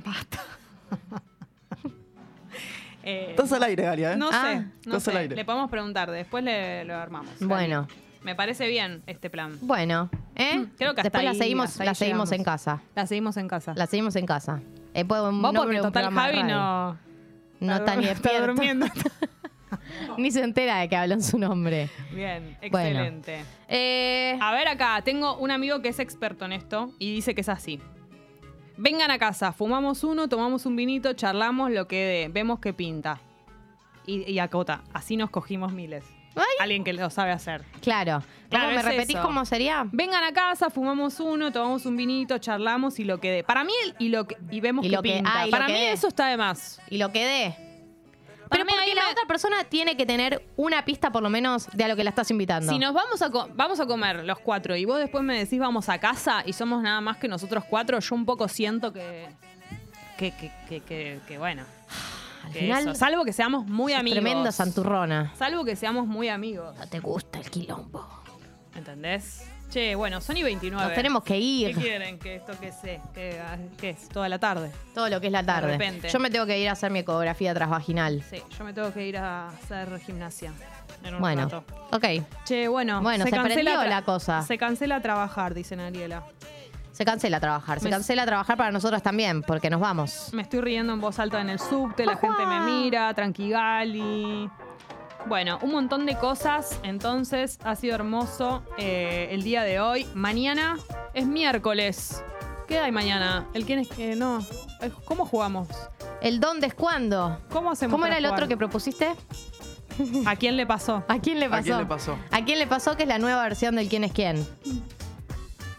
S2: Eh,
S10: Estás al aire, Galia, ¿eh?
S2: No
S3: Ah,
S2: sé, no
S10: estás al
S2: sé.
S10: aire.
S2: Le podemos preguntar, después le, lo armamos.
S3: Bueno.
S2: Me parece bien este plan.
S3: Bueno, ¿eh?
S2: Mm, creo que hasta
S3: Después la
S2: ahí-
S3: seguimos,
S2: hasta ahí
S3: la seguimos en
S2: llegamos.
S3: casa.
S2: La seguimos en casa.
S3: La seguimos en casa. Eh, puedo-
S2: Vos
S3: nombre
S2: porque
S3: de un
S2: total
S3: programa de
S2: Javi
S3: radio.
S2: no...
S3: No está ni
S2: *laughs* está
S3: despierto.
S2: durmiendo.
S3: *laughs* ni se entera de que habló en su nombre.
S2: bien,
S3: Bueno.
S2: excelente.
S3: Eh,
S2: A ver acá, tengo un amigo que es experto en esto y dice que es así. Vengan a casa, fumamos uno, tomamos un vinito, charlamos lo que dé, vemos qué pinta. Y, y acota, así nos cogimos miles.
S3: Ay.
S2: Alguien que lo sabe hacer.
S3: claro.
S2: Claro,
S3: ¿Cómo me
S2: es
S3: repetís
S2: eso.
S3: cómo sería?
S2: Vengan a casa, fumamos uno, tomamos un vinito, charlamos y lo que dé. Para mí, el- y, lo que- y vemos
S3: Y
S2: qué
S3: lo que-
S2: pinta.
S3: ah, y lo
S2: Para
S3: que
S2: mí
S3: dé.
S2: eso está de más.
S3: Y lo quedé.
S2: Para
S3: Pero
S2: mí ahí
S3: porque la
S2: me-
S3: otra persona tiene que tener una pista por lo menos de a lo que la estás invitando.
S2: Si nos vamos a, co- vamos a comer los cuatro y vos después me decís vamos a casa y somos nada más que nosotros cuatro, yo un poco siento que. que, que, que, que- que bueno.
S3: Al
S2: que
S3: final,
S2: eso. Salvo que seamos muy
S3: sos
S2: amigos.
S3: tremenda santurrona.
S2: Salvo que seamos muy amigos.
S3: No te gusta el quilombo.
S2: ¿Entendés? Che, bueno, Sony 29.
S3: Nos tenemos que
S2: ¿Qué
S3: ir
S2: quieren? ¿Que esto qué sé? ¿Qué, ah, qué es? Toda la tarde.
S3: todo lo que es la tarde.
S2: repente.
S3: Yo me tengo que ir a hacer mi ecografía transvaginal.
S2: Sí, yo me tengo que ir a hacer gimnasia. en un
S3: Bueno,
S2: rato.
S3: ok.
S2: Che, bueno,
S3: Bueno, se prendió
S2: tra-
S3: la cosa.
S2: Se cancela trabajar, dicen Ariela.
S3: Se cancela trabajar. Se
S2: Me-
S3: cancela trabajar para nosotros también, porque nos vamos.
S2: Me estoy riendo en voz alta en el subte, la gente me mira, tranquigali. Bueno, un montón de cosas. Entonces, ha sido hermoso eh, el día de hoy. Mañana es miércoles. ¿Qué hay mañana? ¿El quién es que no? Ay, ¿Cómo jugamos?
S3: El dónde es cuándo.
S2: ¿Cómo hacemos?
S3: ¿Cómo
S2: para
S3: era el otro que
S2: jugar?
S3: propusiste?
S2: ¿A quién le
S3: *laughs*
S2: pasó?
S3: ¿A quién le pasó?
S10: ¿A quién le pasó?
S3: ¿A quién le pasó que es la nueva versión del quién es quién?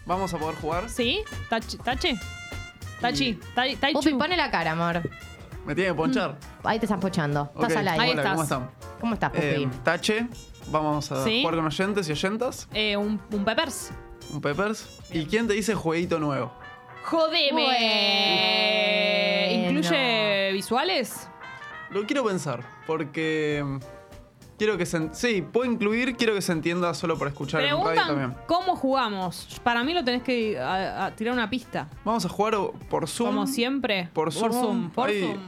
S10: ¿Vamos a poder jugar?
S2: ¿Sí? ¿Tachi? ¿Tachi? ¿Tachi? ¿Tai- Taichu?
S3: Upi, pone la cara, amor.
S10: Me tiene que ponchar.
S3: Ahí te están pochando.
S10: Ok,
S3: Estás al aire.
S10: hola,
S2: Ahí
S10: ¿Cómo
S2: estás.
S10: están?
S3: ¿Cómo estás, Pupi?
S10: Eh, tache, vamos a
S2: ¿Sí?
S10: jugar con oyentes y oyentas,
S2: Eh, un, un peppers.
S10: un Peppers. ¿Y quién te dice jueguito nuevo?
S2: ¡Jodeme!
S3: Bueno.
S2: ¿Incluye visuales?
S10: Lo quiero pensar, porque mm, quiero que se... en- Sí, puedo incluir, quiero que se entienda solo por escuchar en radio
S2: Preguntan
S10: también.
S2: cómo jugamos. Para mí lo tenés que a- a tirar una pista.
S10: Vamos a jugar o- por Zoom.
S2: Como siempre.
S10: Por Zoom.
S2: Por
S10: Ahí.
S2: Zoom.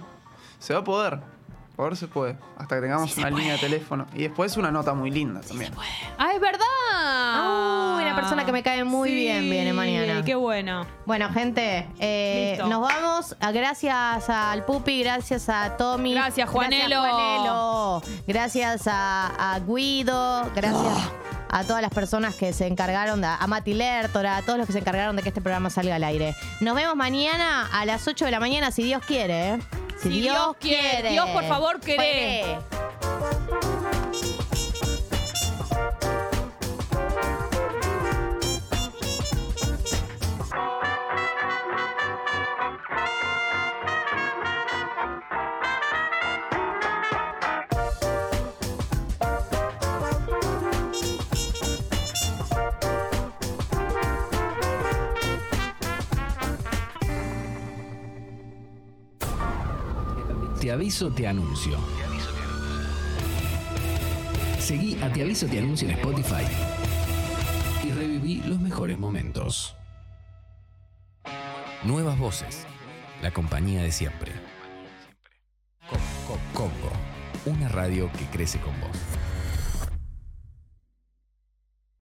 S10: Se va a poder. Ahora se puede. Hasta que tengamos una línea de teléfono. Y después una nota muy linda también.
S2: ¡Ah, es verdad!
S3: Ah, una persona que me cae muy bien viene mañana.
S2: Qué bueno.
S3: Bueno, gente, eh,
S2: Listo.
S3: nos vamos. Ah, Gracias al Pupi, gracias a Tommy.
S2: Gracias, Juanelo.
S3: Gracias, Juanelo. Gracias a, a Guido. Gracias a todas las personas que se encargaron, de, a Mati Lertora, a todos los que se encargaron de que este programa salga al aire. Nos vemos mañana a las 8 de la mañana, si Dios quiere. ¿eh? Si,
S2: Si Dios quiere. Dios, por favor, queré.
S3: Queré.
S4: Te aviso, te anuncio. Seguí a Te aviso, te anuncio en Spotify y reviví los mejores momentos. Nuevas voces. La compañía de siempre. Co- co- Congo. Una radio que crece con vos.